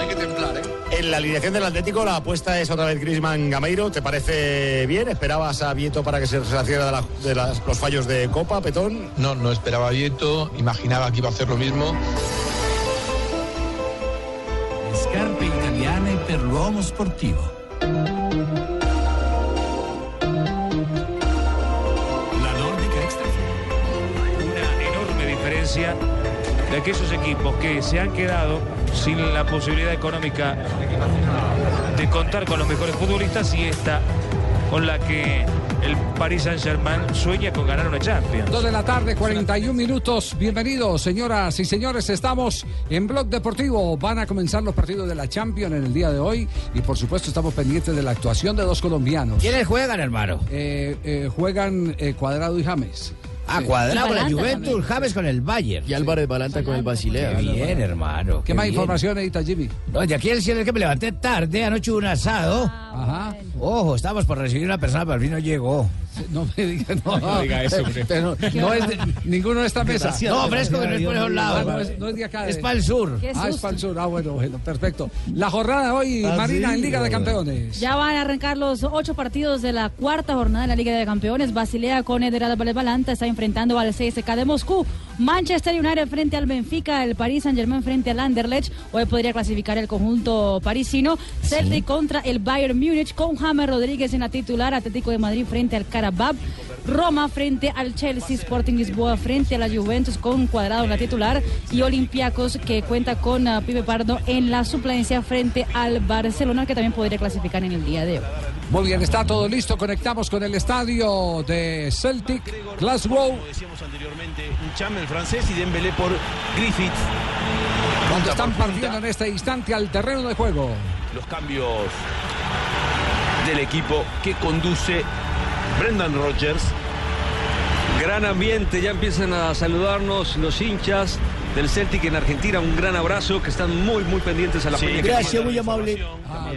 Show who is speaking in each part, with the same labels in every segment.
Speaker 1: Hay que templar, ¿eh?
Speaker 2: En la alineación del Atlético la apuesta es otra vez Grisman Gameiro. ¿Te parece bien? ¿Esperabas a Vieto para que se resarciera de, la- de las- los fallos de Copa, Petón?
Speaker 3: No, no esperaba a Vieto, imaginaba que iba a hacer lo mismo.
Speaker 4: Scarpe italiane per l'uomo sportivo. La Nordica Extra.
Speaker 5: una enorme diferencia de aquellos equipos que se han quedado sin la posibilidad económica de contar con los mejores futbolistas y esta con la que el Paris Saint-Germain sueña con ganar una Champions.
Speaker 6: 2 de la tarde, 41 minutos. Bienvenidos, señoras y señores. Estamos en Blog Deportivo. Van a comenzar los partidos de la Champions en el día de hoy. Y por supuesto, estamos pendientes de la actuación de dos colombianos.
Speaker 7: ¿Quiénes juegan, hermano?
Speaker 6: Eh, eh, juegan eh, Cuadrado y James.
Speaker 7: A
Speaker 6: Sí.
Speaker 7: Ah, Cuadrado con la Juventus, James con el Bayern. Y Álvarez Balanta con el Basilea. Qué bien, hermano.
Speaker 6: ¿Qué más información necesita Jimmy?
Speaker 7: No, de aquí el cielo es que me levanté tarde, anoche hubo un asado. Ah,
Speaker 6: Ajá.
Speaker 7: Ojo, estábamos por recibir una persona, pero al fin no llegó.
Speaker 6: No me diga, no,
Speaker 7: No diga eso, hombre.
Speaker 6: Este no- no es de- ninguno de esta mesa.
Speaker 7: Gracias, No, fresco, que no es por esos lados.
Speaker 6: Ah, no es, no es de acá.
Speaker 7: Es
Speaker 6: de-
Speaker 7: pa'l sur. Qué
Speaker 6: Ah, es
Speaker 7: susto.
Speaker 6: para el sur. Ah, bueno, bueno, perfecto. La jornada de hoy,
Speaker 7: Ah,
Speaker 6: Marina,
Speaker 7: sí,
Speaker 6: en Liga de
Speaker 7: bueno.
Speaker 6: Campeones.
Speaker 8: Ya van a arrancar los ocho partidos de la cuarta jornada de la Liga de Campeones. Basilea con Ederal Balanta está enfrentando al CSK de Moscú. Manchester United frente al Benfica. El Paris Saint-Germain frente al Anderlecht. Hoy podría clasificar el conjunto parisino. Celtic contra el Bayern Múnich con James Rodríguez en la titular. Atlético de Madrid frente al Carabao. Roma frente al Chelsea, Sporting Lisboa frente a la Juventus con Cuadrado en la titular y Olympiacos que cuenta con ah, Pipe Pardo en la suplencia frente al Barcelona que también podría clasificar en el día de hoy.
Speaker 6: Muy bien, está todo listo. Conectamos con el estadio de Celtic, Glasgow.
Speaker 9: decíamos anteriormente, Cham el francés y Dembélé por Griffith.
Speaker 6: Cuando están partiendo en este instante al terreno de juego.
Speaker 9: Los cambios del equipo que conduce Brendan Rodgers.
Speaker 10: Gran ambiente, ya empiezan a saludarnos los hinchas del Celtic en Argentina. Un gran abrazo, que están muy, muy pendientes a la peña que manda.
Speaker 7: amable.
Speaker 10: Ah,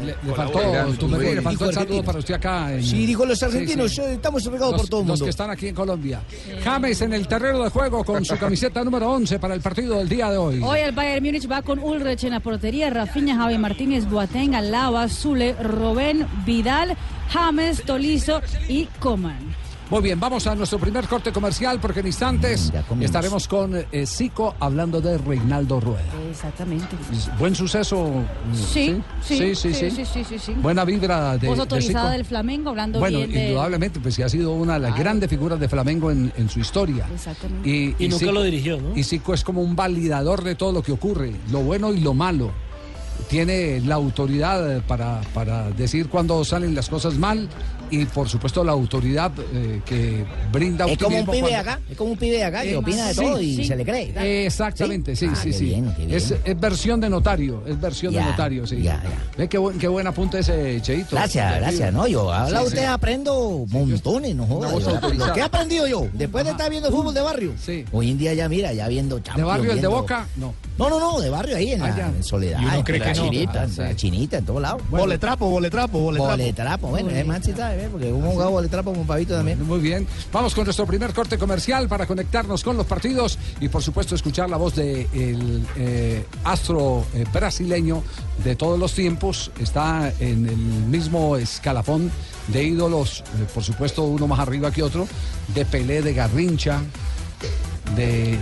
Speaker 6: Le, le faltó, Tumberini, le faltó el saludo para usted acá. en-
Speaker 7: Sí, dijo los
Speaker 6: Sí,
Speaker 7: argentinos,
Speaker 6: sí.
Speaker 7: eh, estamos regados
Speaker 6: Los-
Speaker 7: por todo el
Speaker 6: Los
Speaker 7: mundo.
Speaker 6: que están aquí en Colombia. James en el terreno de juego con su camiseta número 11 para el partido del día de hoy.
Speaker 8: Hoy el Bayern Múnich va con Ulrich en la portería, Rafinha, Javi Martínez, Boateng, Alaba, Zule, Robén, Vidal, James, Tolizo y Coman.
Speaker 6: Muy bien, vamos a nuestro primer corte comercial porque en instantes estaremos con eh, Zico hablando de Reinaldo Rueda.
Speaker 8: Exactamente.
Speaker 6: Buen suceso. mm,
Speaker 8: Sí, sí,
Speaker 6: sí, sí. sí,
Speaker 8: sí, sí, sí, sí.
Speaker 6: Buena vibra de,
Speaker 8: Voz
Speaker 6: de
Speaker 8: autorizada
Speaker 6: Zico.
Speaker 8: del Flamengo hablando
Speaker 6: Bueno,
Speaker 8: bien de...
Speaker 6: indudablemente, pues que ha sido una de las grandes figuras de Flamengo en, en su historia.
Speaker 8: Exactamente.
Speaker 6: Y,
Speaker 11: Y nunca lo dirigió,
Speaker 6: Y Zico es como un validador de todo lo que ocurre, lo bueno y lo malo. Tiene la autoridad eh, para, para decir cuando salen las cosas mal y, por supuesto, la autoridad eh, que brinda
Speaker 7: Es como un
Speaker 6: optimismo
Speaker 7: pibe
Speaker 6: cuando-
Speaker 7: de acá, es como un pibe de acá que
Speaker 6: Eh,
Speaker 7: opina de
Speaker 6: sí,
Speaker 7: todo y
Speaker 6: sí.
Speaker 7: se le cree.
Speaker 6: Exactamente, sí,
Speaker 7: Ah,
Speaker 6: sí,
Speaker 7: qué
Speaker 6: sí.
Speaker 7: bien, qué bien.
Speaker 6: Es, es versión de notario, es versión
Speaker 7: Ya,
Speaker 6: de notario, sí.
Speaker 7: ya,
Speaker 6: Ve qué buen, qué buen apunte ese, Cheito.
Speaker 7: Gracias, gracias. No, yo habla
Speaker 6: Sí,
Speaker 7: usted,
Speaker 6: sí.
Speaker 7: aprendo montones, no jodas.
Speaker 6: voz
Speaker 7: yo,
Speaker 6: autorizada.
Speaker 7: lo que he aprendido yo, después de estar viendo fútbol de barrio. Hoy en día ya mira, ya viendo Champions,
Speaker 6: barrio, el de
Speaker 7: viendo-
Speaker 6: Boca? No.
Speaker 7: No, no, no, de barrio ahí en,
Speaker 6: Ah,
Speaker 7: la,
Speaker 6: ya.
Speaker 7: en Soledad.
Speaker 6: Y uno
Speaker 7: en
Speaker 6: cree
Speaker 7: la
Speaker 6: que no.
Speaker 7: chinita,
Speaker 6: Ah,
Speaker 7: en la chinita, en todos lados.
Speaker 6: Bueno.
Speaker 7: Boletrapo, boletrapo,
Speaker 6: boletrapo.
Speaker 7: Boletrapo, bueno, es más, sí sabe, ¿eh? porque uno jugaba boletrapo con Pavito también.
Speaker 6: Muy bien, vamos con nuestro primer corte comercial para conectarnos con los partidos y por supuesto escuchar la voz del astro eh, brasileño de todos los tiempos. Está en el mismo escalafón de ídolos, eh, por supuesto uno más arriba que otro, de Pelé, de Garrincha. De eh,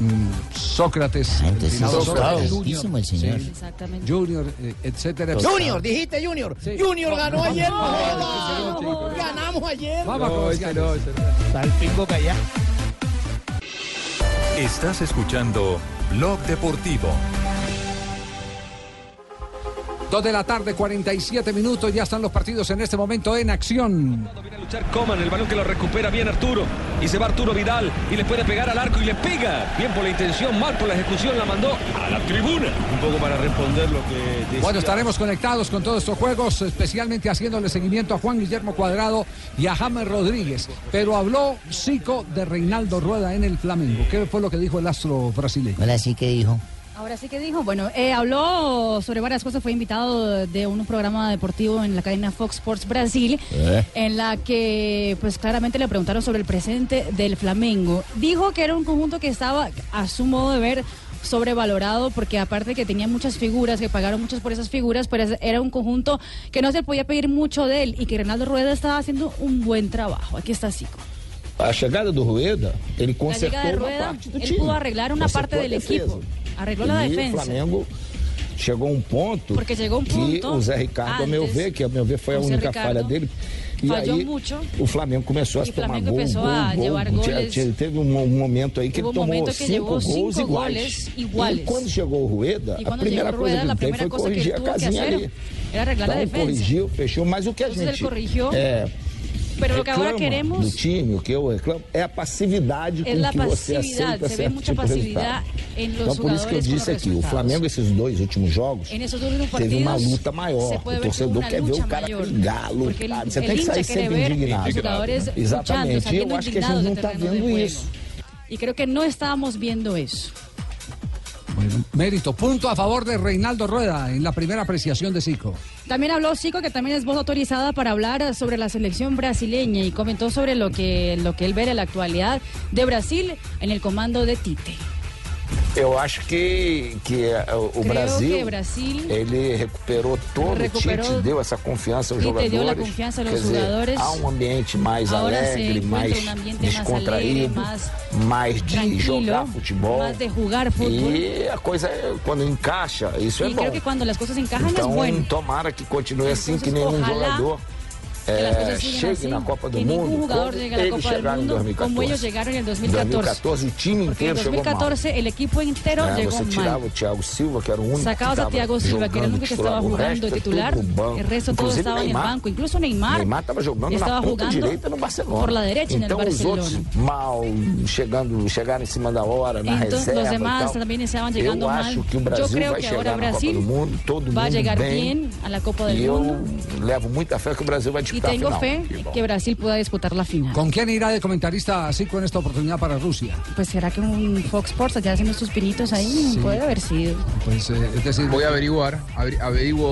Speaker 6: mm, Sócrates,
Speaker 7: Ah, entonces
Speaker 6: finado
Speaker 7: es
Speaker 6: Sócrates,
Speaker 7: bravísimo el señor.
Speaker 8: Exactamente.
Speaker 6: Junior, eh, etcétera, etcétera.
Speaker 7: Junior, dijiste Junior. Junior ganó ayer. no jodas. Ganamos ayer. este
Speaker 6: Vamos a comerciales.
Speaker 7: Salpingo callá.
Speaker 12: Estás escuchando Blog Deportivo.
Speaker 6: 2 de la tarde, 47 minutos. Ya están los partidos en este momento en acción.
Speaker 13: luchar Coman, el balón que lo recupera bien Arturo. Y se va Arturo Vidal y le puede pegar al arco y le pega. Bien por la intención, mal por la ejecución, la mandó a la tribuna.
Speaker 14: Un poco para responder lo que decía.
Speaker 6: Bueno, estaremos conectados con todos estos juegos, especialmente haciéndole seguimiento a Juan Guillermo Cuadrado y a James Rodríguez. Pero habló Zico de Reinaldo Rueda en el Flamengo. ¿Qué fue lo que dijo el astro brasileño?
Speaker 7: Ahora sí que dijo.
Speaker 8: Ahora sí que dijo, bueno, eh, habló sobre varias cosas, fue invitado de un programa deportivo en la cadena Fox Sports Brasil,
Speaker 7: Eh.
Speaker 8: en la que pues claramente le preguntaron sobre el presente del Flamengo. Dijo que era un conjunto que estaba, a su modo de ver, sobrevalorado porque aparte que tenía muchas figuras, que pagaron muchas por esas figuras, pero es- era un conjunto que no se podía pedir mucho de él y que Reinaldo Rueda estaba haciendo un buen trabajo. Aquí está Zico.
Speaker 15: A chegada do Rueda, ele
Speaker 8: La llegada
Speaker 15: consertou
Speaker 8: de
Speaker 15: uma
Speaker 8: Rueda,
Speaker 15: parte do
Speaker 8: él
Speaker 15: time.
Speaker 8: pudo arreglar una parte
Speaker 15: Consertou a
Speaker 8: del
Speaker 15: defesa.
Speaker 8: equipo, arregló la
Speaker 15: E o
Speaker 8: defensa.
Speaker 15: Flamengo chegou a um ponto
Speaker 8: Porque chegou um
Speaker 15: que
Speaker 8: ponto
Speaker 15: o Zé Ricardo, a
Speaker 8: antes.
Speaker 15: meu ver, que a meu ver foi a
Speaker 8: O Zé
Speaker 15: única
Speaker 8: Ricardo
Speaker 15: falha dele. E
Speaker 8: falló
Speaker 15: aí
Speaker 8: mucho.
Speaker 15: o Flamengo começou a
Speaker 8: E o
Speaker 15: tomar
Speaker 8: Flamengo
Speaker 15: gol,
Speaker 8: empezou
Speaker 15: gol,
Speaker 8: a
Speaker 15: gol.
Speaker 8: llevar
Speaker 15: Tinha-
Speaker 8: goles.
Speaker 15: tinha- Teve um, um momento aí que
Speaker 8: Hubo
Speaker 15: ele
Speaker 8: un
Speaker 15: tomou
Speaker 8: momento que
Speaker 15: cinco
Speaker 8: llevó
Speaker 15: gols
Speaker 8: cinco
Speaker 15: iguais.
Speaker 8: goles iguales.
Speaker 15: E quando chegou o Rueda,
Speaker 8: Y
Speaker 15: a
Speaker 8: cuando llegó
Speaker 15: primeira coisa
Speaker 8: Rueda,
Speaker 15: que
Speaker 8: la
Speaker 15: ele fez
Speaker 8: primera
Speaker 15: foi
Speaker 8: cosa que é él
Speaker 15: corrigir a
Speaker 8: tuvo que
Speaker 15: casinha
Speaker 8: hacer
Speaker 15: ali.
Speaker 8: era arreglar la
Speaker 15: Então,
Speaker 8: defensa.
Speaker 15: corrigiu, fechou, mas o que a
Speaker 8: Entonces,
Speaker 15: gente
Speaker 8: él corrigió.
Speaker 15: é,
Speaker 8: Pero lo que ahora
Speaker 15: reclama
Speaker 8: queremos-
Speaker 15: do time, o que eu reclamo é a passividade
Speaker 8: Es
Speaker 15: com
Speaker 8: la
Speaker 15: que você
Speaker 8: pasividad,
Speaker 15: aceita
Speaker 8: se ve
Speaker 15: certo
Speaker 8: mucha
Speaker 15: tipo de
Speaker 8: pasividad
Speaker 15: resultado.
Speaker 8: en los
Speaker 15: Então por
Speaker 8: jugadores
Speaker 15: isso que eu
Speaker 8: con los
Speaker 15: disse aqui, o
Speaker 8: resultados.
Speaker 15: Flamengo esses dois últimos jogos
Speaker 8: En esos últimos
Speaker 15: teve uma
Speaker 8: partidos
Speaker 15: luta maior.
Speaker 8: se
Speaker 15: O
Speaker 8: puede ver que hubo
Speaker 15: torcedor
Speaker 8: una
Speaker 15: quer ver
Speaker 8: lucha
Speaker 15: o cara
Speaker 8: mayor.
Speaker 15: brigar,
Speaker 8: Porque
Speaker 15: lutar.
Speaker 8: el,
Speaker 15: Você
Speaker 8: el
Speaker 15: tem que
Speaker 8: hincha
Speaker 15: sair
Speaker 8: quiere
Speaker 15: sempre
Speaker 8: ver
Speaker 15: indignado.
Speaker 8: los jugadores luchando,
Speaker 15: Exatamente. E eu
Speaker 8: saliendo
Speaker 15: acho que a gente
Speaker 8: indignados
Speaker 15: não
Speaker 8: del
Speaker 15: está
Speaker 8: terreno de
Speaker 15: vendo
Speaker 8: juego.
Speaker 15: isso.
Speaker 8: Y creo que no estábamos viendo eso.
Speaker 6: Mérito, punto a favor de Reinaldo Rueda en la primera apreciación de Zico.
Speaker 8: También habló Chico, que también es voz autorizada para hablar sobre la selección brasileña y comentó sobre lo que, lo que él ve en la actualidad de Brasil en el comando de Tite.
Speaker 15: Eu acho que, que eh, o o
Speaker 8: Creo que
Speaker 15: Brasil
Speaker 8: Brasil
Speaker 15: Ele recuperou todo
Speaker 8: Recuperou.
Speaker 15: o Tite, deu essa confiança aos
Speaker 8: Tite deu
Speaker 15: jogadores.
Speaker 8: a confianza a los
Speaker 15: Quer dizer,
Speaker 8: jugadores.
Speaker 15: há um ambiente mais
Speaker 8: Ahora se
Speaker 15: alegre,
Speaker 8: encuentra
Speaker 15: mais
Speaker 8: un ambiente más alegre,
Speaker 15: descontraído,
Speaker 8: más
Speaker 15: mais de
Speaker 8: tranquilo,
Speaker 15: jogar futebol.
Speaker 8: más de jugar fútbol.
Speaker 15: E a coisa, é, quando encaixa, isso é
Speaker 8: y
Speaker 15: bom.
Speaker 8: creo que cuando las cosas encajan es
Speaker 15: Então,
Speaker 8: bueno.
Speaker 15: tomara que continue assim, que nenhum
Speaker 8: ojalá
Speaker 15: jogador
Speaker 8: que las cosas
Speaker 15: eh,
Speaker 8: sigan
Speaker 15: chegue
Speaker 8: así,
Speaker 15: na Copa do
Speaker 8: que ningún
Speaker 15: Mundo
Speaker 8: jugador
Speaker 15: como
Speaker 8: llegue a la
Speaker 15: eles
Speaker 8: Copa del
Speaker 15: chegaram em
Speaker 8: Mundo, como
Speaker 15: 2014.
Speaker 8: ellos llegaron en el 2014.
Speaker 15: 2014, o time
Speaker 8: Porque en
Speaker 15: inteiro chegou mal.
Speaker 8: 2014 el equipo entero
Speaker 15: É,
Speaker 8: llegó
Speaker 15: você
Speaker 8: mal.
Speaker 15: tirava o Thiago Silva, que era o único
Speaker 8: Sacabas
Speaker 15: que
Speaker 8: a
Speaker 15: tava
Speaker 8: Thiago Silva, que era
Speaker 15: jogando
Speaker 8: el único que
Speaker 15: titular.
Speaker 8: estava
Speaker 15: O resto é
Speaker 8: jugando de
Speaker 15: tudo
Speaker 8: titular,
Speaker 15: no banco.
Speaker 8: el resto todos
Speaker 15: Inclusive
Speaker 8: estaban en
Speaker 15: Neymar.
Speaker 8: banco, incluso Neymar,
Speaker 15: Neymar estava jogando na
Speaker 8: estaba
Speaker 15: ponta
Speaker 8: jugando
Speaker 15: direita no Barcelona.
Speaker 8: por la derecha en el
Speaker 15: então os
Speaker 8: Barcelona. Então,
Speaker 15: outros mal chegando, chegaram em cima da hora, na
Speaker 8: Entonces,
Speaker 15: reserva
Speaker 8: los
Speaker 15: e
Speaker 8: demás
Speaker 15: tal.
Speaker 8: también estaban llegando
Speaker 15: Eu
Speaker 8: mal.
Speaker 15: acho que o
Speaker 8: Yo
Speaker 15: Brasil
Speaker 8: creo
Speaker 15: vai
Speaker 8: que ahora
Speaker 15: chegar na Copa
Speaker 8: Brasil
Speaker 15: do Mundo, todo
Speaker 8: va a
Speaker 15: mundo
Speaker 8: llegar
Speaker 15: bem.
Speaker 8: bien a la Copa del
Speaker 15: E
Speaker 8: Mundo.
Speaker 15: eu levo muita fé que o Brasil vai
Speaker 8: Y
Speaker 15: disputar
Speaker 8: tengo
Speaker 15: a final.
Speaker 8: fe que Brasil pueda disputar la final.
Speaker 6: ¿Con quién irá de comentarista Zico en esta oportunidad para Rusia?
Speaker 8: Pues será que un Fox Sports allá haciendo sus pinitos ahí puede haber sido.
Speaker 6: Pues, eh, es decir,
Speaker 9: Voy a averiguar, averi- averiguo.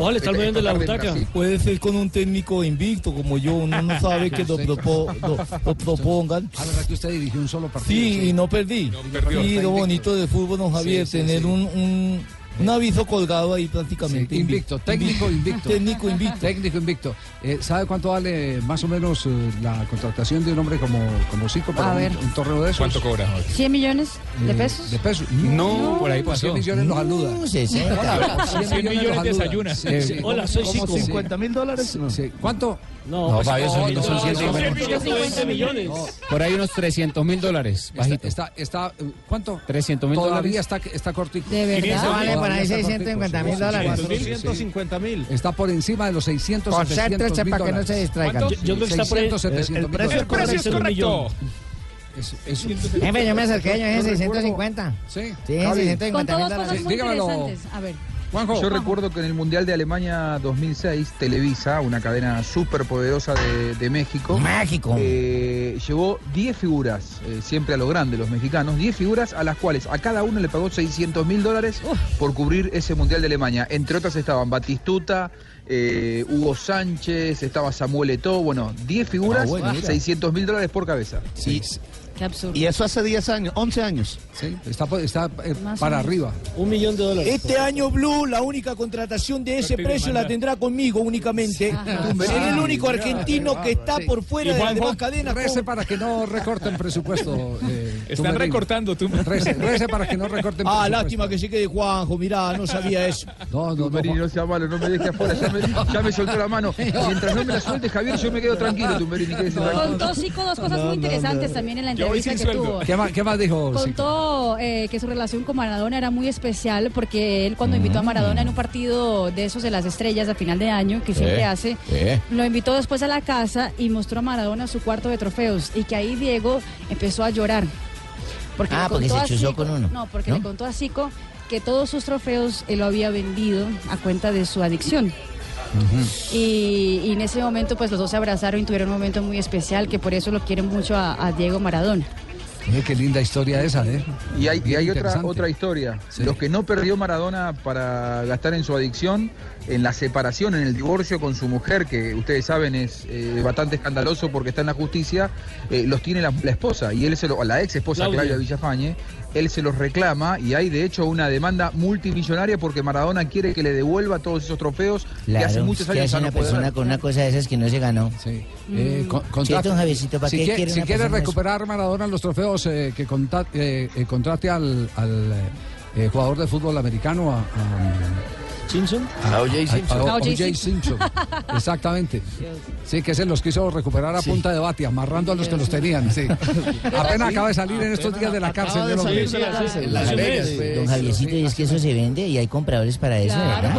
Speaker 16: Ojalá estar
Speaker 9: esta-
Speaker 16: viendo la
Speaker 9: esta tarde en
Speaker 16: butaca.
Speaker 9: Brasil.
Speaker 16: Puede ser con un técnico invicto como yo. Uno no sabe que lo, propo- lo- lo propongan.
Speaker 6: La Ah, verdad que usted dirigió un solo partido.
Speaker 16: Sí, y no perdí.
Speaker 6: perdió.
Speaker 16: y lo bonito de fútbol, don Javier,
Speaker 6: Sí, sí,
Speaker 16: tener
Speaker 6: sí.
Speaker 16: Un, un, un aviso colgado ahí prácticamente.
Speaker 6: Sí, invicto, técnico invicto.
Speaker 16: Técnico invicto.
Speaker 6: Técnico invicto. Eh, ¿Sabe cuánto vale más o menos eh, la contratación de un hombre como, como Zico para
Speaker 8: A
Speaker 6: un,
Speaker 8: ver.
Speaker 6: un torneo de esos?
Speaker 17: ¿Cuánto cobra?
Speaker 8: 100 millones de pesos.
Speaker 6: ¿De pesos?
Speaker 17: No, por ahí pasó.
Speaker 6: 100 millones los aluda.
Speaker 17: sesenta.
Speaker 6: Por
Speaker 17: 100 millones
Speaker 6: los aluda.
Speaker 17: desayuna.
Speaker 6: Sí, sí.
Speaker 16: Hola, soy
Speaker 6: ¿Cómo
Speaker 16: Chico.
Speaker 6: sí?
Speaker 16: ¿50 mil dólares?
Speaker 6: Sí, sí. ¿Cuánto?
Speaker 17: No, pues, Fabio, son- son 150
Speaker 16: millones.
Speaker 17: Por ahí unos 300 mil dólares. Bajito.
Speaker 6: Está, está, eh, ¿cuánto?
Speaker 17: 300 mil dólares.
Speaker 6: Todavía está, está cortico.
Speaker 17: ¿De verdad?
Speaker 6: Todavía
Speaker 17: Vale,
Speaker 6: está
Speaker 17: por ahí
Speaker 6: cortico,
Speaker 17: 650
Speaker 6: sí.
Speaker 17: mil dólares.
Speaker 6: 450 mil. Está por encima de los 600,
Speaker 17: Concéntrese
Speaker 6: 700 mil
Speaker 17: para que no
Speaker 6: dólares.
Speaker 17: se distraigan. ¿Cuánto? Yo creo que está por ahí.
Speaker 6: 600,
Speaker 17: El- el
Speaker 6: 700 mil
Speaker 17: precio es
Speaker 6: dólares.
Speaker 17: correcto, El precio es correcto.
Speaker 6: Eso, eso.
Speaker 7: Jefe, yo me acerqué, yo dije
Speaker 6: Yo recuerdo-
Speaker 7: 650.
Speaker 6: Sí.
Speaker 7: Sí,
Speaker 6: Javi.
Speaker 7: 650
Speaker 8: Con
Speaker 7: mil
Speaker 8: todas
Speaker 7: dólares.
Speaker 8: cosas muy
Speaker 6: dígamelo.
Speaker 8: interesantes. A ver.
Speaker 3: Yo recuerdo que en el Mundial de Alemania 2006, Televisa, una cadena súper poderosa de, de México, eh, llevó 10 figuras, eh, siempre a lo grande los mexicanos, 10 figuras a las cuales a cada uno le pagó 600 mil dólares por cubrir ese Mundial de Alemania. Entre otras estaban Batistuta, eh, Hugo Sánchez, estaba Samuel Eto'o, bueno, 10 figuras,
Speaker 18: Ah, bueno, mira.
Speaker 3: 600 mil dólares por cabeza.
Speaker 8: Qué absurdo.
Speaker 18: Y eso hace 10 años, 11 años.
Speaker 6: Sí, está, está
Speaker 18: Más
Speaker 6: para
Speaker 18: o menos.
Speaker 6: arriba.
Speaker 18: Un millón de dólares.
Speaker 16: Este año Blue, la única contratación de ese
Speaker 18: Partido
Speaker 16: precio la
Speaker 18: manda.
Speaker 16: tendrá conmigo únicamente. Seré el único argentino que está por fuera de las demás cadenas.
Speaker 6: Rece para que no recorten presupuesto. eh,
Speaker 17: Están
Speaker 6: Tumberini.
Speaker 17: recortando, Tumberini.
Speaker 6: Rece, rece para que no recorten
Speaker 16: Ah,
Speaker 6: presupuesto.
Speaker 16: lástima que se quede Juanjo, mirá, no sabía eso.
Speaker 6: No, no,
Speaker 3: Tumberini, no sea malo, no me deje afuera, ya me, ya me soltó la mano. Mientras no me la suelte, Javier, yo me quedo tranquilo, Tumberini, quédese tranquilo.
Speaker 8: Con dos chicos, dos cosas muy interesantes también en la
Speaker 3: Yo
Speaker 8: entrevista que tuvo.
Speaker 6: ¿Qué más, qué más
Speaker 7: Oh,
Speaker 6: dijo? Zico?
Speaker 8: Contó eh, que su relación con Maradona era muy especial porque él cuando
Speaker 7: Mm.
Speaker 8: invitó a Maradona en un partido de esos de las estrellas a final de año, que siempre
Speaker 19: Eh,
Speaker 8: hace,
Speaker 19: eh.
Speaker 8: lo invitó después a la casa y mostró a Maradona su cuarto de trofeos y que ahí Diego empezó a llorar. le
Speaker 7: Ah, porque
Speaker 8: contó
Speaker 7: se
Speaker 8: a
Speaker 7: chuzó
Speaker 8: Zico-
Speaker 7: con uno,
Speaker 8: No, porque
Speaker 7: ¿no?
Speaker 8: le contó a Zico que todos sus trofeos él lo había vendido a cuenta de su adicción. Y, y en ese momento, pues los dos se abrazaron y tuvieron un momento muy especial, que por eso lo quieren mucho a, a Diego Maradona.
Speaker 6: Mire, qué linda historia esa, ¿eh?
Speaker 3: Y hay, y hay otra,
Speaker 6: Interesante.
Speaker 3: otra historia. Los que no perdió Maradona para gastar en su adicción, en la separación, en el divorcio con su mujer, que ustedes saben es eh, bastante escandaloso porque está en la justicia, eh, los tiene la, la esposa y él se lo, la ex esposa
Speaker 16: Claudia.
Speaker 3: Claudia Villafañe, él se los reclama y hay de hecho una demanda multimillonaria porque Maradona quiere que le devuelva todos esos trofeos que hace
Speaker 7: Claro,
Speaker 3: muchos
Speaker 7: ¿qué
Speaker 3: años
Speaker 7: hace
Speaker 3: ya no
Speaker 7: una
Speaker 3: puede
Speaker 7: persona
Speaker 3: dar.
Speaker 7: con una cosa de esas que no se ganó?
Speaker 6: Sí.
Speaker 8: Mm.
Speaker 6: Eh, con-
Speaker 7: ¿Cierto,
Speaker 6: contrate-
Speaker 7: Javiercito? ¿Para
Speaker 6: si
Speaker 7: qué
Speaker 6: quie-
Speaker 7: quiere
Speaker 6: si
Speaker 7: una
Speaker 6: quiere
Speaker 7: persona eso?
Speaker 6: recuperar Maradona los trofeos eh, que conta- eh, eh, contrate al, al, eh, jugador de fútbol americano a,
Speaker 7: Simpson
Speaker 6: a,
Speaker 2: A O.J. Simpson.
Speaker 6: a- a
Speaker 2: A O.J.
Speaker 6: O.J. Simpson exactamente sí que se los quiso recuperar a punta de bate amarrando a los que los tenían sí apenas acaba de salir en estos días de la cárcel yo lo vi.
Speaker 7: Las Vegas, Don Javiercito, y es que eso se vende y hay compradores para eso, ¿verdad?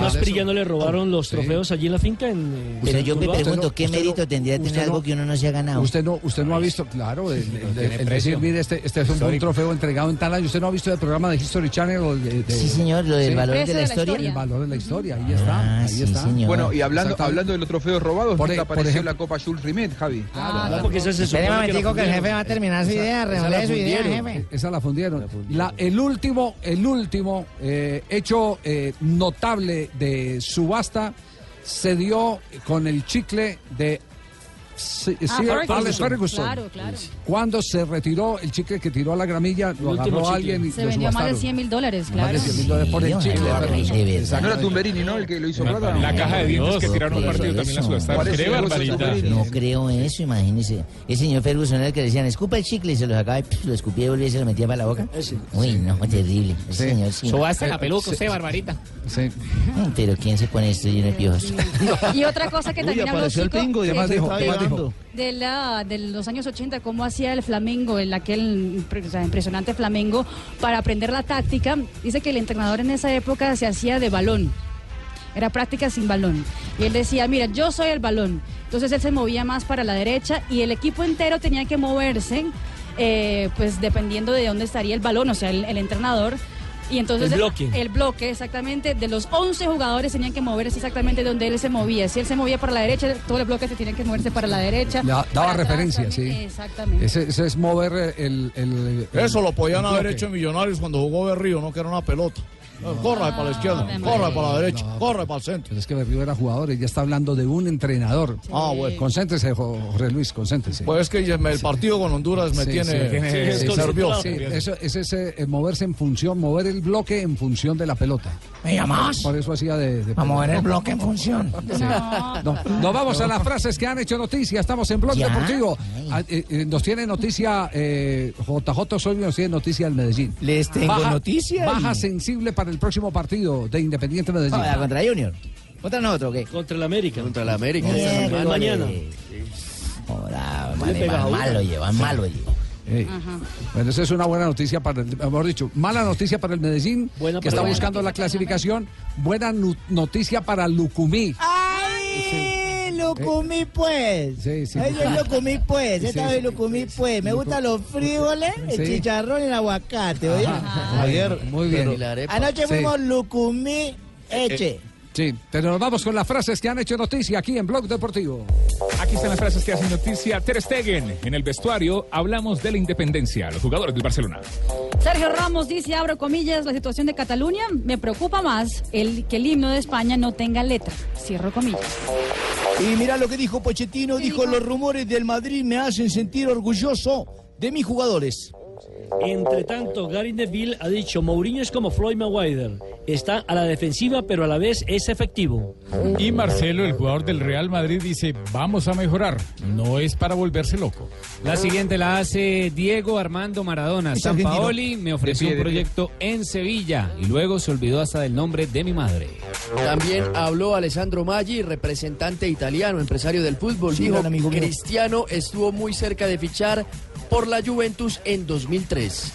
Speaker 10: Más Prilla no le robaron los trofeos allí en la finca. En, eh,
Speaker 7: Pero yo me
Speaker 10: Turbaco.
Speaker 7: pregunto, ¿qué mérito tendría tener
Speaker 6: usted no-
Speaker 7: algo que uno no se ha ganado?
Speaker 6: Usted no, usted no ha visto, claro, el, el-
Speaker 7: tiene
Speaker 6: el-
Speaker 7: precio.
Speaker 6: el decir, mire, este, este es un, buen trofeo entregado en tal año. Usted no ha visto el programa de History Channel. o de- de-
Speaker 7: Sí, señor, lo del
Speaker 6: Sí.
Speaker 7: valor de la historia. Ah,
Speaker 6: El valor de la historia, ahí está. ahí está.
Speaker 3: Bueno, y hablando,
Speaker 6: Exactamente.
Speaker 3: hablando de los trofeos robados,
Speaker 6: Por
Speaker 3: ¿dónde
Speaker 6: e- por
Speaker 3: apareció
Speaker 6: ejemplo- Ah,
Speaker 3: la Copa Jules Rimet, Javi?
Speaker 7: Espere un momentico que el jefe va a terminar su idea, remole su idea, jefe.
Speaker 6: Esa la fundieron. La- el último, el último eh, hecho eh, notable de subasta se dio con el chicle de Sir Alex
Speaker 8: Ah, Ferguson.
Speaker 6: Ferguson.
Speaker 8: Claro, claro.
Speaker 6: Cuando se retiró el chicle que tiró a la gramilla, lo agarró
Speaker 8: último chicle.
Speaker 6: alguien y
Speaker 8: Se
Speaker 6: lo
Speaker 8: vendió a más de
Speaker 6: subastaron.
Speaker 8: 100 mil dólares,
Speaker 6: Más
Speaker 8: claro.
Speaker 6: de 100 mil dólares por el chicle. de Ferguson.
Speaker 3: No era
Speaker 6: Exactamente.
Speaker 3: Tumberini, ¿no? El que lo hizo plata.
Speaker 7: La caja de dientes que tiraron un partido
Speaker 3: también
Speaker 7: la
Speaker 3: subastaron. Qué barbaridad.
Speaker 7: No creo eso, imagínese. Ese señor Ferguson era el que le decían, escupa el chicle y se lo sacaba y pf, lo escupía y volvía y se lo metía para la boca. Uy, no, terrible. Ese señor sí.
Speaker 20: Sobaste
Speaker 21: Eh,
Speaker 20: la peluca, usted, Barbarita.
Speaker 7: Mm, Pero ¿quién se pone esto lleno de piojos?
Speaker 8: Y otra cosa que
Speaker 7: Uy,
Speaker 8: también habló
Speaker 7: apareció el
Speaker 8: Zico,
Speaker 7: pingo y
Speaker 8: que-
Speaker 7: además dijo,
Speaker 8: de-
Speaker 7: además dijo.
Speaker 8: de, la, de los años 80, cómo hacía el Flamengo, el aquel impre- o sea, impresionante Flamengo, para aprender la táctica. Dice que el entrenador en esa época se hacía de balón. Era práctica sin balón. Y él decía, mira, yo soy el balón. Entonces él se movía más para la derecha y el equipo entero tenía que moverse, eh, pues dependiendo de dónde estaría el balón, o sea, el, el entrenador. Y entonces
Speaker 20: El bloque.
Speaker 8: el bloque, exactamente, de los 11 jugadores tenían que moverse exactamente donde él se movía. Si él se movía para la derecha, todo el bloque se tenía que moverse para la derecha.
Speaker 6: Le da- daba
Speaker 8: para atrás
Speaker 6: referencia,
Speaker 8: también.
Speaker 6: sí.
Speaker 8: Exactamente.
Speaker 6: Ese, ese es mover eh, el, el- el-
Speaker 2: Eso lo podían
Speaker 6: el
Speaker 2: haber
Speaker 6: bloque.
Speaker 2: hecho en Millonarios cuando jugó Berrío, ¿no? Que era una pelota. corre para la izquierda, corre para la derecha, corre para el centro.
Speaker 6: Pero es que Berrío era jugador, ella está hablando de un entrenador.
Speaker 2: Ah, bueno.
Speaker 6: Concéntrese, Jo- Jorge Luis, concéntrese.
Speaker 2: Pues es que ya me- el partido con Honduras me
Speaker 6: Sí,
Speaker 2: tiene.
Speaker 6: sí.
Speaker 2: me
Speaker 6: Sí, sí,
Speaker 2: servió.
Speaker 6: sí, eso, es ese, eh, moverse en función, mover el bloque en función de la pelota.
Speaker 2: ¿Me llamás?
Speaker 6: Por eso hacía de. de
Speaker 2: A mover el bloque en función.
Speaker 6: No, nos vamos a las frases que han hecho noticia. Estamos en Blog
Speaker 2: ¿Ya?
Speaker 6: Deportivo. Ah, eh, eh, nos tiene noticia eh, JJ Osorio, nos tiene noticia del Medellín. Les
Speaker 2: tengo noticia y-
Speaker 6: Baja sensible para el próximo partido de Independiente Medellín.
Speaker 2: Ah, contra Junior. ¿Contra nosotros o qué?
Speaker 20: Contra el América.
Speaker 2: Contra el América.
Speaker 20: Miércoles. Mañana.
Speaker 2: Hola,
Speaker 20: Le pega a uno.
Speaker 2: malo lleva, malo lleva.
Speaker 6: Eh, Bueno, esa es una buena noticia para el, mejor dicho, mala noticia para el Medellín, que
Speaker 20: para
Speaker 6: está
Speaker 20: el
Speaker 6: buscando la clasificación, buena nu- noticia para Lucumí.
Speaker 7: ¡Ay! Eh, Lo comí pues.
Speaker 6: Sí, sí.
Speaker 7: Ay, yo lo comí pues.
Speaker 6: Sí,
Speaker 7: Esta
Speaker 6: sí.
Speaker 7: vez lo comí pues. Me gustan los frijoles, el
Speaker 6: Sí.
Speaker 7: chicharrón y el aguacate, ¿oye?
Speaker 6: Javier, muy bien.
Speaker 7: Anoche
Speaker 6: Sí.
Speaker 7: fuimos lucumí eche.
Speaker 6: Sí, pero nos vamos con las frases que han hecho noticia aquí en Blog Deportivo.
Speaker 22: Aquí están las frases que hacen noticia. Ter Stegen, en el vestuario hablamos de la independencia, los jugadores del Barcelona.
Speaker 8: Sergio Ramos dice, abro comillas, la situación de Cataluña me preocupa más el que el himno de España no tenga letra. Cierro comillas.
Speaker 2: Y mirá lo que dijo Pochettino, dijo los rumores del Madrid me hacen sentir orgulloso de mis jugadores.
Speaker 20: Entre tanto, Gary Neville ha dicho, Mourinho es como Floyd Mayweather.
Speaker 10: está a la defensiva, pero a la vez es efectivo.
Speaker 23: Y Marcelo, el jugador del Real Madrid, dice, vamos a mejorar. No es para volverse loco.
Speaker 21: La siguiente la hace Diego Armando Maradona.
Speaker 23: Es
Speaker 21: San
Speaker 23: argentino.
Speaker 21: Paoli me ofreció
Speaker 23: De pie,
Speaker 21: un
Speaker 23: de pie.
Speaker 21: proyecto en Sevilla y luego se olvidó hasta del nombre de mi madre.
Speaker 1: También habló Alessandro Maggi, representante italiano, empresario del fútbol.
Speaker 2: Sí,
Speaker 1: Dijo,
Speaker 2: gran amigo mío.
Speaker 1: Cristiano estuvo muy cerca de fichar por la Juventus en 2003.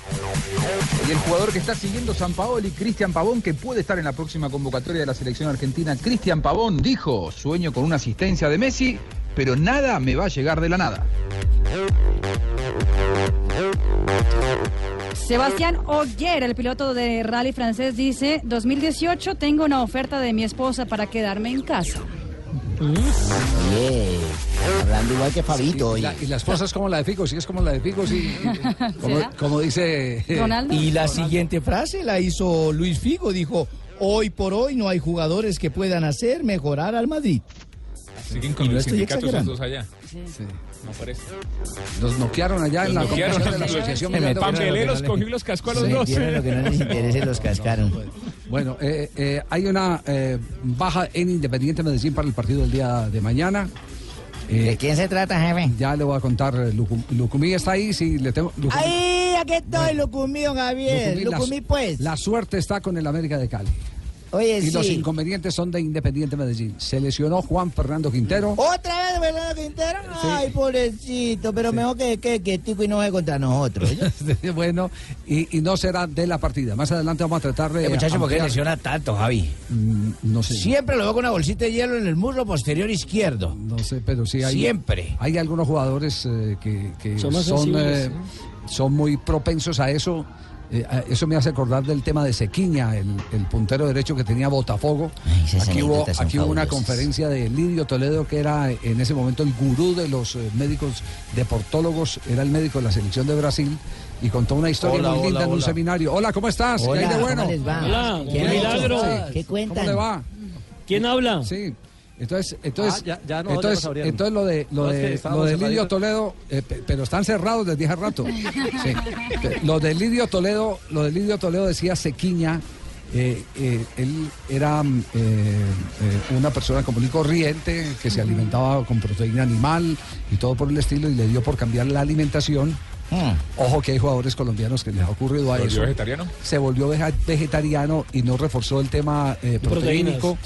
Speaker 3: Y el jugador que está siguiendo San Paoli, Cristian Pavón, que puede estar en la próxima convocatoria de la selección argentina, Cristian Pavón dijo, sueño con una asistencia de Messi, pero nada me va a llegar de la nada.
Speaker 8: Sebastián Ogier, el piloto de rally francés, dice, 2018 tengo una oferta de mi esposa para quedarme en casa.
Speaker 7: Hablando igual que Fabito.
Speaker 6: Y, la- y las cosas como la de Figo, si es como la de Figo, sí. como, como dice... eh,
Speaker 16: Y la siguiente frase la hizo Luis Figo, dijo, hoy por hoy no hay jugadores que puedan hacer mejorar al Madrid.
Speaker 22: Siguen con
Speaker 16: Y no
Speaker 22: el
Speaker 16: estoy
Speaker 22: sindicato esos
Speaker 16: exagerando.
Speaker 22: dos allá.
Speaker 6: Sí.
Speaker 22: No parece.
Speaker 6: Los noquearon allá en la
Speaker 22: Los noquearon.
Speaker 6: convención de la asociación.
Speaker 22: Se
Speaker 6: mundial de
Speaker 22: metieron
Speaker 6: boxeo.
Speaker 22: en los cogió y los cascó a los
Speaker 6: Se
Speaker 22: dos.
Speaker 6: metieron en lo que no les
Speaker 7: interese, los cascaron.
Speaker 6: Bueno, eh, eh, hay una eh, baja en Independiente Medellín para el partido del día de mañana. ¿De
Speaker 7: quién se trata, jefe?
Speaker 6: Ya le voy a contar. eh, Lucu- Lucumí está ahí, sí, le tengo. Lucumí-
Speaker 2: Ahí, aquí estoy, Lucumío Gabriel.
Speaker 6: la-
Speaker 2: Lucumí, pues.
Speaker 6: La suerte está con el América de Cali.
Speaker 2: Oye,
Speaker 6: y los
Speaker 2: sí.
Speaker 6: inconvenientes son de Independiente Medellín. Se lesionó Juan Fernando Quintero.
Speaker 2: ¿Otra vez Fernando Quintero? Ay, pobrecito, pero mejor que, que, que Tico y no juegue contra nosotros. ¿eh?
Speaker 6: Sí, bueno, y, y no será de la partida. Más adelante vamos a tratar de.
Speaker 2: Eh, muchacho, ¿por qué
Speaker 6: lesiona tanto, Javi?
Speaker 2: Mm,
Speaker 6: no sé.
Speaker 2: Siempre lo veo con una bolsita de hielo en el muslo posterior izquierdo.
Speaker 6: No sé, pero sí hay.
Speaker 2: Siempre.
Speaker 6: Hay algunos jugadores eh, que, que
Speaker 2: Son
Speaker 6: son,
Speaker 2: más sensibles,
Speaker 6: eh,
Speaker 2: ¿no?
Speaker 6: son muy propensos a eso. Eh, a- eso me hace acordar del tema de Sequiña, el, el puntero derecho que tenía Botafogo.
Speaker 7: esas
Speaker 6: aquí hubo,
Speaker 7: anécdotas son
Speaker 6: aquí hubo una
Speaker 7: fabulosas.
Speaker 6: conferencia de Lidio Toledo, que era eh, en ese momento el gurú de los eh, médicos deportólogos, era el médico de la selección de Brasil, y contó una historia
Speaker 7: Hola,
Speaker 6: muy
Speaker 7: hola,
Speaker 6: linda en un
Speaker 7: hola.
Speaker 6: seminario. Hola, ¿cómo estás? ¿Qué hay de bueno?
Speaker 7: ¿cómo les va?
Speaker 6: ¿Qué
Speaker 7: ha
Speaker 6: hay?
Speaker 7: hecho?
Speaker 6: Sí.
Speaker 7: ¿Qué cuentan?
Speaker 6: ¿Cómo le va?
Speaker 10: ¿Quién habla?
Speaker 6: Sí. Entonces, entonces,
Speaker 7: Ah, ya- ya no, ya
Speaker 6: entonces,
Speaker 7: nos abrieron.
Speaker 6: entonces lo de lo
Speaker 7: No, es que
Speaker 6: de, lo
Speaker 7: estábamos
Speaker 6: de
Speaker 7: cerraditos.
Speaker 6: Lidio Toledo, eh, pe- pero están cerrados desde hace rato. Sí. Pe- Lo de Lidio Toledo, lo de Lidio Toledo decía Sequiña, eh, eh, él era mm, eh, eh, una persona común y corriente que se alimentaba con proteína animal y todo por el estilo y le dio por cambiar la alimentación. Ojo que hay jugadores colombianos que les ha ocurrido a
Speaker 22: ¿Se volvió
Speaker 6: eso.
Speaker 22: vegetariano?
Speaker 6: Se volvió veja- vegetariano y no reforzó el tema eh,
Speaker 22: proteínas,
Speaker 6: proteínico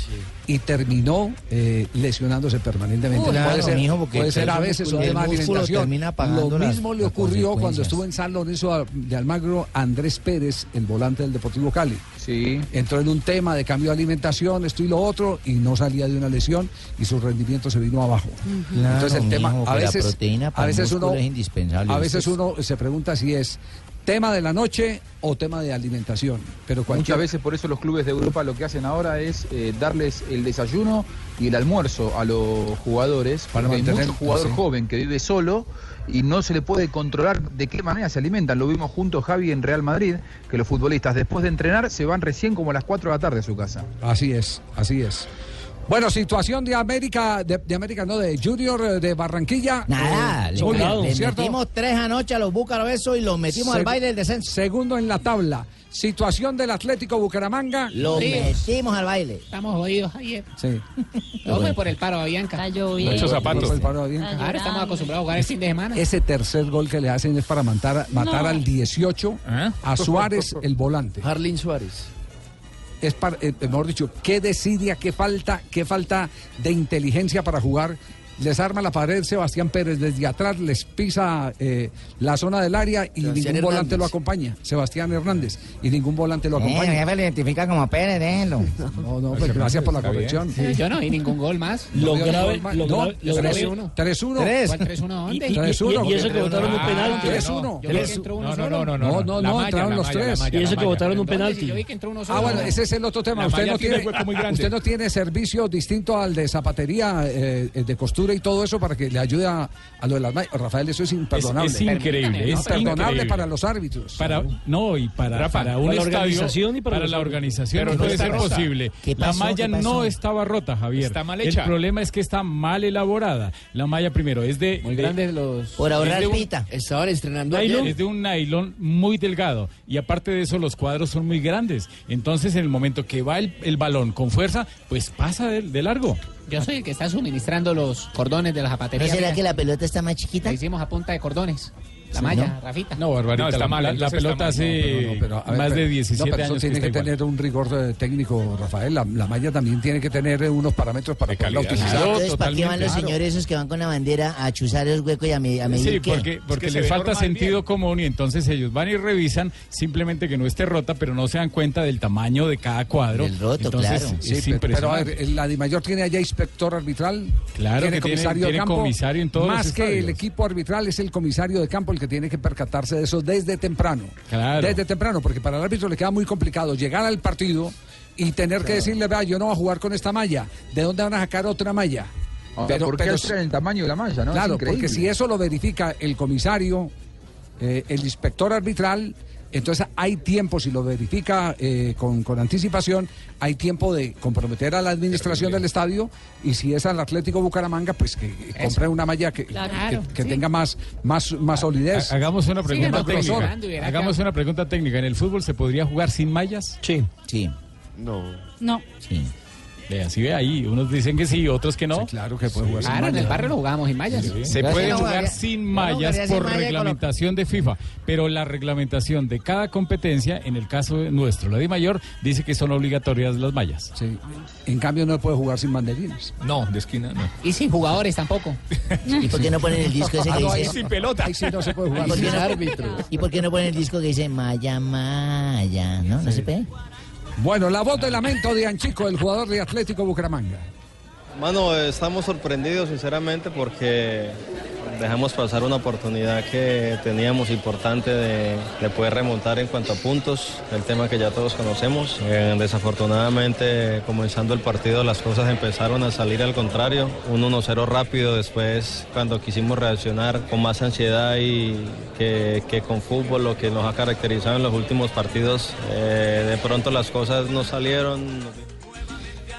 Speaker 6: y terminó eh, lesionándose permanentemente.
Speaker 7: Uy,
Speaker 6: puede
Speaker 7: claro,
Speaker 6: ser,
Speaker 7: mijo, porque
Speaker 6: puede ser
Speaker 7: el
Speaker 6: a veces un
Speaker 7: músculo-
Speaker 6: tema de
Speaker 7: el músculo
Speaker 6: alimentación.
Speaker 7: termina pagando
Speaker 6: Lo
Speaker 7: las-
Speaker 6: mismo le
Speaker 7: las
Speaker 6: ocurrió cuando
Speaker 7: consecuencias.
Speaker 6: estuvo en San Lorenzo a- de Almagro a Andrés Pérez, el volante del Deportivo Cali. Entró en un tema de cambio de alimentación, esto y lo otro, y no salía de una lesión y su rendimiento se vino abajo.
Speaker 7: Claro,
Speaker 6: Entonces el tema,
Speaker 7: mijo,
Speaker 6: a
Speaker 7: que la
Speaker 6: veces,
Speaker 7: proteína para
Speaker 6: a
Speaker 7: el
Speaker 6: veces
Speaker 7: músculo
Speaker 6: uno,
Speaker 7: es indispensable.
Speaker 6: a veces
Speaker 7: Usted-
Speaker 6: uno se pregunta si es tema de la noche o tema de alimentación. Pero
Speaker 3: Muchas
Speaker 6: cualquier
Speaker 3: veces por eso los clubes de Europa lo que hacen ahora es eh, darles el desayuno y el almuerzo a los jugadores.
Speaker 6: Para
Speaker 3: porque hay
Speaker 6: mantener-
Speaker 3: mucho jugador
Speaker 6: sí.
Speaker 3: joven que vive solo y no se le puede controlar de qué manera se alimentan. Lo vimos juntos Javi en Real Madrid, que los futbolistas después de entrenar se van recién como a las 4 de la tarde a su casa.
Speaker 6: Así es, así es. Bueno, situación de América, de, de América no, de Junior eh, de Barranquilla.
Speaker 2: Nada,
Speaker 6: Eh,
Speaker 2: le,
Speaker 6: muy bien,
Speaker 2: le
Speaker 6: ¿cierto?
Speaker 2: metimos tres anoche a los búcaros eso y los metimos al
Speaker 6: Seg-
Speaker 2: baile del descenso.
Speaker 6: Segundo en la tabla. Situación del Atlético Bucaramanga.
Speaker 2: Los metimos al baile. Estamos jodidos ayer.
Speaker 6: Sí.
Speaker 2: No, pues,
Speaker 6: por
Speaker 2: el paro de Bianca. Está
Speaker 6: Muchos zapatos. Por el paro de Bianca.
Speaker 2: Ahora estamos acostumbrados a jugar el fin de semana.
Speaker 6: Ese tercer gol que le hacen es para matar, matar
Speaker 2: No. ¿Ah?
Speaker 6: al 18 a Suárez, el volante.
Speaker 1: Harlin Suárez.
Speaker 6: Es para, eh, mejor dicho, ¿qué decidia? ¿Qué falta? ¿Qué falta de inteligencia para jugar? Les arma la pared Sebastián Pérez desde atrás, les pisa eh, la zona del área y
Speaker 7: Sebastián
Speaker 6: ningún volante
Speaker 7: Hernández.
Speaker 6: lo acompaña. Sebastián Hernández. Y ningún volante lo
Speaker 7: Eh,
Speaker 6: acompaña.
Speaker 7: jefe lo identifica como Pérez, déjenlo.
Speaker 6: No, no, pues gracias por la corrección.
Speaker 7: Yo
Speaker 6: no vi ningún gol más.
Speaker 10: Lo grave- lo grave- lo grave-
Speaker 6: 3-1. 3-1.
Speaker 10: Tres. ¿Cuál 3-1 dónde? Y- y-
Speaker 6: 3-1.
Speaker 10: y eso que votaron un
Speaker 6: Ah,
Speaker 10: penalti.
Speaker 6: 3-1.
Speaker 10: Yo creo que entró uno No, no, solo. no, no,
Speaker 6: No,
Speaker 10: no,
Speaker 6: no,
Speaker 10: la
Speaker 6: no,
Speaker 10: malla,
Speaker 6: entraron
Speaker 10: la
Speaker 6: los
Speaker 10: malla, la
Speaker 6: tres.
Speaker 10: malla, Y eso la que malla. votaron un penalti. Yo vi que entró uno solo.
Speaker 6: Ah, bueno, ese es el otro tema.
Speaker 10: La
Speaker 6: Usted
Speaker 10: malla
Speaker 6: no
Speaker 10: tiene
Speaker 6: tiene,
Speaker 10: hueco muy grande.
Speaker 6: usted no tiene servicio distinto al de zapatería, eh, eh, de costura cultura y todo eso para que le ayude a, a lo de las... ma- Rafael, eso es imperdonable.
Speaker 23: es increíble, es
Speaker 6: imperdonable
Speaker 23: increíble.
Speaker 6: para los árbitros.
Speaker 23: Para, no, y para,
Speaker 6: Rafa,
Speaker 23: para un
Speaker 6: para la
Speaker 23: estadio,
Speaker 6: organización y para los
Speaker 23: la
Speaker 6: árbitros.
Speaker 23: organización
Speaker 6: Pero
Speaker 23: no
Speaker 6: no
Speaker 23: puede
Speaker 6: está
Speaker 23: ser
Speaker 6: rota.
Speaker 23: posible.
Speaker 6: ¿Qué
Speaker 23: La
Speaker 6: pasó?
Speaker 23: malla
Speaker 6: ¿Qué pasó?
Speaker 23: no estaba rota, Javier.
Speaker 6: Está mal hecha.
Speaker 23: El problema es que está mal elaborada. La malla primero es de... Muy
Speaker 2: grandes
Speaker 23: los...
Speaker 2: Por ahorrar pita. Estaban estrenando ayer.
Speaker 23: Es de un nylon muy delgado y aparte de eso los cuadros son muy grandes. Entonces en el momento que va el, el balón con fuerza, pues pasa de, de largo.
Speaker 16: Yo soy el que está suministrando los cordones de la zapatería.
Speaker 7: ¿No será que
Speaker 16: la pelota está más chiquita? La hicimos a punta de cordones. La
Speaker 23: Sí,
Speaker 16: malla,
Speaker 23: ¿no?
Speaker 16: Rafita.
Speaker 23: No, Barbarita, la, la- la pelota hace
Speaker 6: Pero, a ver,
Speaker 23: más
Speaker 6: pero-
Speaker 23: de 17
Speaker 6: no, pero eso
Speaker 23: años que
Speaker 6: tiene
Speaker 23: está
Speaker 6: que,
Speaker 23: igual.
Speaker 6: tener un rigor eh, técnico, Rafael. La, la malla también tiene que tener eh, unos parámetros para poderla utilizar.
Speaker 7: Entonces, ¿para qué van los señores esos que van con la bandera a chuzar el hueco y a, me- a medir
Speaker 23: Sí,
Speaker 7: qué?
Speaker 23: porque, porque les falta sentido común y entonces ellos van y revisan simplemente que no esté rota, pero no se dan cuenta del tamaño de cada cuadro. entonces, es
Speaker 6: Sí, pe-
Speaker 23: impresionante.
Speaker 6: pero a ver, la de mayor tiene allá inspector arbitral.
Speaker 23: Claro que tiene-
Speaker 6: de
Speaker 23: tiene
Speaker 6: campo,
Speaker 23: comisario en todos
Speaker 6: Más
Speaker 23: los
Speaker 6: que el
Speaker 23: estadios.
Speaker 6: equipo arbitral es el comisario de campo el que tiene que percatarse de eso desde temprano.
Speaker 23: Claro.
Speaker 6: Desde temprano, porque para el árbitro le queda muy complicado llegar al partido y tener que decirle, vea, yo no voy a jugar con esta malla. ¿De dónde van a sacar otra malla?
Speaker 3: Ahora, Ah, ¿por qué alteran el tamaño de la malla, no? Es
Speaker 6: Claro,
Speaker 3: increíble.
Speaker 6: porque si eso lo verifica el comisario, eh, el inspector arbitral, entonces hay tiempo, si lo verifica eh, con, con anticipación, hay tiempo de comprometer a la administración del estadio y si es al Atlético Bucaramanga, pues que compre una malla que,
Speaker 23: Claro,
Speaker 6: que- que
Speaker 23: sí.
Speaker 6: tenga más, más, más solidez.
Speaker 23: Ha- Hagamos una
Speaker 6: Sí,
Speaker 23: pregunta
Speaker 6: no,
Speaker 23: técnica.
Speaker 6: grosor. Hagamos-
Speaker 23: Hagamos una pregunta técnica. ¿En el fútbol se podría jugar sin mallas? Sí.
Speaker 7: Sí.
Speaker 23: No.
Speaker 8: No.
Speaker 23: Sí. Vea, sí ve ahí. Unos dicen que sí, otros que no. claro que puede
Speaker 16: Claro, Ah, en el barrio lo jugamos en mallas.
Speaker 23: Se
Speaker 16: Yo
Speaker 23: puede
Speaker 16: no
Speaker 23: jugar
Speaker 16: jugaría-
Speaker 23: sin
Speaker 16: yo no
Speaker 23: mallas
Speaker 16: jugaría sin
Speaker 23: por
Speaker 16: malla con lo-
Speaker 23: reglamentación de FIFA, pero la reglamentación de cada competencia, en el caso nuestro, la de mayor, dice que son obligatorias las mallas.
Speaker 6: Sí. En cambio no puede jugar sin banderines.
Speaker 23: No, de esquina no.
Speaker 16: Y sin jugadores tampoco.
Speaker 7: ¿Y por qué no ponen el disco ese que
Speaker 16: Ah, no, ahí
Speaker 7: dice?
Speaker 16: sin
Speaker 23: pelota.
Speaker 6: Ahí sí no se puede
Speaker 7: ¿Y
Speaker 6: jugar.
Speaker 7: por, qué
Speaker 6: Sin
Speaker 7: no,
Speaker 6: árbitro.
Speaker 7: ¿Y por qué no ponen el disco que dice Maya, Maya? ¿No? ¿No se puede?
Speaker 6: Bueno, la voz de lamento de Anchico, el jugador de Atlético Bucaramanga.
Speaker 24: Mano, eh, estamos sorprendidos sinceramente porque dejamos pasar una oportunidad que teníamos importante de, de poder remontar en cuanto a puntos, el tema que ya todos conocemos. Eh, desafortunadamente, comenzando el partido, las cosas empezaron a salir al contrario. Un 1-0 rápido, después cuando quisimos reaccionar con más ansiedad y que, que con fútbol, lo que nos ha caracterizado en los últimos partidos, eh, de pronto las cosas no salieron.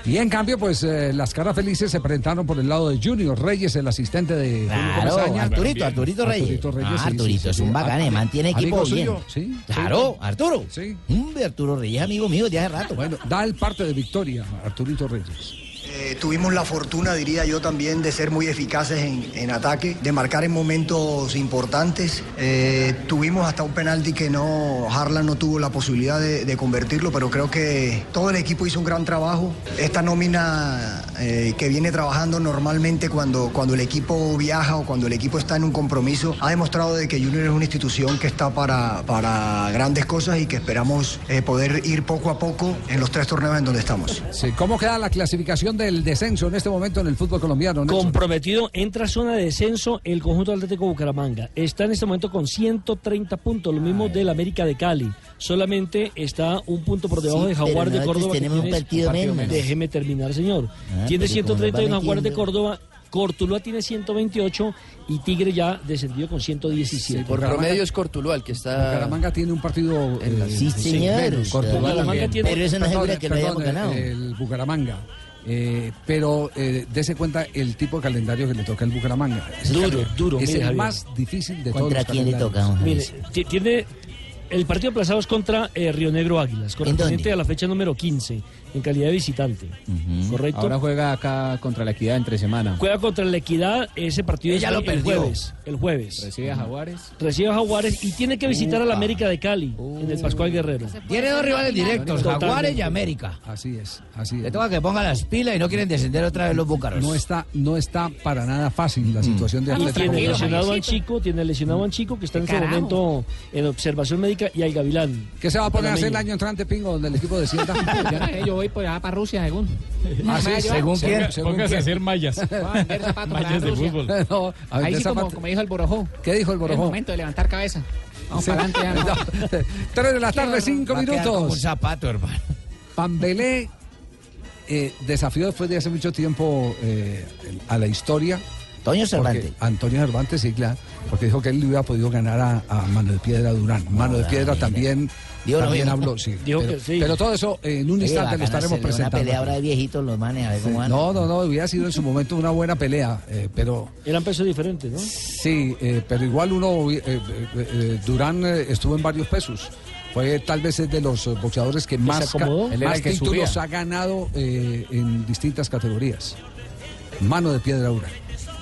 Speaker 6: Y en cambio, pues eh, las caras felices se presentaron por el lado de Junior Reyes, el asistente de
Speaker 7: Claro, Arturito, Arturito Reyes. Ah,
Speaker 6: sí, sí,
Speaker 7: Arturito
Speaker 6: sí,
Speaker 7: es
Speaker 6: sí.
Speaker 7: un bacán, eh,
Speaker 6: Arturo-
Speaker 7: mantiene equipo
Speaker 6: amigo
Speaker 7: bien.
Speaker 6: suyo, sí.
Speaker 7: Claro, Arturo.
Speaker 6: Sí.
Speaker 7: Hombre, Arturo Reyes, amigo mío, de hace rato.
Speaker 6: Bueno, da el parte de victoria, Arturito Reyes.
Speaker 25: Eh, tuvimos la fortuna, diría yo también, de ser muy eficaces en, en ataque, de marcar en momentos importantes. Eh, tuvimos hasta un penalti que no, Harlan no tuvo la posibilidad de, de convertirlo, pero creo que todo el equipo hizo un gran trabajo. Esta nómina eh, que viene trabajando normalmente cuando, cuando el equipo viaja o cuando el equipo está en un compromiso, ha demostrado de que Junior es una institución que está para, para grandes cosas y que esperamos eh, poder ir poco a poco en los tres torneos en donde estamos.
Speaker 6: Sí, ¿Cómo queda la clasificación del descenso en este momento en el fútbol colombiano? Nelson?
Speaker 10: Comprometido, entra a zona de descenso el conjunto Atlético Bucaramanga. Está en este momento con 130 puntos, lo mismo del América de Cali. Solamente está un punto por debajo
Speaker 7: Sí,
Speaker 10: de Jaguar
Speaker 7: pero
Speaker 10: de
Speaker 7: nosotros
Speaker 10: Córdoba. que
Speaker 7: tenemos un
Speaker 10: tiene-
Speaker 7: partido menos.
Speaker 10: Déjeme terminar, señor.
Speaker 7: Ah,
Speaker 10: tiene
Speaker 7: pero como nos
Speaker 10: 130 de
Speaker 7: va
Speaker 10: Jaguar de
Speaker 7: metiendo.
Speaker 10: Córdoba. Cortuluá tiene 128 y Tigre ya descendido con 117.
Speaker 2: Por promedio es Cortuló el que está.
Speaker 6: Bucaramanga tiene un partido.
Speaker 2: En la-
Speaker 6: eh,
Speaker 2: Sí, señor.
Speaker 6: menos. Cortuluá
Speaker 2: Bucaramanga
Speaker 6: también.
Speaker 2: tiene- Pero eso no
Speaker 6: Perdón,
Speaker 2: asegura que lo
Speaker 6: perdón,
Speaker 2: hayamos ganado.
Speaker 6: eh, El Bucaramanga. Eh, pero eh, dése cuenta el tipo de calendario que le toca al Bucaramanga. Es
Speaker 10: Duro,
Speaker 6: el-
Speaker 10: duro,
Speaker 6: Es
Speaker 10: mire,
Speaker 6: el
Speaker 10: Javier.
Speaker 6: más difícil de todos. los calendarios.
Speaker 10: Mire, ti- tiene el partido aplazado es contra eh, Río Negro Águilas, correspondiente a la fecha número 15, en calidad de visitante. Correcto.
Speaker 26: Ahora juega acá contra la equidad entre semana.
Speaker 10: Juega contra la Equidad, ese partido
Speaker 26: Ella
Speaker 10: es
Speaker 26: lo
Speaker 10: el
Speaker 26: perdió.
Speaker 10: jueves. El jueves.
Speaker 26: Recibe a Jaguares.
Speaker 10: Recibe a Jaguares y tiene que visitar a la América de Cali en
Speaker 26: Uh.
Speaker 10: el Pascual Guerrero.
Speaker 27: Tiene dos rivales directos,
Speaker 10: Totalmente.
Speaker 27: Jaguares y América.
Speaker 6: Así es, así es.
Speaker 27: Le toca que pongan las pilas y no quieren descender otra vez los búcaros.
Speaker 6: No está, no está para nada fácil la situación
Speaker 8: Ah,
Speaker 6: de
Speaker 10: Y
Speaker 6: Atlético.
Speaker 10: tiene
Speaker 6: Bucaramanga.
Speaker 10: lesionado a Chico, tiene lesionado a Chico que está en este
Speaker 6: Carajo.
Speaker 10: momento en observación médica y al Gavilán.
Speaker 6: ¿Qué se va a poner a hacer el
Speaker 10: Panameño.
Speaker 6: año entrante, Pingo, donde el equipo descienda?
Speaker 16: Yo voy por allá para Rusia, según.
Speaker 6: Ah, sí,
Speaker 16: Me va a llevar.
Speaker 6: según quién,
Speaker 23: Ponga-
Speaker 6: según
Speaker 23: póngase a
Speaker 6: quién.
Speaker 23: hacer mallas.
Speaker 16: Voy a vender zapatos para
Speaker 23: mallas de
Speaker 16: Rusia.
Speaker 23: fútbol.
Speaker 6: No, a ver,
Speaker 16: Ahí
Speaker 6: de
Speaker 16: sí,
Speaker 6: esa
Speaker 16: como,
Speaker 6: parte-
Speaker 16: como dijo el Borojó.
Speaker 6: ¿Qué dijo el
Speaker 16: Es
Speaker 6: Borojó?
Speaker 16: momento de levantar cabeza. Vamos
Speaker 6: Sí.
Speaker 16: para adelante ya. ¿no?
Speaker 6: Tres de la tarde,
Speaker 16: bárbaro.
Speaker 6: cinco
Speaker 16: Va a quedar como
Speaker 6: minutos.
Speaker 16: un
Speaker 6: zapato, hermano. Pambelé eh, desafió después de hace mucho tiempo eh, a la historia
Speaker 7: Toño
Speaker 6: Porque
Speaker 7: Cervantes.
Speaker 6: Antonio Cervantes, sí, claro. Porque dijo que él le hubiera podido ganar a, a Mano de Piedra Durán. Mano de Piedra también,
Speaker 7: Dijo Ah, lo
Speaker 6: también
Speaker 7: mismo.
Speaker 6: habló, sí.
Speaker 7: Dijo
Speaker 6: pero,
Speaker 7: que sí.
Speaker 6: pero todo eso eh, en un
Speaker 7: Oye,
Speaker 6: instante
Speaker 7: bacana
Speaker 6: lo estaremos
Speaker 7: hacerle
Speaker 6: presentando.
Speaker 7: Una pelea ahora de viejitos los manes, a ver cómo van.
Speaker 6: No, no, no, hubiera sido en su momento una buena pelea, eh, pero
Speaker 10: Eran pesos diferentes, ¿no?
Speaker 6: sí, eh, pero igual uno, eh, eh, eh, Durán eh, estuvo en varios pesos. Fue tal vez es de los eh, boxeadores que
Speaker 10: se
Speaker 6: más, ca-
Speaker 10: acomodó. Él era
Speaker 6: más
Speaker 10: el que
Speaker 6: títulos
Speaker 10: subía.
Speaker 6: ha ganado eh, en distintas categorías. Mano de piedra dura.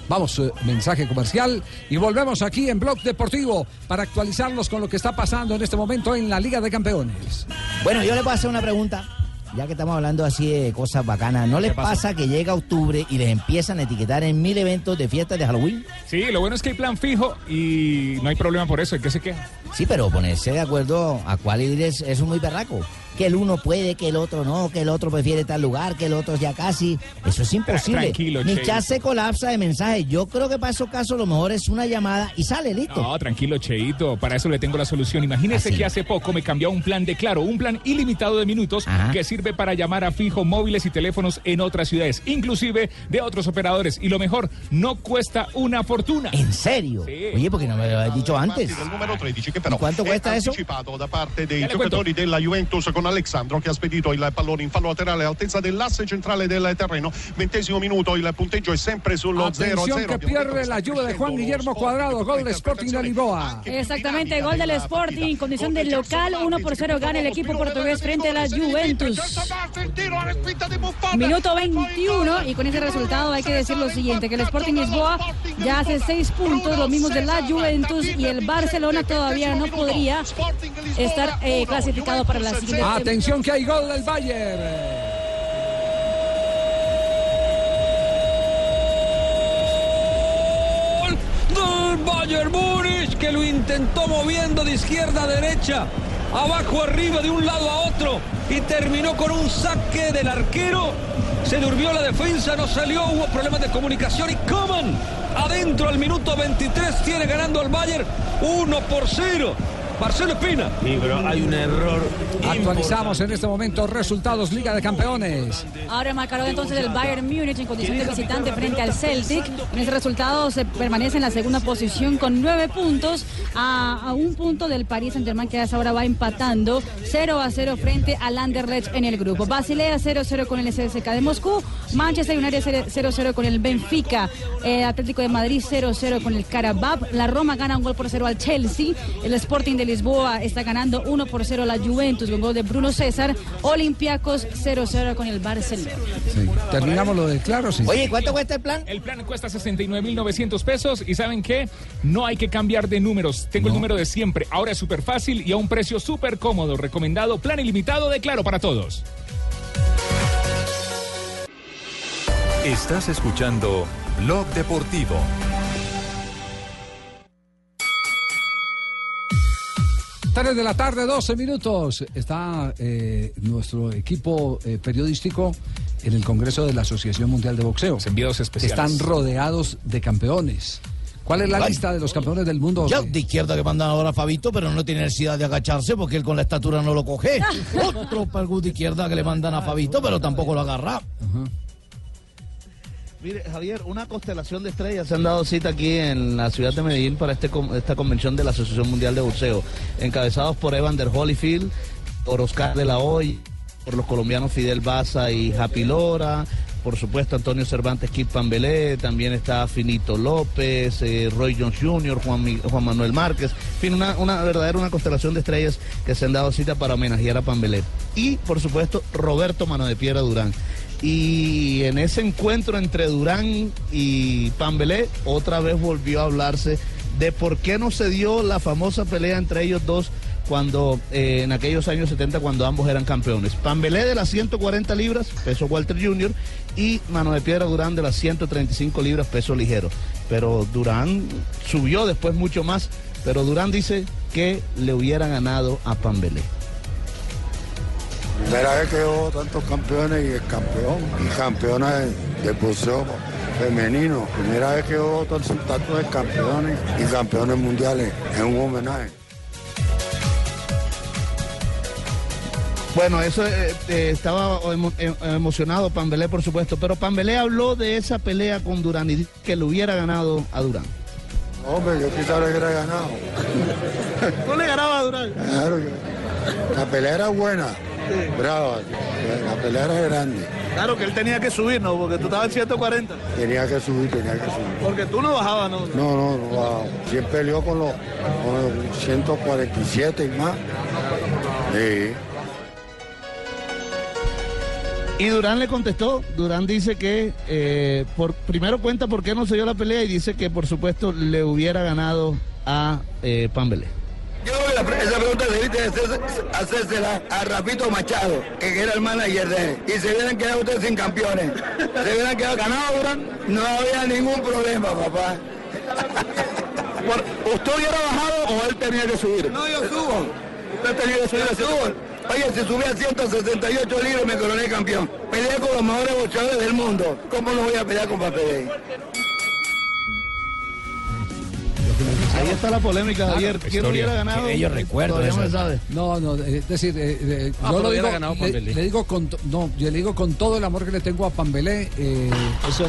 Speaker 6: Vamos, eh, mensaje comercial y volvemos aquí en Blog Deportivo para actualizarnos con lo que está pasando en este momento en la Liga de Campeones.
Speaker 7: Bueno, yo le voy a hacer una pregunta. Ya que estamos hablando así de cosas bacanas, ¿no les pasa que llega octubre y les empiezan a etiquetar en mil eventos de fiestas de Halloween?
Speaker 22: Sí, lo bueno es que hay plan fijo y no hay problema por eso, hay que se queja.
Speaker 7: Sí, pero ponerse de acuerdo a cuál ir es, es muy berraco. Que el uno puede, que el otro no, que el otro prefiere tal lugar, que el otro ya casi. Eso es imposible.
Speaker 22: tranquilo,
Speaker 7: Mi
Speaker 22: Cheito.
Speaker 7: chat se colapsa de mensajes. Yo creo que para esos casos lo mejor es una llamada y sale, listo.
Speaker 22: No, tranquilo, Cheito. Para eso le tengo la solución. Imagínese
Speaker 7: Ah,
Speaker 22: que hace poco me cambió a un plan de Claro, un plan ilimitado de minutos que sirve para llamar a fijo móviles y teléfonos en otras ciudades, inclusive de otros operadores. Y lo mejor, no cuesta una fortuna.
Speaker 7: ¿En serio? Oye, porque no me lo habías dicho antes.
Speaker 12: del numero 13 che però
Speaker 7: Quanto
Speaker 12: è
Speaker 7: questa adesso?
Speaker 12: anticipato da parte dei
Speaker 6: Eh,
Speaker 7: le
Speaker 12: giocatori della Juventus con Alexandro che ha spedito il pallone in fallo laterale all'altezza dell'asse centrale del terreno ventesimo minuto il punteggio è sempre sullo 0-0
Speaker 6: Atención que pierde la lluvia de Juan Guillermo Cuadrado, gol de Sporting de Lisboa.
Speaker 8: Exactamente, gol del Sporting, condición del local, 1 por 0 gana el equipo portugués frente a la Juventus. Minuto 21 y con ese resultado hay que decir lo siguiente, que el Sporting Lisboa ya hace 6 puntos, los mismos de la Juventus y el Barcelona todavía no podría estar eh, clasificado para la siguiente.
Speaker 6: Atención que hay gol del Bayern.
Speaker 5: del Bayern Múnich que lo intentó moviendo de izquierda a derecha, abajo arriba de un lado a otro y terminó con un saque del arquero. Se durmió la defensa, no salió, hubo problemas de comunicación y Coman adentro al minuto 23 tiene ganando al Bayern 1 por 0. Marcelo Espina. pero hay un error.
Speaker 6: Actualizamos en este momento resultados Liga de Campeones.
Speaker 8: Ahora marcará entonces el Bayern Múnich en condición de visitante frente al Celtic. En ese resultado se permanece en la segunda posición con nueve puntos a, a un punto del Paris Saint Germain que a esa hora va empatando 0 a 0 frente al Anderlecht en el grupo. Basilea 0 0 con el CSK de Moscú. Manchester United 0 0 con el Benfica. Eh, Atlético de Madrid 0 0 con el Karabakh. La Roma gana un gol por cero al Chelsea. El Sporting de Lisboa está ganando 1 por 0 a la Juventus con gol de Bruno César. Olympiacos 0 0 con el Barcelona.
Speaker 6: Terminamos lo de claro, sí.
Speaker 7: cuesta el plan?
Speaker 22: El plan cuesta 69.900 pesos y ¿saben qué? No hay que cambiar de números. Tengo el número de siempre. Ahora es súper fácil y a un precio súper cómodo. Recomendado plan ilimitado de Claro para todos.
Speaker 14: Estás escuchando Blog Deportivo.
Speaker 6: Tres de la tarde, 12 minutos. Está eh, nuestro equipo eh, periodístico en el Congreso de la Asociación Mundial de Boxeo.
Speaker 22: Enviados especiales.
Speaker 6: Están rodeados de campeones. ¿Cuál es la
Speaker 28: Ay.
Speaker 6: lista de los campeones del mundo?
Speaker 28: Ya,
Speaker 6: José?
Speaker 28: de izquierda que mandan ahora a Fabito, pero no tiene necesidad de agacharse porque él con la estatura no lo coge. Otro palgut de izquierda que le mandan a Fabito, pero tampoco lo agarra.
Speaker 18: Mire, Javier, una constelación de estrellas se han dado cita aquí en la ciudad de Medellín para este con- esta convención de la Asociación Mundial de Boxeo, encabezados por Evander Holyfield, por Oscar de la Hoy, por los colombianos Fidel Baza y Happy Lora, por supuesto Antonio Cervantes, Kip Pambelé, también está Finito López, eh, Roy Jones Jr., Juan, Mi- Juan Manuel Márquez, en fin, una, una verdadera una constelación de estrellas que se han dado cita para homenajear a Pambelé. Y, por supuesto, Roberto Mano de Piedra Durán. Y en ese encuentro entre Durán y Pambelé, otra vez volvió a hablarse de por qué no se dio la famosa pelea entre ellos dos cuando eh, en aquellos años 70 cuando ambos eran campeones. Pambelé de las 140 libras, peso Walter Jr. y Mano de Piedra Durán de las 135 libras, peso ligero. Pero Durán subió después mucho más, pero Durán dice que le hubiera ganado a Pambelé.
Speaker 13: Primera vez que veo tantos campeones y campeón y campeona de- del boxeo femenino. Primera vez que veo tantos, tantos campeones y campeones mundiales. Es un homenaje.
Speaker 18: Bueno, eso eh, eh, estaba emo- em- emocionado Pambelé, por supuesto, pero Pambelé habló de esa pelea con Durán y dijo que le hubiera ganado a Durán.
Speaker 13: Hombre, yo quizá lo hubiera ganado.
Speaker 18: ¿Tú le ganabas a Durán?
Speaker 13: Claro, yo- la pelea era buena, brava, la pelea era grande.
Speaker 18: Claro que él tenía que subir, ¿no? Porque tú estabas en 140.
Speaker 13: Tenía que subir, tenía que subir.
Speaker 18: Porque tú no bajabas, ¿no?
Speaker 13: No, no, no, wow. siempre peleó con los, con los 147 y más. Sí.
Speaker 18: Y Durán le contestó, Durán dice que eh, por primero cuenta por qué no se dio la pelea y dice que por supuesto le hubiera ganado a eh, Pambelé.
Speaker 21: Yo la pre- esa pregunta debiste hacerse- hacérsela a Rapito Machado, que era el manager de él. Y se hubieran quedado ustedes sin campeones. Se hubieran quedado ganados, Durán. No había ningún problema, papá. Por- ¿Usted hubiera bajado o él tenía que subir? No, yo subo. Usted tenía que subir. Yo subo. Oye, si subí a 168 libras me coroné campeón. Peleé con los mejores boxeadores del mundo. ¿Cómo no voy a pelear con Papelé?
Speaker 18: Ahí está la polémica, Javier. ¿Quién hubiera ganado? Todavía no se sabe.
Speaker 6: No, no, es decir, eh, eh,
Speaker 18: Ah,
Speaker 6: yo
Speaker 18: pero
Speaker 6: lo
Speaker 18: hubiera
Speaker 6: digo,
Speaker 18: ganado
Speaker 6: le,
Speaker 18: Pambelé.
Speaker 6: le digo con, to- no, yo le digo con todo el amor que le tengo a Pambelé, eh,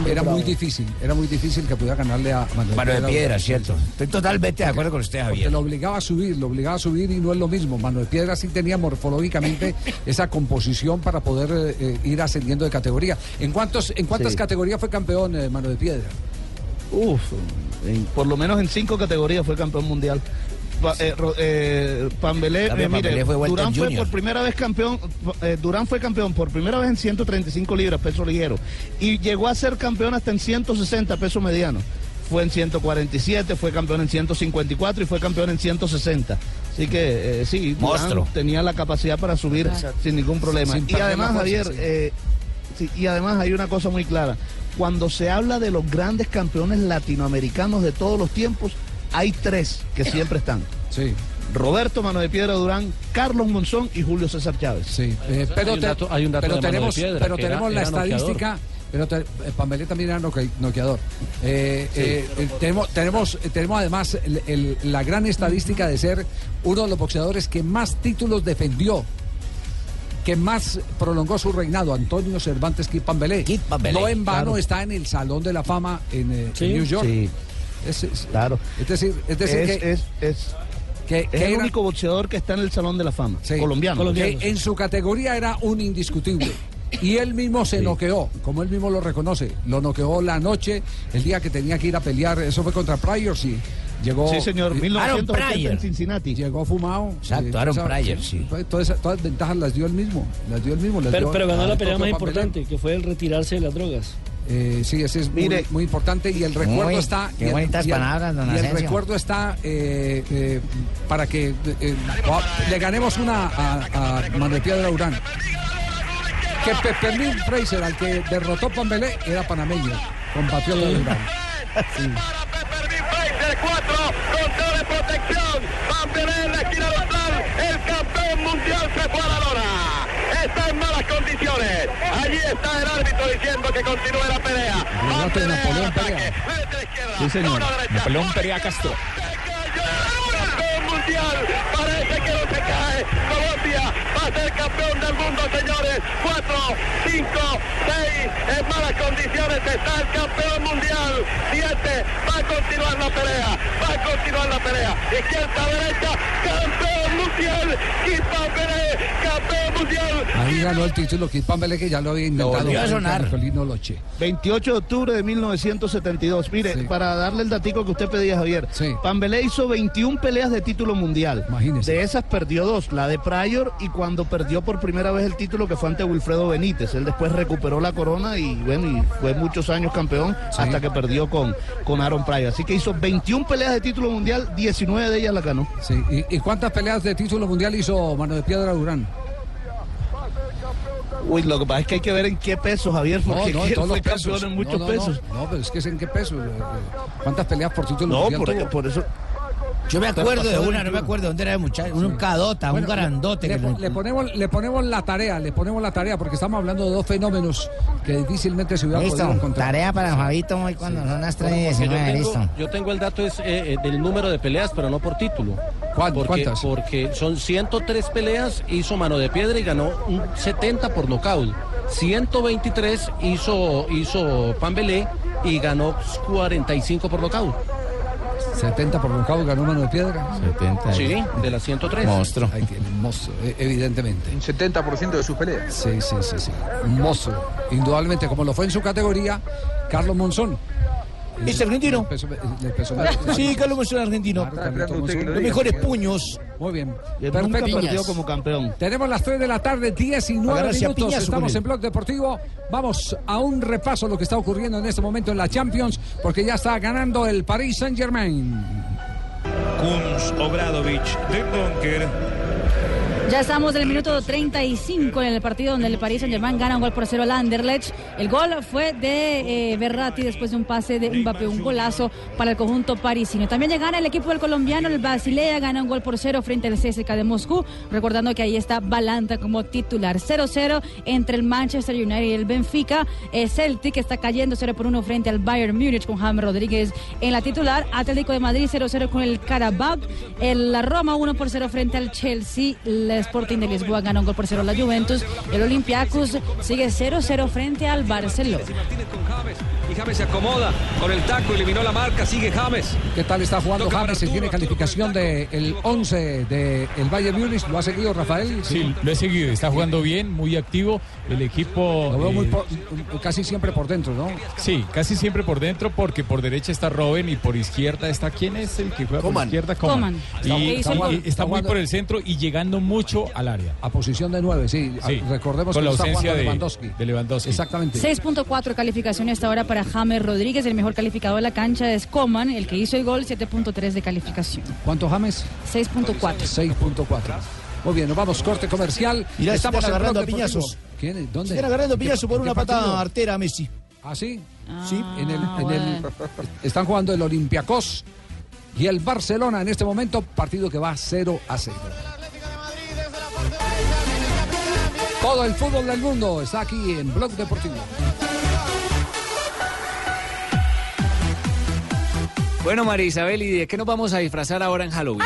Speaker 6: era
Speaker 9: bravo.
Speaker 6: muy difícil, era muy difícil que pudiera ganarle a Manuel
Speaker 9: Mano de piedra, cierto.
Speaker 6: Estoy totalmente de acuerdo con usted, Javier. Porque lo obligaba a subir, lo obligaba a subir y no es lo mismo. Mano de piedra sí tenía morfológicamente esa composición para poder eh, eh, ir ascendiendo de categoría. ¿En cuántos, en cuántas
Speaker 18: Sí.
Speaker 6: categorías fue campeón eh, Mano de Piedra?
Speaker 18: Uf, en- por lo menos en cinco categorías fue campeón mundial. Pa- eh, Ro- eh, Pambelé,
Speaker 28: Claro,
Speaker 18: eh, mire,
Speaker 28: Pambelé fue Welton
Speaker 18: Durán fue
Speaker 28: Junior.
Speaker 18: por primera vez campeón, eh, Durán fue campeón por primera vez en 135 libras, peso ligero, y llegó a ser campeón hasta en 160 peso mediano. Fue en 147, fue campeón en 154 y fue campeón en 160. Así que eh, sí, Durán
Speaker 28: Monstruo.
Speaker 18: tenía la capacidad para subir
Speaker 28: Exacto.
Speaker 18: sin ningún problema.
Speaker 28: Sin
Speaker 18: y
Speaker 28: perder la
Speaker 18: además,
Speaker 28: fuerza,
Speaker 18: Javier,
Speaker 28: sí.
Speaker 18: eh, Sí, y además hay una cosa muy clara. Cuando se habla de los grandes campeones latinoamericanos de todos los tiempos, hay tres que siempre están.
Speaker 6: Sí.
Speaker 18: Roberto Mano de Piedra Durán, Carlos Monzón y Julio César Chávez.
Speaker 6: Sí, Eh, pero te- pero tenemos, pero tenemos la estadística. Pero te- eh, Pambelé también era noque- noqueador. Eh,
Speaker 28: Sí.
Speaker 6: eh, eh, tenemos, tenemos, eh, tenemos además el- el- la gran estadística de ser uno de los boxeadores que más títulos defendió, que más prolongó su reinado, Antonio Cervantes Kid Pambelé. no en vano
Speaker 28: claro.
Speaker 6: está en el Salón de la Fama en, eh, en
Speaker 28: Sí.
Speaker 6: New York.
Speaker 28: Sí.
Speaker 6: Es, es-
Speaker 18: Claro.
Speaker 6: es decir, es decir
Speaker 18: Es-
Speaker 6: que,
Speaker 18: es- es-
Speaker 6: que-
Speaker 18: es
Speaker 6: que
Speaker 18: el
Speaker 6: era-
Speaker 18: único boxeador que está en el Salón de la Fama,
Speaker 6: Sí.
Speaker 18: colombiano.
Speaker 6: Que en su categoría era un indiscutible. Y él mismo se noqueó, como él mismo lo reconoce. Lo noqueó la noche, el día que tenía que ir a pelear. Eso fue contra Pryor, sí. Llegó,
Speaker 18: Sí, señor,
Speaker 6: eh,
Speaker 18: 1980 en
Speaker 6: Cincinnati. Llegó fumado.
Speaker 18: Exacto,
Speaker 6: eh,
Speaker 18: Aaron
Speaker 6: esa-
Speaker 18: Pryor, sí.
Speaker 6: fue- Todas, esas- todas las ventajas las dio él mismo. Las dio él mismo. las
Speaker 10: Pero,
Speaker 6: dio
Speaker 10: pero ganó
Speaker 6: al
Speaker 10: la pelea
Speaker 6: propio
Speaker 10: más
Speaker 6: Pambelé.
Speaker 10: importante, que fue el retirarse de las drogas.
Speaker 6: Eh, sí, ese es
Speaker 10: Mire.
Speaker 6: muy, muy importante y el recuerdo
Speaker 10: Uy,
Speaker 6: está.
Speaker 10: qué
Speaker 6: y el-
Speaker 10: bonitas
Speaker 6: y el-
Speaker 10: palabras, don
Speaker 6: y el
Speaker 10: Asensio.
Speaker 6: recuerdo está eh, eh, para que eh, eh, le ganemos una a, a Manuel Piedra Urán. Que Pepe Mil Fraser, al que derrotó Pambelé, era panameño. Combatió lo de Urán. Sí.
Speaker 21: Fraser 4, control de protección. Pambelé en la esquina dorsal. El campeón mundial se fue a la lona. Está en malas condiciones. Allí está el árbitro diciendo que continúe la pelea.
Speaker 6: Bigote de Napoleón Perea.
Speaker 22: Sí, señor. Napoleón Perea Castro.
Speaker 21: Campeón mundial. Parece que no se cae. Colombia va a ser campeón del mundo, señores. 4, 5, 6. En malas condiciones está el campeón mundial. 7. Va a continuar la pelea. Va a continuar la pelea. Izquierda, derecha. Campeón mundial. Quizá Pelé. Campeón mundial.
Speaker 6: Ahí ganó el título Kid Pambelé, que ya lo había inventado.
Speaker 18: volvió a
Speaker 6: Jorge
Speaker 18: sonar.
Speaker 6: Nicolino Loche.
Speaker 18: 28 de octubre de 1972. Mire, para darle el datico que usted pedía, Javier. Pambelé hizo 21 peleas de título mundial. De esas perdió dos, la de Pryor y cuando perdió por primera vez el título que fue ante Wilfredo Benítez. Él después recuperó la corona y bueno, y fue muchos años campeón hasta que perdió con, con Aaron Pryor. Así que hizo 21 peleas de título mundial, 19 de ellas la ganó.
Speaker 6: Sí. ¿Y, y cuántas peleas de título mundial hizo Mano de Piedra Urán?
Speaker 18: Uy, lo que pasa es que hay que ver en qué peso, Javier, porque
Speaker 6: en
Speaker 18: él
Speaker 6: todos
Speaker 18: fue
Speaker 6: los pesos.
Speaker 18: campeón en muchos
Speaker 6: No, no,
Speaker 18: pesos.
Speaker 6: No, no, pero es que es en qué peso. eh, eh, ¿Cuántas peleas por título?
Speaker 18: No,
Speaker 6: mundial
Speaker 18: por-
Speaker 6: tuvo?
Speaker 18: por eso.
Speaker 28: Yo me
Speaker 6: Pero
Speaker 28: acuerdo de
Speaker 6: pasó
Speaker 28: una,
Speaker 6: de
Speaker 28: no me acuerdo dónde era de muchacho, un cadota, un
Speaker 6: Bueno,
Speaker 28: garandote.
Speaker 6: Le,
Speaker 28: que
Speaker 6: po-
Speaker 28: lo-
Speaker 6: le ponemos, le ponemos la tarea, le ponemos la tarea, porque estamos hablando de dos fenómenos que difícilmente se hubieran
Speaker 7: Listo,
Speaker 6: podido encontrar.
Speaker 7: tarea para Fabito hoy cuando son las 3 y
Speaker 15: Porque
Speaker 7: 19,
Speaker 15: yo, tengo,
Speaker 7: listo.
Speaker 15: yo tengo el dato es, eh, eh, del número de peleas, pero no por título.
Speaker 9: porque, Porque son 103 peleas, hizo mano de piedra y ganó un 70 por nocaut. 123 hizo, hizo Pambelé y ganó 45 por nocaut.
Speaker 6: 70 por nocaut ganó mano de piedra. 70.
Speaker 9: Sí, de las 103.
Speaker 6: Ahí tiene, monstruo, e- evidentemente.
Speaker 3: Un 70% de sus peleas.
Speaker 6: Sí, sí, sí, sí. Un Monstruo. Indudablemente, como lo fue en su categoría, Carlos Monzón.
Speaker 2: Es argentino. Sí, Carlos Monzón es argentino. Los mejores puños.
Speaker 6: Muy bien.
Speaker 2: Nunca
Speaker 6: Perfecto.
Speaker 2: perdió como campeón.
Speaker 6: Tenemos las 3 de la tarde, 19
Speaker 2: Agárrese a
Speaker 6: minutos.
Speaker 2: piñazo con
Speaker 6: Estamos
Speaker 2: él.
Speaker 6: en Blog Deportivo. Vamos a un repaso de lo que está ocurriendo en este momento en la Champions, porque ya está ganando el Paris Saint-Germain.
Speaker 15: Kunz Obradovic del búnker.
Speaker 8: Ya estamos en el minuto 35 en el partido donde el Paris Saint-Germain gana un gol por cero al Anderlecht. El gol fue de eh, Berratti después de un pase de Mbappé, un golazo para el conjunto parisino. También ya gana el equipo del colombiano, el Basilea gana un gol por cero frente al CSKA de Moscú, recordando que ahí está Balanta como titular. 0-0 entre el Manchester United y el Benfica. Eh, Celtic está cayendo 0 por 1 frente al Bayern Múnich con James Rodríguez en la titular. Atlético de Madrid 0-0 con el Carabao. El, la Roma 1 por 0 frente al Chelsea. El Sporting de Lisboa gana un gol por 0 a la Juventus. El Olympiacos sigue 0-0 frente al Barcelona.
Speaker 5: Y James se acomoda con el taco, eliminó la marca, sigue James.
Speaker 6: ¿Qué tal está jugando James? Se tiene calificación del el 11 del Bayern Múnich. ¿Lo ha seguido Rafael?
Speaker 23: Sí, lo he seguido, está jugando bien, muy activo. El equipo.
Speaker 6: Lo veo muy
Speaker 23: eh,
Speaker 6: po- casi siempre por dentro, ¿no?
Speaker 23: Sí, casi siempre por dentro, porque por derecha está Robben y por izquierda está. ¿Quién es el que juega por
Speaker 6: Coman.
Speaker 23: izquierda?
Speaker 6: Coman.
Speaker 23: Y,
Speaker 6: Está- está
Speaker 23: y-
Speaker 6: jugando-
Speaker 23: está
Speaker 6: está
Speaker 23: muy
Speaker 6: jugando-
Speaker 23: por el centro y llegando mucho al área.
Speaker 6: A posición de 9, sí.
Speaker 23: Sí,
Speaker 6: A- Recordemos
Speaker 23: con
Speaker 6: que
Speaker 23: la
Speaker 6: lo está
Speaker 23: ausencia
Speaker 6: jugando
Speaker 23: de
Speaker 6: Lewandowski.
Speaker 23: de Lewandowski.
Speaker 6: Exactamente.
Speaker 8: 6.4 calificación hasta ahora para James Rodríguez. El mejor calificado de la cancha es Coman, el que hizo el gol, 7.3 de calificación.
Speaker 6: ¿Cuánto James?
Speaker 8: 6.4.
Speaker 6: 6.4. Muy bien, nos vamos, corte comercial.
Speaker 2: Mirá,
Speaker 6: Estamos
Speaker 2: están
Speaker 6: en
Speaker 2: agarrando
Speaker 6: Blog
Speaker 2: a piñazos.
Speaker 6: Deportivo. ¿Quién es? ¿Dónde?
Speaker 2: Están agarrando
Speaker 6: ¿En qué-
Speaker 2: pillazo por
Speaker 6: en qué
Speaker 2: una patada
Speaker 6: partido?
Speaker 2: artera a Messi.
Speaker 6: ¿Ah, sí? Sí, en el, en el- están jugando el Olympiacos y el Barcelona en este momento, partido que va 0 a 0. Todo el fútbol del mundo está aquí en Blog Deportivo.
Speaker 16: Bueno, María Isabel, ¿y de qué nos vamos a disfrazar ahora en Halloween?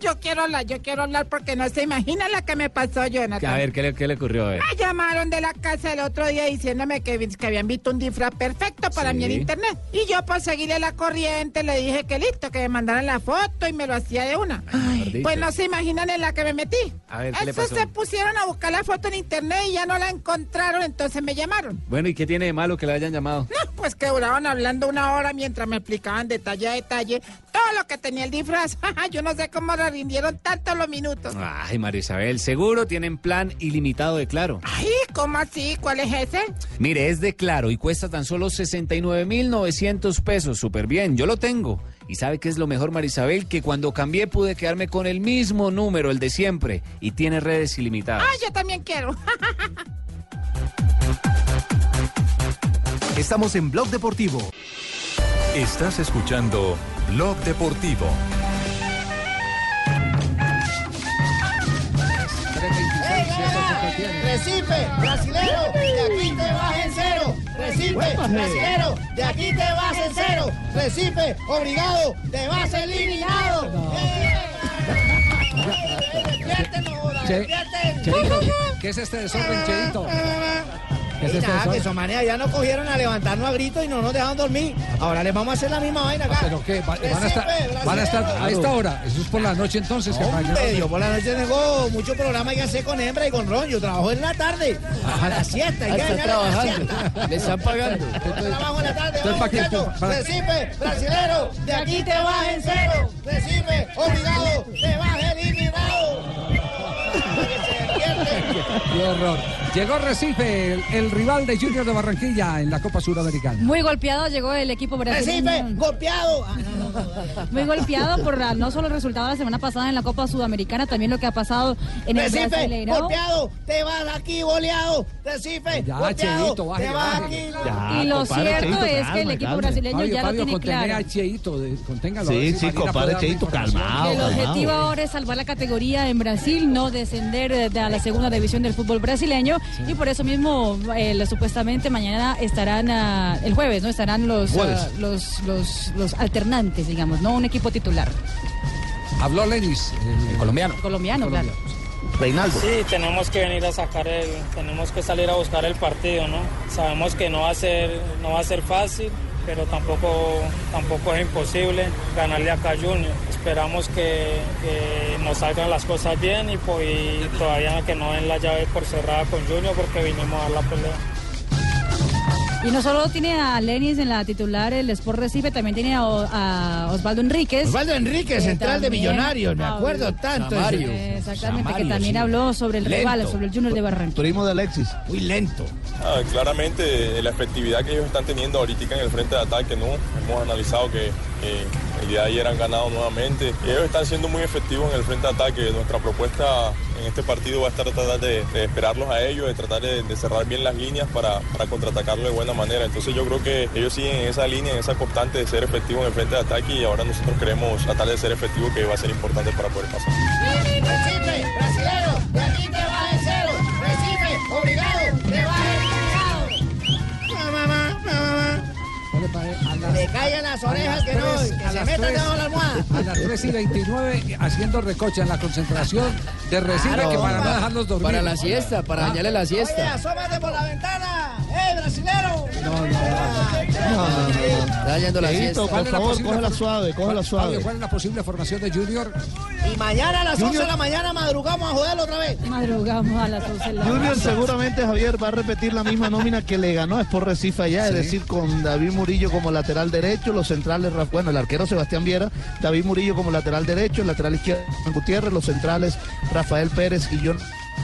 Speaker 20: Yo quiero hablar, yo quiero hablar porque no se imagina la que me pasó, Jonathan.
Speaker 16: A ver, ¿qué le, qué le ocurrió? A ver.
Speaker 20: Me llamaron de la casa el otro día diciéndome que, que habían visto un disfraz perfecto para
Speaker 16: Sí.
Speaker 20: mí en internet. Y yo por seguirle la corriente le dije que listo, que me mandaran la foto y me lo hacía de una.
Speaker 16: mejor
Speaker 20: pues
Speaker 16: dicho.
Speaker 20: no se imaginan en la que me metí.
Speaker 16: A ver, ¿qué le
Speaker 20: Eso
Speaker 16: pasó?
Speaker 20: se pusieron a buscar la foto en internet y ya no la encontraron, entonces me llamaron.
Speaker 16: Bueno, ¿y qué tiene de malo que le hayan llamado?
Speaker 20: No, pues que duraban hablando una hora mientras me explicaban detalle a detalle todo lo que tenía el disfraz. Yo no sé cómo le rindieron tanto los minutos.
Speaker 16: Ay, María Isabel, seguro tienen plan ilimitado de Claro.
Speaker 20: Ay, ¿cómo así? ¿Cuál es ese?
Speaker 16: Mire, es de Claro y cuesta tan solo 69.900 pesos. Súper bien, yo lo tengo. ¿Y sabe qué es lo mejor, Marisabel? Que cuando cambié pude quedarme con el mismo número, el de siempre. Y tiene redes ilimitadas.
Speaker 20: Ay, Ah, yo también quiero.
Speaker 14: Estamos en Blog Deportivo. Estás escuchando Blog Deportivo.
Speaker 6: 326,
Speaker 2: Recife, brasilero, de aquí te vas en cero. Recife, brasilero, de aquí te vas en cero. Recife, obligado, te vas eliminado.
Speaker 6: Che- Cheito, ¿qué es este desorden, Cheito? ¿Qué es
Speaker 2: Y
Speaker 6: este
Speaker 2: nada, que
Speaker 6: desorden?
Speaker 2: su manera ya nos cogieron a levantarnos a gritos y no nos dejaron dormir. Ahora les vamos a hacer la misma vaina acá.
Speaker 6: Ah, ¿Pero qué? Va- van, a
Speaker 2: Recife,
Speaker 6: estar, van a estar a
Speaker 2: brasilero.
Speaker 6: esta hora. Eso es por la noche entonces. que
Speaker 2: Hombre, yo por la noche tengo muchos programas que hacer con hembra y con ron. Yo trabajo en la tarde, a la siesta.
Speaker 1: Ah, está trabajando.
Speaker 2: Le están pagando. Trabajo en la tarde.
Speaker 1: Entonces, ¿para qué?
Speaker 2: muchacho.
Speaker 1: ¿Para-
Speaker 2: Recife, brasilero, de aquí te vas en cero. Recife, obligado, te vas eliminado.
Speaker 6: Qué horror. Llegó Recife, el, el rival de Junior de Barranquilla en la Copa Suramericana.
Speaker 8: Muy golpeado llegó el equipo brasileño.
Speaker 2: Eh, golpeado. Ah,
Speaker 8: Muy golpeado por ah, no solo el resultado de la semana pasada en la Copa Sudamericana, también lo que ha pasado en el
Speaker 2: Recife,
Speaker 8: Brasileirao.
Speaker 2: Eh, golpeado, te vas aquí goleado. Recife,
Speaker 8: Ya,
Speaker 2: golpeado,
Speaker 8: Cheito, baje,
Speaker 2: te vas
Speaker 8: baje.
Speaker 2: aquí.
Speaker 8: Ya, Y lo compadre, cierto Cheito, es que calma, el equipo calma. brasileño
Speaker 6: Fabio,
Speaker 8: ya lo
Speaker 6: Fabio,
Speaker 8: tiene
Speaker 6: contenga
Speaker 8: claro.
Speaker 6: a Cheito, de- conténgalo.
Speaker 18: Sí,
Speaker 6: a ver
Speaker 18: sí,
Speaker 6: Marina puede
Speaker 18: compadre
Speaker 6: darle
Speaker 18: Cheito,
Speaker 6: información.
Speaker 18: calmado,
Speaker 8: El objetivo ahora es salvar la categoría en Brasil, no descender de- de a la segunda división del fútbol brasileño y por eso mismo eh, lo- supuestamente mañana estarán ah, el jueves, no estarán los,
Speaker 2: Jueves.
Speaker 8: ah, los los los alternantes, digamos, no un equipo titular.
Speaker 6: Habló Lenis, eh, el,
Speaker 16: colombiano.
Speaker 8: Colombiano, claro.
Speaker 6: Reinaldo.
Speaker 29: Sí, tenemos que venir a sacar el, tenemos que salir a buscar el partido, ¿no? Sabemos que no va a ser, no va a ser fácil, pero tampoco, tampoco es imposible ganarle acá a Junior. Esperamos que, que nos salgan las cosas bien y, pues, y todavía que no den la llave por cerrada con Junior porque vinimos a dar la pelea.
Speaker 8: Y no solo tiene a Lenis en la titular el Sport Recife, también tiene a, O- a Osvaldo Enríquez.
Speaker 28: Osvaldo Enríquez, central de Millonarios, me acuerdo tanto.
Speaker 8: Samario. Exactamente,
Speaker 28: Samario,
Speaker 8: que también
Speaker 28: sí.
Speaker 8: habló sobre el
Speaker 28: Lento.
Speaker 8: rival, sobre el Junior de Barranquilla.
Speaker 18: Primo de Alexis.
Speaker 28: Muy lento.
Speaker 30: Ah, claramente eh, la efectividad que ellos están teniendo ahorita en el frente de ataque, no hemos analizado que, que el día de ayer han ganado nuevamente. Y ellos están siendo muy efectivos en el frente de ataque. Nuestra propuesta en este partido va a estar tratar de, de esperarlos a ellos, de tratar de, de cerrar bien las líneas para, para contraatacarlo de buena manera. Entonces yo creo que ellos siguen en esa línea, en esa constante de ser efectivos en el frente de ataque y ahora nosotros queremos tratar de ser efectivos que va a ser importante para poder pasar.
Speaker 2: Recife, brasilero, de aquí te vas en cero. Recife, obligado, te vas en cero. mamá, mamá. Le callan las orejas que no,
Speaker 6: tres-
Speaker 2: que
Speaker 6: a
Speaker 2: se
Speaker 6: las
Speaker 2: metan
Speaker 6: tres-
Speaker 2: debajo de la almohada.
Speaker 6: A las 3 y 29 haciendo recocha en la concentración de Recife
Speaker 1: Claro,
Speaker 6: que para
Speaker 1: para-
Speaker 6: no dejarlos dormir. Ah.
Speaker 1: para la siesta, para dañarle la siesta.
Speaker 2: Ah, Oye, asómate por la ventana. ¡Eh, brasilero!
Speaker 1: Está yendo la siesta.
Speaker 18: Por favor, cógela suave, cógela suave.
Speaker 6: ¿Cuál es la posible formación de Junior?
Speaker 2: Y mañana a las
Speaker 18: Junior-
Speaker 2: 11 de la mañana madrugamos a joderlo otra vez.
Speaker 8: Madrugamos a las 11 de la
Speaker 18: Junior
Speaker 8: mañana.
Speaker 18: seguramente Javier va a repetir la misma nómina que le ganó a Sport Recife allá, es decir, con David Murillo como lateral derecho, los centrales, Ra- bueno, el arquero Sebastián Viera, David Murillo como lateral derecho, el lateral izquierdo Juan Gutiérrez, los centrales Rafael Pérez y John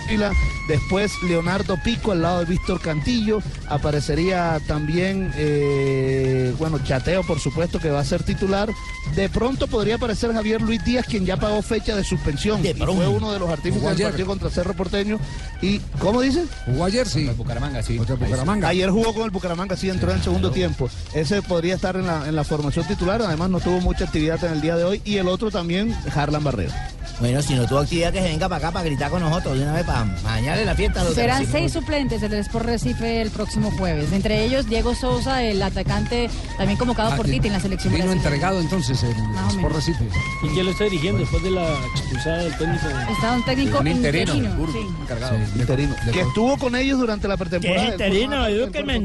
Speaker 18: Ávila. Después Leonardo Pico al lado de Víctor Cantillo. Aparecería también, eh, bueno, Chateo, por supuesto, que va a ser titular. De pronto podría aparecer Javier Luis Díaz, quien ya pagó fecha de suspensión. y fue
Speaker 6: pronto.
Speaker 18: uno de los artífices
Speaker 6: Jugó
Speaker 18: del
Speaker 6: ayer.
Speaker 18: partido contra Cerro Porteño. ¿Y cómo dice?
Speaker 6: Jugó ayer, sí.
Speaker 18: Bucaramanga, sí.
Speaker 6: Bucaramanga.
Speaker 18: Ayer jugó con el Bucaramanga, sí, entró en el segundo tiempo. Ese podría estar en la, en la formación titular, además no tuvo mucha actividad en el día de hoy. Y el otro también, Harlan Barrero.
Speaker 28: Bueno, si no tuvo actividad que se venga para acá para gritar con nosotros de una vez para mañana la fiesta. los de
Speaker 8: Serán
Speaker 28: Recife.
Speaker 8: seis suplentes del Sport Recife el próximo jueves. Entre ellos, Diego Sousa, el atacante también convocado por
Speaker 6: Ah,
Speaker 8: Tite en la selección
Speaker 6: Vino
Speaker 8: brasileña.
Speaker 6: entregado entonces el
Speaker 8: Más
Speaker 6: Sport
Speaker 8: o menos.
Speaker 6: Recife.
Speaker 10: ¿Y quién lo está dirigiendo después de la expulsada del técnico?
Speaker 8: Está un técnico
Speaker 10: Un interino,
Speaker 8: interino,
Speaker 10: Burgos,
Speaker 8: sí.
Speaker 10: encargado.
Speaker 18: Interino. Que estuvo con ellos durante la
Speaker 20: Que es
Speaker 18: pretemporada.
Speaker 20: interino, edúquenme.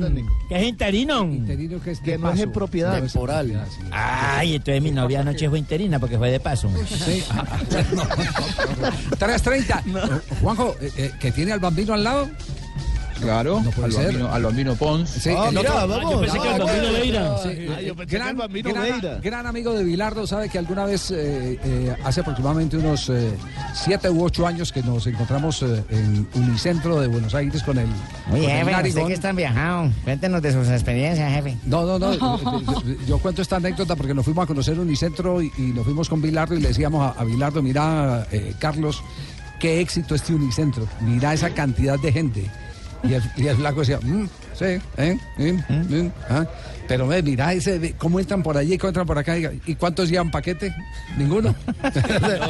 Speaker 20: Que es interino.
Speaker 6: Interino que es
Speaker 18: Que no es en propiedad.
Speaker 6: Temporal.
Speaker 28: Ay, entonces mi novia anoche fue interina porque fue de paso.
Speaker 6: Sí. 3.30. Juanjo, eh, eh, que tiene al bambino al lado.
Speaker 3: Claro, al,
Speaker 6: ser.
Speaker 3: bambino, al Bambino Pons.
Speaker 6: Sí, el otro- Ah, bueno,
Speaker 3: Ah, yo
Speaker 6: sí, eh,
Speaker 3: pensé que
Speaker 6: gran,
Speaker 3: el Bambino
Speaker 6: gran-
Speaker 3: Veira.
Speaker 6: gran amigo de Bilardo, sabe que alguna vez, eh, eh, hace aproximadamente unos eh, siete u ocho años que nos encontramos eh, en Unicentro de Buenos Aires con el, con
Speaker 28: Muy
Speaker 6: el
Speaker 28: jefe, usted
Speaker 6: narigón.
Speaker 28: que están viajado. Cuéntenos de sus experiencias, jefe.
Speaker 6: No, no, no. eh, eh, Yo cuento esta anécdota porque nos fuimos a conocer Unicentro y, y nos fuimos con Bilardo y le decíamos a, a Bilardo, mira, eh, Carlos, qué éxito este Unicentro. Mira esa cantidad de gente. Y el, y el flaco decía, "Mm, sí, ¿eh? ¿eh? mm, ah". Pero ve, mira ese, ve, cómo entran por allí, cómo entran por acá. ¿Y ¿y cuántos llevan paquete? ¿Ninguno?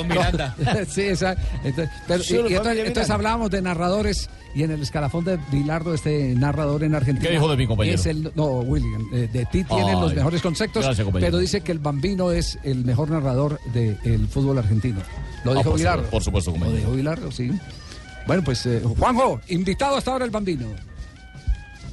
Speaker 17: Miranda.
Speaker 6: sí, exacto. Entonces, pero-
Speaker 17: Solo
Speaker 6: y-
Speaker 17: familia
Speaker 6: y entonces, entonces
Speaker 17: Miranda.
Speaker 6: hablábamos de narradores y en el escalafón de Bilardo, este narrador en Argentina.
Speaker 17: ¿Qué dijo de mi compañero?
Speaker 6: es el- no, William, eh, de ti tienen
Speaker 17: Ay.
Speaker 6: los mejores conceptos,
Speaker 17: Gracias, compañero.
Speaker 6: pero dice que el Bambino es el mejor narrador del fútbol argentino. Lo
Speaker 17: Ah,
Speaker 6: dijo
Speaker 2: pues,
Speaker 17: por
Speaker 6: Bilardo.
Speaker 17: supuesto, por supuesto,
Speaker 6: Lo
Speaker 17: compañero.
Speaker 6: dijo Bilardo, sí. Bueno, pues eh, Juanjo, invitado hasta ahora el Bambino.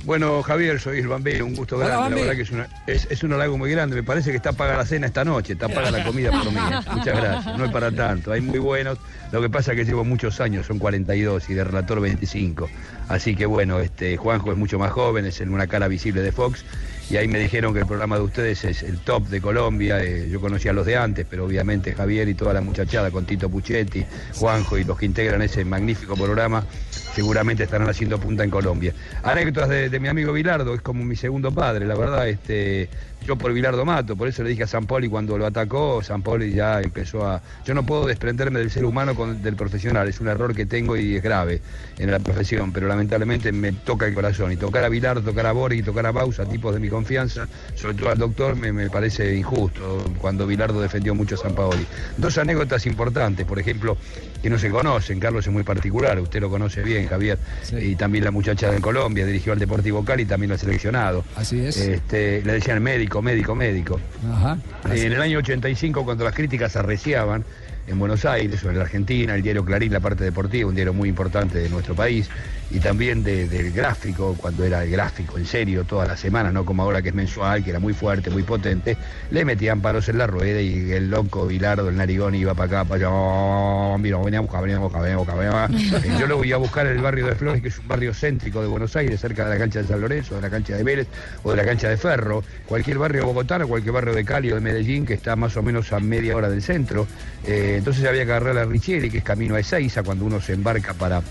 Speaker 19: Bueno, Javier, soy el Bambino, un gusto
Speaker 6: Hola,
Speaker 19: grande.
Speaker 6: Bambi.
Speaker 19: la verdad que es, una- es- es un halago muy grande. Me parece que está paga la cena esta noche, está paga la comida por mí. Muchas gracias, no es para tanto. Hay muy buenos. Lo que pasa es que llevo muchos años, son 42 y de relator 25. Así que bueno, este Juanjo es mucho más joven, es en una cara visible de Fox. Y ahí me dijeron que el programa de ustedes es el top de Colombia. eh, yo conocía a los de antes, pero obviamente Javier y toda la muchachada con Tito Puchetti, Juanjo y los que integran ese magnífico programa, seguramente estarán haciendo punta en Colombia. Anécdotas de, de mi amigo Bilardo, es como mi segundo padre, la verdad, este, yo por Bilardo mato, por eso le dije a San Poli cuando lo atacó, San Poli ya empezó a. Yo no puedo desprenderme del ser humano con- del profesional, es un error que tengo y es grave en la profesión, pero lamentablemente me toca el corazón. Y tocar a Bilardo, tocar a Borghi, tocar a Bausa, tipos de mi confianza, sobre todo al doctor, me, me parece injusto cuando Bilardo defendió mucho a San Paoli. Dos anécdotas importantes, por ejemplo, que no se conocen, Carlos es muy particular, usted lo conoce bien, Javier, y también la muchacha de Colombia, dirigió al Deportivo Cali, también lo ha seleccionado.
Speaker 6: Así es.
Speaker 19: Este, le decían médico, médico, médico.
Speaker 6: Ajá.
Speaker 19: En el año 85, cuando las críticas arreciaban, en Buenos Aires o en la Argentina, el diario Clarín, la parte deportiva, un diario muy importante de nuestro país, y también de- del gráfico, cuando era el gráfico en serio, todas las semanas, no como ahora que es mensual, que era muy fuerte, muy potente, le metían paros en la rueda y el loco Bilardo, el narigón, iba para acá, para allá, oh, mira, venía a buscar, venía a buscar, venía a buscar, venía a buscar. Y Yo lo voy a buscar en el barrio de Flores, que es un barrio céntrico de Buenos Aires, cerca de la cancha de San Lorenzo, de la cancha de Vélez o de la cancha de Ferro, cualquier barrio bogotano, cualquier barrio de Cali o de Medellín, que está más o menos a media hora del centro. Eh, entonces había que agarrar la Richeri, que es camino a Ezeiza, cuando uno se embarca para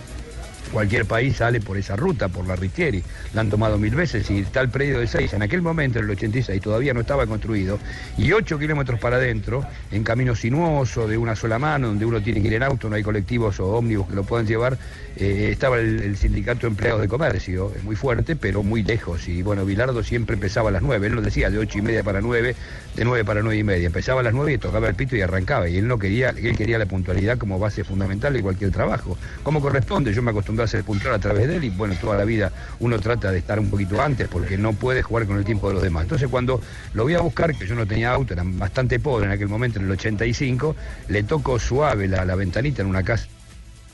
Speaker 19: cualquier país sale por esa ruta, por la Ritieri. La han tomado mil veces y está el predio de Seis. En aquel momento, en el 86, todavía no estaba construido. Y 8 kilómetros para adentro, en camino sinuoso, de una sola mano, donde uno tiene que ir en auto, no hay colectivos o ómnibus que lo puedan llevar, eh, estaba el, el sindicato de empleados de comercio. Es muy fuerte, pero muy lejos. Y bueno, Bilardo siempre empezaba a las 9. Él lo decía, de ocho y media para 9, de 9 para 9 y media. Empezaba a las 9 y tocaba el pito y arrancaba. Y él no quería, él quería la puntualidad como base fundamental de cualquier trabajo. Como corresponde, yo me acostumbré a ser puntual a través de él y bueno, toda la vida uno trata de estar un poquito antes porque no puede jugar con el tiempo de los demás. Entonces cuando lo voy a buscar, que yo no tenía auto, era bastante pobre en aquel momento, en el 85, le toco suave la, la ventanita en una casa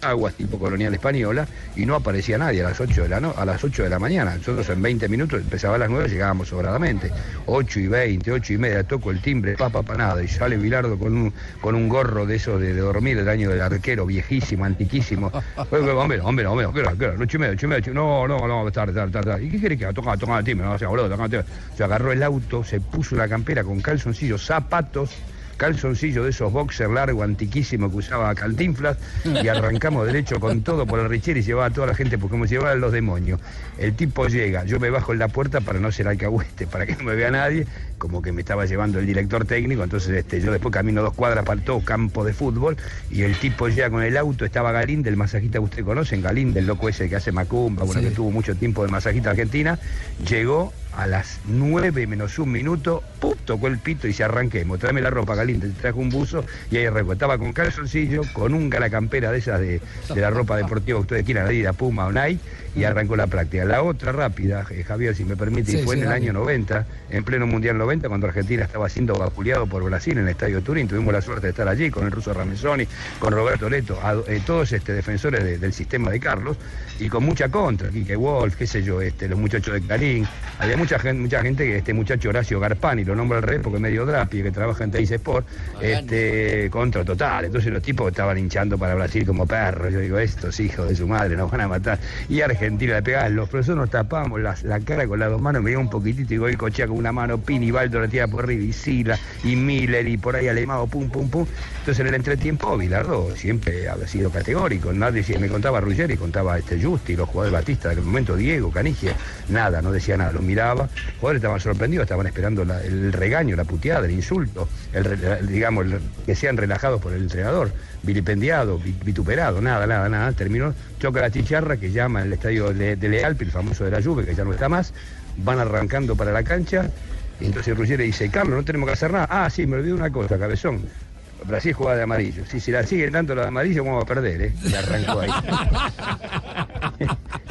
Speaker 19: aguas tipo colonial española y no aparecía nadie a las 8 de la, no- a las 8 de la mañana. Nosotros en 20 minutos, empezaba a las 9, llegábamos sobradamente. 8 y 20, 8 y media, toco el timbre, papá, pa, nada. Y sale Bilardo con un, con un gorro de esos de, de dormir, el año del arquero, viejísimo, antiquísimo. Oye, oye, Hombre, hombre, hombre, hombre, hombre, ocho y media, ocho y media, ocho- no, no, no, tarde, tarde, tarde. tarde. ¿Y qué querés que haga? Toca, toca el timbre, no, o sea, boludo, toca el timbre. Se agarró el auto, se puso la campera con calzoncillos, zapatos, calzoncillo de esos boxer largo, antiquísimo que usaba Cantinflas, y arrancamos derecho con todo por el Richieri y llevaba a toda la gente, porque como llevaban los demonios. El tipo llega, yo me bajo en la puerta para no ser alcahuete, para que no me vea nadie, como que me estaba llevando el director técnico, entonces este, yo después camino dos cuadras para todo campo de fútbol, y el tipo llega con el auto, estaba Galíndez, el masajista que usted conocen, Galíndez, el loco ese que hace Macumba, bueno, que tuvo mucho tiempo de masajista argentina, llegó a las 9 menos un minuto, ¡pum! tocó el pito y se arranquemos. Tráeme la ropa caliente, te trajo un buzo y ahí arrancó. Estaba con calzoncillo, con un la campera de esas de, de la ropa deportiva que ustedes quieran, Adidas, Puma o Nike, y arrancó la práctica. La otra rápida, eh, Javier, si me permite, y
Speaker 21: Sí,
Speaker 19: fue
Speaker 21: sí,
Speaker 19: en el
Speaker 21: dale.
Speaker 19: año 90, en pleno Mundial 90, cuando Argentina estaba siendo vapuleado por Brasil en el Estadio Turín. Tuvimos la suerte de estar allí con el ruso Ramenzoni, con Roberto Leto, a- eh, todos este, defensores de- del sistema de Carlos, y con mucha contra, Quique Wolf, qué sé yo, este, los muchachos de Clarín. Había mucha gente, mucha gente que este muchacho Horacio Garpani, lo nombro al revés porque es medio drapi, que trabaja en Teis Sport, este, contra total. Entonces los tipos estaban hinchando para Brasil como perros. Yo digo, estos hijos de su madre nos van a matar. Y Argentina le pegaba, los profesores nos tapamos las- la cara con las dos manos, me dio un poquitito y voy cochea con una mano, Pini, Baldo la tira por arriba, y Sila, y Miller, y por ahí Alemado, pum, pum, pum. Entonces en el entretiempo, Bilardo siempre había sido categórico. Nadie decía- me contaba Ruggeri, contaba este Justi, los jugadores Batista, en aquel momento Diego, Canigia, nada, no decía nada, los miraba. Los jugadores estaban sorprendidos, estaban esperando la- el regaño, la puteada, el insulto, el re- digamos, el- que sean relajados por el entrenador, vilipendiado, vi- vituperado, nada, nada, nada. Terminó, choca la chicharra que llama el estadio de, de Lealpi, el famoso de la Juve, que ya no está más, van arrancando para la cancha. Y entonces Ruggeri dice, Carlos, no tenemos que hacer nada. Ah, sí, me olvidé una cosa, cabezón. Brasil jugaba de amarillo. Si se la siguen tanto los de amarillo, vamos a perder, ¿eh? Y arrancó ahí.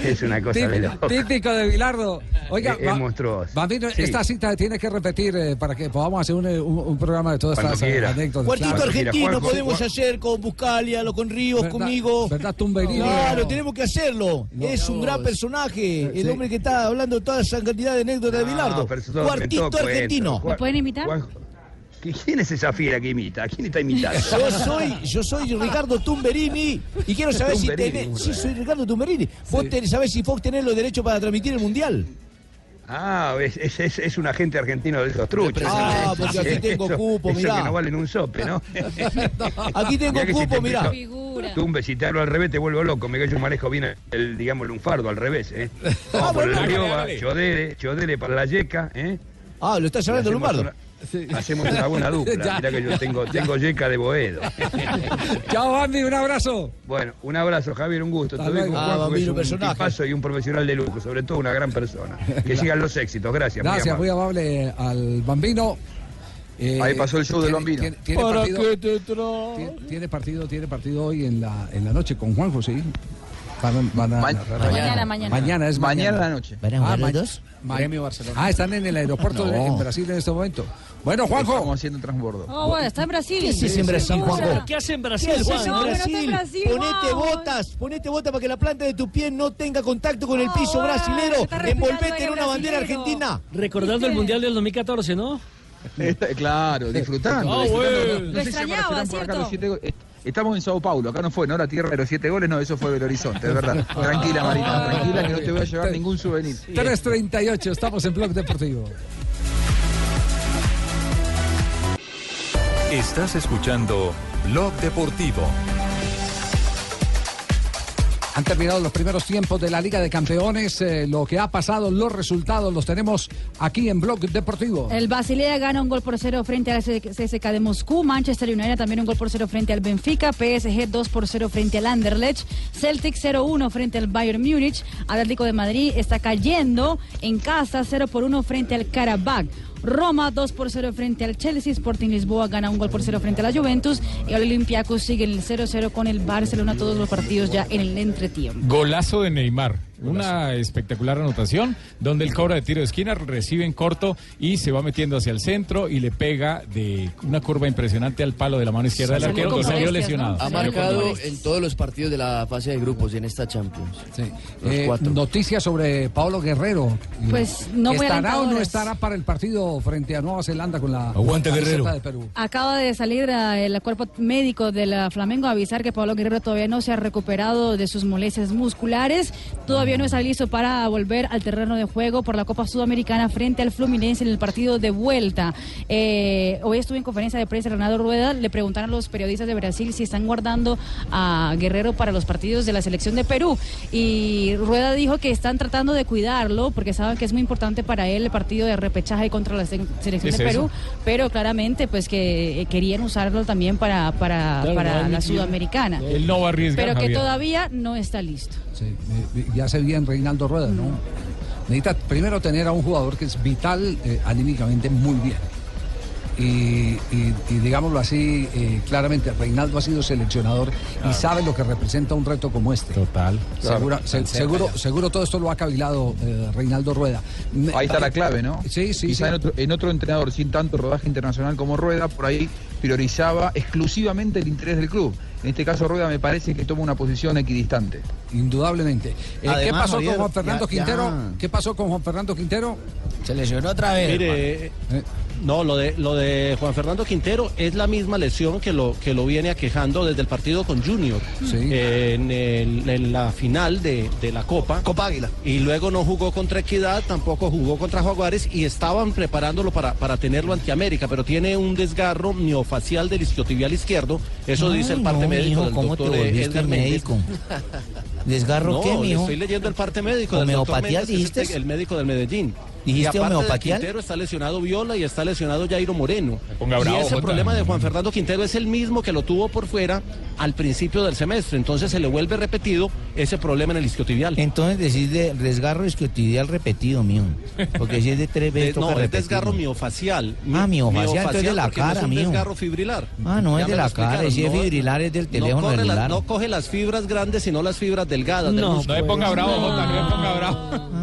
Speaker 19: es una cosa
Speaker 6: Tip-
Speaker 19: de loco.
Speaker 6: Típico de Bilardo. Oiga,
Speaker 19: es, es
Speaker 6: va-
Speaker 19: monstruoso.
Speaker 6: Bambino,
Speaker 19: Eh, Sí.
Speaker 6: esta cita tiene que repetir eh, para que podamos hacer un, eh, un- un programa de todas
Speaker 19: Cuando
Speaker 6: estas eh,
Speaker 19: quiera.
Speaker 6: anécdotas.
Speaker 28: Cuartito
Speaker 6: Claro.
Speaker 28: argentino
Speaker 6: Juanjo,
Speaker 28: podemos
Speaker 6: Juan-
Speaker 28: hacer con Buscalia, con Ríos,
Speaker 6: ¿Verdad?
Speaker 28: conmigo.
Speaker 6: ¿Verdad,
Speaker 28: Claro, tenemos que hacerlo.
Speaker 6: No,
Speaker 28: es un
Speaker 6: no,
Speaker 28: gran
Speaker 6: es-
Speaker 28: personaje. El
Speaker 6: sí.
Speaker 28: hombre que está hablando toda esa cantidad de anécdotas de
Speaker 19: No,
Speaker 28: Bilardo.
Speaker 19: pero eso todo
Speaker 28: Cuartito
Speaker 19: inventó
Speaker 28: argentino.
Speaker 19: cuento. Juan- ¿Me
Speaker 8: pueden imitar?
Speaker 19: ¿Quién es esa fiera que imita? ¿Quién está imitando?
Speaker 28: Yo soy, yo soy Ricardo Tumberini y quiero saber si
Speaker 19: Tumberini,
Speaker 28: tenés-
Speaker 19: bueno.
Speaker 28: Sí, soy Ricardo Tumberini. Vos tenés- sabés si Fox tenés los derechos para transmitir el mundial.
Speaker 19: Ah, es, es- es- es un agente argentino de esos truchos.
Speaker 28: Ah, porque aquí tengo
Speaker 19: Eso-
Speaker 28: cupo,
Speaker 19: eso
Speaker 28: mirá.
Speaker 19: que no valen un sope, ¿no?
Speaker 28: Aquí tengo
Speaker 19: Mirá que si
Speaker 28: cupo,
Speaker 19: te
Speaker 28: mirá.
Speaker 19: empiezo- Tú un besitaro al revés te vuelvo loco. Mira que yo manejo bien el, digamos, el lunfardo al revés, ¿eh? Vamos por el
Speaker 28: Ah, bueno.
Speaker 19: Rioba,
Speaker 28: Dale, dale.
Speaker 19: Chodere, Chodere para la yeca, ¿eh?
Speaker 28: Ah, lo estás llamando
Speaker 19: Hacemos
Speaker 28: Lombardo.
Speaker 19: una- Hacemos una buena dupla.
Speaker 28: Ya.
Speaker 19: Mira que yo tengo, tengo yeca de Boedo.
Speaker 6: Chao, Bambi, un abrazo.
Speaker 19: Bueno, un abrazo, Javier, un gusto.
Speaker 6: Hasta
Speaker 19: Estuve
Speaker 6: luego.
Speaker 19: con
Speaker 6: Ah,
Speaker 19: Juanjo, que
Speaker 6: Bambino,
Speaker 19: es un
Speaker 6: personaje.
Speaker 19: tipazo y un profesional de lujo, sobre todo una gran persona. Que sigan los éxitos. Gracias, muy
Speaker 6: Gracias,
Speaker 19: amable.
Speaker 6: muy amable al Bambino. Eh,
Speaker 19: Ahí pasó el show del
Speaker 6: tiene-
Speaker 19: Bambino.
Speaker 6: Tiene, tiene
Speaker 19: Para
Speaker 6: partido,
Speaker 19: que
Speaker 6: tiene, tiene partido, tiene partido hoy en la, en la noche con Juan José. Van, a- van a narrar
Speaker 8: Mañana,
Speaker 6: allá.
Speaker 8: mañana.
Speaker 6: Mañana es
Speaker 3: Mañana
Speaker 6: mañana. Ah,
Speaker 3: a la noche.
Speaker 6: ¿Van
Speaker 3: a jugar los
Speaker 6: dos? Barcelona. Ah, están en el aeropuerto de- en Brasil en este momento. Bueno, Juanjo.
Speaker 3: Estamos haciendo un transbordo.
Speaker 6: Ah,
Speaker 8: Oh, bueno, está en Brasil.
Speaker 3: ¿Qué haces en Brasil, Juanjo?
Speaker 10: ¿Qué hace en
Speaker 3: Brasil,
Speaker 28: ¿Qué haces
Speaker 3: Juan?
Speaker 28: en
Speaker 3: No, pero está en
Speaker 28: Brasil?
Speaker 8: Brasil,
Speaker 28: Ponete
Speaker 8: Juan.
Speaker 28: botas, ponete botas para que la planta de tu pie no tenga contacto con el piso
Speaker 8: Juan,
Speaker 28: brasilero.
Speaker 8: está respirando
Speaker 28: Envolvete en
Speaker 8: aire
Speaker 28: una bandera
Speaker 8: brasilero.
Speaker 28: argentina.
Speaker 10: Recordando el Mundial del 2014, ¿no?
Speaker 3: claro, disfrutando.
Speaker 10: Ah,
Speaker 3: disfrutando.
Speaker 10: bueno.
Speaker 3: No
Speaker 10: Lo
Speaker 3: sé si
Speaker 10: extrañaba,
Speaker 3: aparecerán por acá
Speaker 10: ¿cierto?
Speaker 3: los siete go- est- Estamos en Sao Paulo, acá no fue, ¿no? La tierra de los siete goles, no, eso fue Belo Horizonte, es verdad. Tranquila, Marina,
Speaker 6: Ah.
Speaker 3: tranquila que no te voy a llevar ningún souvenir.
Speaker 6: 3.38, estamos en Blog Deportivo.
Speaker 14: Estás escuchando Blog Deportivo.
Speaker 6: Han terminado los primeros tiempos de la Liga de Campeones. eh, lo que ha pasado, los resultados los tenemos aquí en Blog Deportivo.
Speaker 8: El Basilea gana un gol por cero frente al CSK de Moscú. Manchester United también un gol por cero frente al Benfica. PSG 2 por 0 frente al Anderlecht. Celtic 0-1 frente al Bayern Múnich. Atlético de Madrid está cayendo en casa 0 por 1 frente al Karabakh. Roma 2 por 0 frente al Chelsea. Sporting Lisboa gana un gol por cero frente a la Juventus. Y el Olympiacos sigue en el 0-0 con el Barcelona. Todos los partidos ya en el entretiempo.
Speaker 23: Golazo de Neymar. Una espectacular anotación donde el cobra de tiro de esquina, recibe en corto y se va metiendo hacia el centro y le pega de una curva impresionante al palo de la mano izquierda del
Speaker 1: Salió
Speaker 23: arquero
Speaker 1: con
Speaker 23: que salió
Speaker 1: molestias,
Speaker 23: lesionado.
Speaker 1: Ha marcado en todos los partidos de la fase de grupos y en esta Champions. Los
Speaker 6: Eh,
Speaker 1: cuatro.
Speaker 6: noticias sobre Paolo Guerrero.
Speaker 8: Pues no muy
Speaker 6: ¿Estará o no
Speaker 8: alentadoras.
Speaker 6: estará para el partido frente a Nueva Zelanda con la
Speaker 28: Aguante,
Speaker 6: camiseta
Speaker 28: Guerrero.
Speaker 6: de Perú?
Speaker 8: Acaba de salir eh, el cuerpo médico del eh, Flamengo a avisar que Pablo Guerrero todavía no se ha recuperado de sus molestias musculares. Todavía no está listo para volver al terreno de juego por la Copa Sudamericana frente al Fluminense en el partido de vuelta. Eh, hoy estuve en conferencia de prensa Leonardo Rueda. Le preguntaron a los periodistas de Brasil si están guardando a Guerrero para los partidos de la selección de Perú. Y Rueda dijo que están tratando de cuidarlo porque saben que es muy importante para él el partido de repechaje contra la se- selección
Speaker 21: ¿Es
Speaker 8: de Perú
Speaker 21: eso?
Speaker 8: pero claramente pues que eh, querían usarlo también para, para,
Speaker 6: Claro,
Speaker 8: para
Speaker 6: no,
Speaker 8: la
Speaker 6: ni-
Speaker 8: sudamericana.
Speaker 6: Él no va a arriesgar,
Speaker 8: Pero que
Speaker 6: Javier.
Speaker 8: todavía no está listo.
Speaker 6: Sí, eh, eh, ya se veía en Reinaldo Rueda, ¿no? Necesita primero tener a un jugador que es vital eh, anímicamente muy bien. Y, y- y digámoslo así, eh, claramente, Reinaldo ha sido seleccionador y sabe lo que representa un reto como este. Total.
Speaker 3: Claro.
Speaker 6: seguro, seguro todo esto lo ha cavilado eh, Reinaldo Rueda. Me-
Speaker 3: Ahí está la clave, ¿no?
Speaker 6: Sí, sí.
Speaker 3: Quizá
Speaker 6: sí.
Speaker 3: En, otro, en otro entrenador sin tanto rodaje internacional como Rueda, por ahí priorizaba exclusivamente el interés del club. En este caso, Rueda me parece que toma una posición equidistante.
Speaker 6: Indudablemente. Eh, ¿Qué
Speaker 3: Además,
Speaker 6: pasó
Speaker 3: Javier,
Speaker 6: con Juan Fernando
Speaker 3: ya- ya.
Speaker 6: Quintero? ¿Qué pasó con Juan Fernando Quintero? Se lesionó otra
Speaker 9: Mire, eh, no, lo de, lo de Juan Fernando Quintero es la misma lesión que lo, que lo viene aquejando desde el partido con Junior Eh, en, el- en la final de, de la Copa. Copa Águila. Y luego no jugó contra Equidad, tampoco jugó contra Jaguares y estaban preparándolo para, para tenerlo ante América, pero tiene un desgarro miofacial del isquiotibial izquierdo. Eso dice el parte médico del
Speaker 7: ¿Cómo te
Speaker 9: doctor
Speaker 7: volviste
Speaker 9: Edgar Méndez.
Speaker 7: médico? ¿Desgarro
Speaker 9: No,
Speaker 7: qué,
Speaker 9: le
Speaker 7: mijo?
Speaker 9: estoy leyendo el parte médico. del doctor
Speaker 7: ¿Homeopatía
Speaker 9: Méndez, es el
Speaker 7: dijiste?
Speaker 9: te- El médico del Medellín. y
Speaker 7: ¿Dijiste
Speaker 9: aparte de
Speaker 7: homeopatía?
Speaker 9: Quintero está lesionado Viola y está lesionado Jairo Moreno.
Speaker 7: ponga bravo,
Speaker 9: y ese
Speaker 7: Jota.
Speaker 9: problema de Juan Fernando Quintero es el mismo que lo tuvo por fuera al principio del semestre. Entonces se le vuelve repetido ese problema en el isquiotibial.
Speaker 7: Entonces decís de desgarro isquiotibial repetido, mío.
Speaker 28: Ah,
Speaker 7: Porque si es de tres veces
Speaker 9: De- Eh, no,
Speaker 7: toca
Speaker 9: es desgarro
Speaker 7: repetirlo.
Speaker 9: miofacial.
Speaker 7: Ah, miofacial, entonces de la
Speaker 9: porque no
Speaker 7: cara,
Speaker 9: es un
Speaker 7: mijo.
Speaker 9: desgarro fibrilar.
Speaker 7: Ah, no,
Speaker 9: Ya
Speaker 7: es de
Speaker 9: me lo
Speaker 7: la cara, y si es
Speaker 9: explicaron,
Speaker 7: fibrilar es del teléfono
Speaker 9: coge la-
Speaker 7: celular.
Speaker 9: no coge las fibras grandes, sino las fibras delgadas. del
Speaker 7: No,
Speaker 9: músculo.
Speaker 7: no me ponga bravo,
Speaker 23: Jota, no me ponga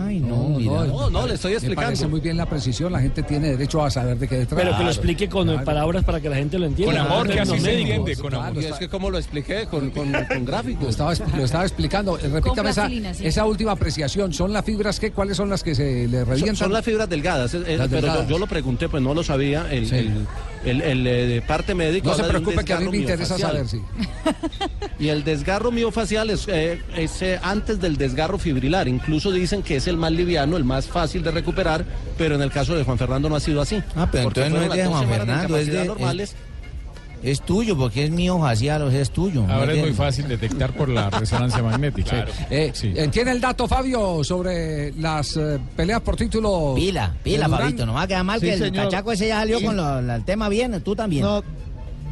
Speaker 7: Ay, no,
Speaker 6: No,
Speaker 7: mira.
Speaker 9: No, no, le estoy
Speaker 6: me
Speaker 9: explicando.
Speaker 6: parece muy bien la precisión, la gente tiene derecho a saber de qué se trata.
Speaker 10: Pero que lo explique con eh, palabras para que la gente lo entienda.
Speaker 6: Con amor, que así se
Speaker 10: Médicos.
Speaker 6: entiende, con amor.
Speaker 9: Y es que como lo expliqué, con, con, con
Speaker 6: Lo
Speaker 9: gráficos.
Speaker 6: estaba, lo estaba explicando. Eh, Repítame esa,
Speaker 9: plastilina, sí.
Speaker 6: esa última apreciación. ¿Son las fibras que cuáles son las que se le revientan?
Speaker 9: Son, son las fibras delgadas, eh, eh,
Speaker 6: Las
Speaker 9: pero
Speaker 6: delgadas.
Speaker 9: Yo, yo lo pregunté, pues no lo sabía. El, el- el- el, eh, de parte médico.
Speaker 6: No se
Speaker 9: habla de un
Speaker 6: preocupe que a mí me
Speaker 9: desgarro
Speaker 6: interesa saber,
Speaker 9: miofacial.
Speaker 6: sí.
Speaker 9: Y el desgarro miofacial es, eh, es, eh, antes del desgarro fibrilar. Incluso dicen que es el más liviano, el más fácil de recuperar, pero en el caso de Juan Fernando no ha sido así.
Speaker 7: Ah, pero
Speaker 9: Porque
Speaker 7: entonces no
Speaker 9: fueron
Speaker 7: es
Speaker 9: las
Speaker 7: de
Speaker 9: dos
Speaker 7: Juan
Speaker 9: semanas
Speaker 7: Fernando, es de.
Speaker 9: incapacidad
Speaker 7: es-
Speaker 9: normales.
Speaker 7: Es tuyo, porque es mío facial, o sea, es tuyo. no
Speaker 23: Ahora es
Speaker 7: de-
Speaker 23: muy fácil detectar por la resonancia magnética.
Speaker 6: Eh, eh, ¿Tiene el dato, Fabio, sobre las eh, peleas por título?
Speaker 7: Pila, pila,
Speaker 6: de Durán?
Speaker 7: Fabito. No va a quedar mal
Speaker 6: Sí,
Speaker 7: que el
Speaker 6: señor.
Speaker 7: cachaco ese ya salió
Speaker 6: Sí.
Speaker 7: con lo- la- el tema bien, tú también.
Speaker 28: No,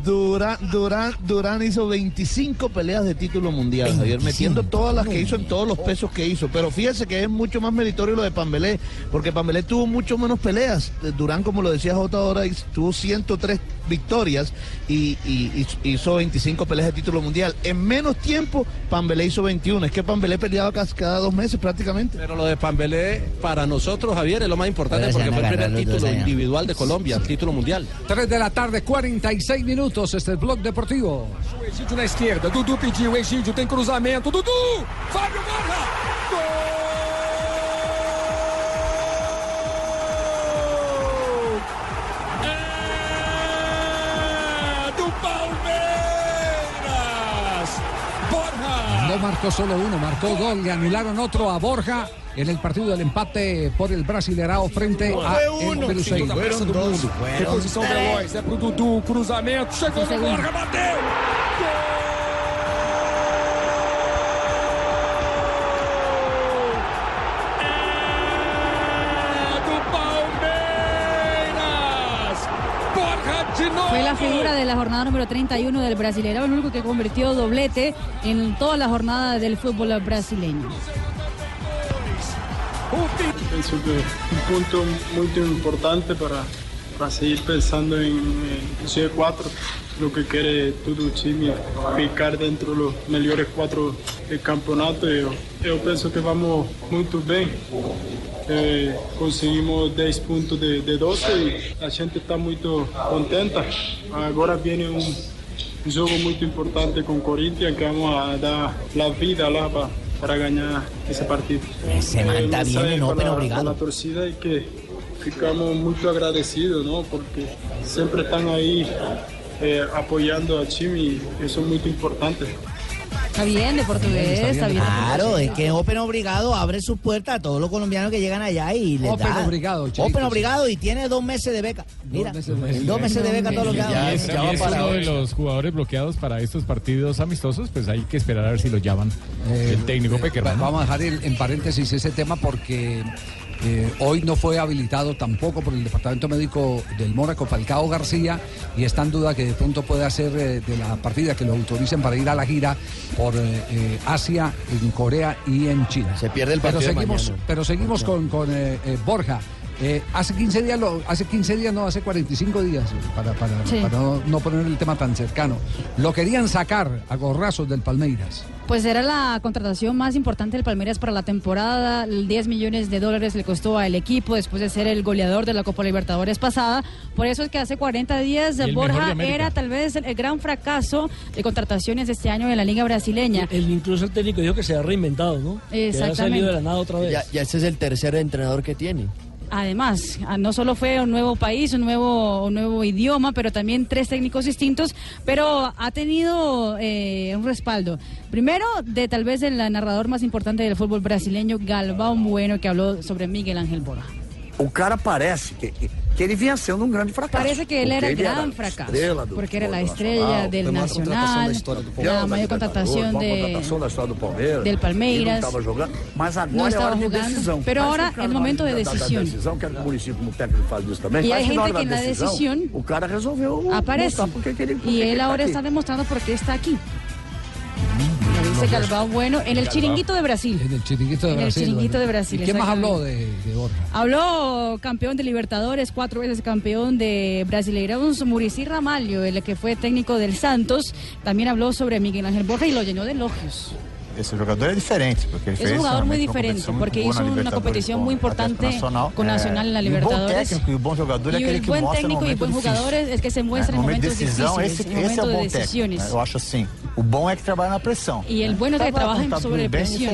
Speaker 28: Durán, Durán, Durán hizo 25 peleas de título mundial, Javier, metiendo todas las que hizo en todos los pesos que hizo. Pero fíjese que es mucho más meritorio lo de Eh, Pambelé, porque Pambelé tuvo mucho menos peleas. Durán, como lo decía J. ahora, hizo- tuvo 103
Speaker 18: victorias y, y- y hizo 25 peleas de título mundial. En menos tiempo, Pambelé hizo 21. Es que Pambelé peleaba casi cada dos meses prácticamente.
Speaker 9: Pero lo de Pambelé, para nosotros, Javier, es lo más importante
Speaker 18: Pero se
Speaker 9: porque
Speaker 18: van
Speaker 9: fue
Speaker 18: a
Speaker 9: el
Speaker 18: agarrar
Speaker 9: primer
Speaker 18: los dos
Speaker 9: título
Speaker 18: allá.
Speaker 9: individual de Colombia, el título mundial.
Speaker 6: 3 de la tarde, 46 minutos. Este es Blog Deportivo.
Speaker 21: Egídio na esquerda, Dudu pediu, Egídio tem cruzamento, Dudu! Fábio Borja! Gol! É do Palmeiras! Borja!
Speaker 6: No marcó solo uno, marcó dos, le anularon otro a Borja en el partido del empate por el Brasileirao frente a
Speaker 21: Foi
Speaker 6: el
Speaker 21: uno,
Speaker 6: Cruzeiro.
Speaker 21: Sim, toda a força do mundo. Reposição veloz, é pro Dudu, cruzamento, chegou no Borja, bateu! Gol! É do Palmeiras! Borja de novo!
Speaker 8: Fue la figura de la jornada número 31 del Brasileirão, el único que convirtió doblete en toda la jornada del fútbol brasileño.
Speaker 12: Pienso que un punto muy importante para, para seguir pensando en, en C4, lo que quiere todo el time, ficar dentro de los mejores cuatro del campeonato. Yo, yo pienso que vamos muy bien. Eh, conseguimos 10 puntos de, de 12 y la gente está muy contenta. Ahora viene un, un juego muy importante con Corinthians que vamos a dar la vida lá pa- para ganar ese partido.
Speaker 7: Ese man está
Speaker 12: Eh,
Speaker 7: bien,
Speaker 12: mensaje
Speaker 7: no,
Speaker 12: para-
Speaker 7: pero obligado.
Speaker 12: para la torcida y que ficamos muy agradecidos, ¿no? Porque siempre están ahí eh, apoyando a Chimi y eso es muy importante.
Speaker 8: Está bien de portugués, está bien. de
Speaker 7: Claro,
Speaker 8: portugués.
Speaker 7: es que Open Obligado abre sus puertas a todos los colombianos que llegan allá y les
Speaker 6: Open
Speaker 7: da-
Speaker 6: Obrigado, Cheito,
Speaker 7: Open
Speaker 6: sí.
Speaker 7: Obligado y tiene dos meses de beca. Mira, dos meses, de beca todos los que
Speaker 23: Y
Speaker 7: hagan.
Speaker 23: es, y es uno de los jugadores bloqueados para estos partidos amistosos, pues hay que esperar a ver si lo llaman el técnico Pequerman.
Speaker 6: Eh, Vamos a dejar el- en paréntesis ese tema porque eh, hoy no fue habilitado tampoco por el Departamento Médico del Mónaco Falcao García y está en duda que de pronto pueda ser eh, de la partida que lo autoricen para ir a la gira por eh, eh, Asia, en Corea y en China. Se
Speaker 3: pierde el partido
Speaker 6: Pero seguimos,
Speaker 3: mañana.
Speaker 6: pero seguimos con, con, eh, eh, Borja. Eh, hace 15 días, lo- hace 15 días, no, hace 45 días, eh, para, para-
Speaker 8: Sí.
Speaker 6: para no, no poner el tema tan cercano. Lo querían sacar a gorrazos del Palmeiras.
Speaker 8: Pues era la contratación más importante del Palmeiras para la temporada. 10 millones de dólares le costó al equipo después de ser el goleador de la Copa Libertadores pasada. Por eso es que hace 40 días
Speaker 10: Y el mejor de
Speaker 8: Borja
Speaker 10: América.
Speaker 8: era tal vez el, el gran fracaso de contrataciones este año de la Liga Brasileña.
Speaker 10: El- incluso el técnico dijo que se ha reinventado, ¿no? Que ha salido
Speaker 8: Exactamente.
Speaker 10: de la nada otra vez.
Speaker 31: Ya, ya este es el tercer entrenador que tiene.
Speaker 8: Además, ah, no solo fue un nuevo país, un nuevo, un nuevo idioma, pero también tres técnicos distintos, pero ha tenido eh, un respaldo. Primero, de tal vez el narrador más importante del fútbol brasileño, Galvão Bueno, que habló sobre Miguel Ángel Borja.
Speaker 2: O cara parece que, que ele vinha sendo um grande fracasso.
Speaker 8: Parece que él
Speaker 2: Porque
Speaker 8: era el
Speaker 2: ele era
Speaker 8: gran
Speaker 2: a
Speaker 8: fracaso,
Speaker 2: estrela do
Speaker 8: porque era la
Speaker 2: futebol
Speaker 8: estrella
Speaker 2: nacional,
Speaker 8: del
Speaker 2: foi a maior contratação da
Speaker 8: Nacional,
Speaker 2: história do Palmeiras,
Speaker 8: la
Speaker 2: da Libertadores, maior contratação da história do Palmeiras.
Speaker 8: mayor contratación de... del Palmeiras.
Speaker 2: E não estava jogando, mas agora
Speaker 8: Não
Speaker 2: é
Speaker 8: estava
Speaker 2: hora de
Speaker 8: jogando,
Speaker 2: decisão.
Speaker 8: pero
Speaker 2: Mas
Speaker 8: ahora
Speaker 2: o cara
Speaker 8: é
Speaker 2: na
Speaker 8: momento
Speaker 2: hora da-
Speaker 8: de
Speaker 2: da
Speaker 8: decisão.
Speaker 2: decisão, quero que o município, como técnico, faz isso também.
Speaker 8: Y
Speaker 2: mas que na
Speaker 8: hay gente
Speaker 2: hora
Speaker 8: que
Speaker 2: da
Speaker 8: na decisión
Speaker 2: o cara resolveu
Speaker 8: aparece.
Speaker 2: mostrar porque que ele, por que que
Speaker 8: Y
Speaker 2: ele
Speaker 8: él
Speaker 2: tá
Speaker 8: ahora
Speaker 2: aqui.
Speaker 8: está demostrando por qué está aquí.
Speaker 6: Mm,
Speaker 8: Lo dice Galván Bueno en el
Speaker 6: Galvão.
Speaker 8: chiringuito de Brasil.
Speaker 6: En el eh, chiringuito de
Speaker 8: En el
Speaker 6: Brasil.
Speaker 8: chiringuito de Brasil,
Speaker 6: ¿Y quién más
Speaker 8: exactamente.
Speaker 6: habló de, de Borja?
Speaker 8: Habló campeón de Libertadores, cuatro veces campeón de Brasileirão, Muricy Ramalho, el que fue técnico del Santos. También habló sobre Miguel Ángel Borja y lo llenó de elogios.
Speaker 32: Esse jogador é diferente, porque ele
Speaker 8: Es
Speaker 32: fez
Speaker 8: un jugador muy
Speaker 32: realmente uma
Speaker 8: um diferente
Speaker 32: competição muito
Speaker 8: porque
Speaker 32: boa na
Speaker 8: hizo una
Speaker 32: Libertadores
Speaker 8: competición
Speaker 32: com o Atlético
Speaker 8: muy importante con
Speaker 32: É,
Speaker 8: Nacional en la
Speaker 32: e um bom
Speaker 8: Libertadores.
Speaker 32: técnico e um bom jogador é
Speaker 8: Y
Speaker 32: aquele
Speaker 8: el
Speaker 32: que
Speaker 8: buen
Speaker 32: mostra no
Speaker 8: técnico y
Speaker 32: momento
Speaker 8: buen
Speaker 32: difícil.
Speaker 8: jugador es el que se
Speaker 32: né?
Speaker 8: muestra
Speaker 32: No
Speaker 8: en
Speaker 32: momento de
Speaker 8: momentos
Speaker 32: decisão,
Speaker 8: difíciles,
Speaker 32: esse,
Speaker 8: en
Speaker 32: esse é
Speaker 8: momentos
Speaker 32: o bom
Speaker 8: de
Speaker 32: técnico. né?
Speaker 8: decisiones.
Speaker 32: Eu acho assim, o bom é que trabalha na pressão.
Speaker 8: Y el bueno es que
Speaker 32: Trabalha
Speaker 8: trabaja
Speaker 32: quando tá
Speaker 8: é sobre
Speaker 32: tudo bem, isso É,
Speaker 8: presión.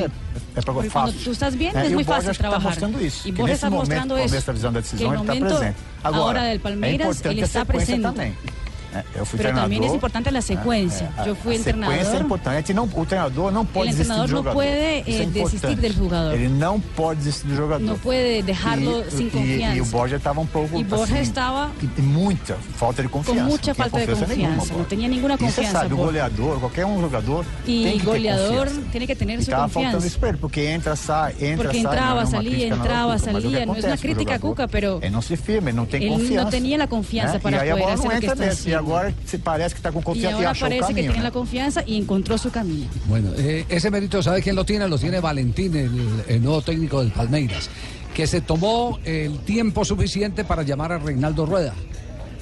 Speaker 32: é pra,
Speaker 8: Porque
Speaker 32: fácil.
Speaker 8: cuando tú estás bien,
Speaker 32: É,
Speaker 8: es
Speaker 32: e o
Speaker 8: muy
Speaker 32: Borja
Speaker 8: fácil
Speaker 32: acho que tá
Speaker 8: trabajar.
Speaker 32: mostrando isso.
Speaker 8: Y
Speaker 32: que nesse
Speaker 8: Borja está
Speaker 32: momento, quando
Speaker 8: mostrando
Speaker 32: vê
Speaker 8: eso.
Speaker 32: essa visão da
Speaker 8: que
Speaker 32: decisão,
Speaker 8: el
Speaker 32: ele está
Speaker 8: momento
Speaker 32: presente.
Speaker 8: ahora del
Speaker 32: é
Speaker 8: Palmeiras,
Speaker 32: importante
Speaker 8: él
Speaker 32: a
Speaker 8: está
Speaker 32: sequência também.
Speaker 8: presente.
Speaker 32: né? Eu fui
Speaker 8: Pero
Speaker 32: treinador.
Speaker 8: también es importante la secuencia.
Speaker 32: É,
Speaker 8: Yo fui
Speaker 32: a sequência é
Speaker 8: entrenador.
Speaker 32: importante. Não, o treinador não pode
Speaker 8: El
Speaker 32: desistir do
Speaker 8: entrenador no
Speaker 32: jogador.
Speaker 8: puede
Speaker 32: Isso é
Speaker 8: eh, desistir
Speaker 32: importante.
Speaker 8: del jugador.
Speaker 32: Ele não pode desistir do jogador.
Speaker 8: No puede dejarlo
Speaker 32: E-
Speaker 8: sin
Speaker 32: e-
Speaker 8: confianza.
Speaker 32: E, o Borja estava um pouco
Speaker 8: Y Borja
Speaker 32: assim,
Speaker 8: estaba
Speaker 32: que tem muita falta de confiança.
Speaker 8: con mucha
Speaker 32: não tinha
Speaker 8: falta de
Speaker 32: nenhuma,
Speaker 8: confianza. No
Speaker 32: Borja.
Speaker 8: tenía ninguna
Speaker 32: E você
Speaker 8: confianza.
Speaker 32: sabe, o
Speaker 8: Borja.
Speaker 32: goleador, qualquer um jogador tem
Speaker 8: Y
Speaker 32: que ter
Speaker 8: goleador
Speaker 32: confiança.
Speaker 8: tiene que tener
Speaker 32: E
Speaker 8: su
Speaker 32: tava faltando
Speaker 8: confianza.
Speaker 32: isso pra ele, porque entra, sai, entra,
Speaker 8: Porque
Speaker 32: sai. não é
Speaker 8: entraba,
Speaker 32: uma
Speaker 8: salía,
Speaker 32: crítica, não é
Speaker 8: entraba,
Speaker 32: Cuca, mas o que
Speaker 8: salía. No es
Speaker 32: acontece
Speaker 8: una
Speaker 32: com o
Speaker 8: crítica a
Speaker 32: jogador?
Speaker 8: Cuca, pero
Speaker 32: Ele não se firma, ele não tem
Speaker 8: él
Speaker 32: confianza.
Speaker 8: no tenía la
Speaker 6: ¿Eh?
Speaker 8: confianza
Speaker 32: né? e
Speaker 8: para
Speaker 32: aí
Speaker 8: poder
Speaker 32: agora não
Speaker 8: hacer lo que
Speaker 32: entra
Speaker 8: está
Speaker 32: mesmo. E
Speaker 8: haciendo.
Speaker 32: agora se parece que está com
Speaker 8: Y
Speaker 32: confianza e,
Speaker 8: ahora
Speaker 32: achou o
Speaker 8: parece que
Speaker 32: caminho.
Speaker 8: tiene
Speaker 32: né?
Speaker 8: la confianza y encontró su camino.
Speaker 6: Bueno, eh, ese mérito, ¿sabe quién lo tiene? Lo tiene Valentín, el, el nuevo técnico del Palmeiras, que se tomó el tiempo suficiente para llamar a Reinaldo Rueda.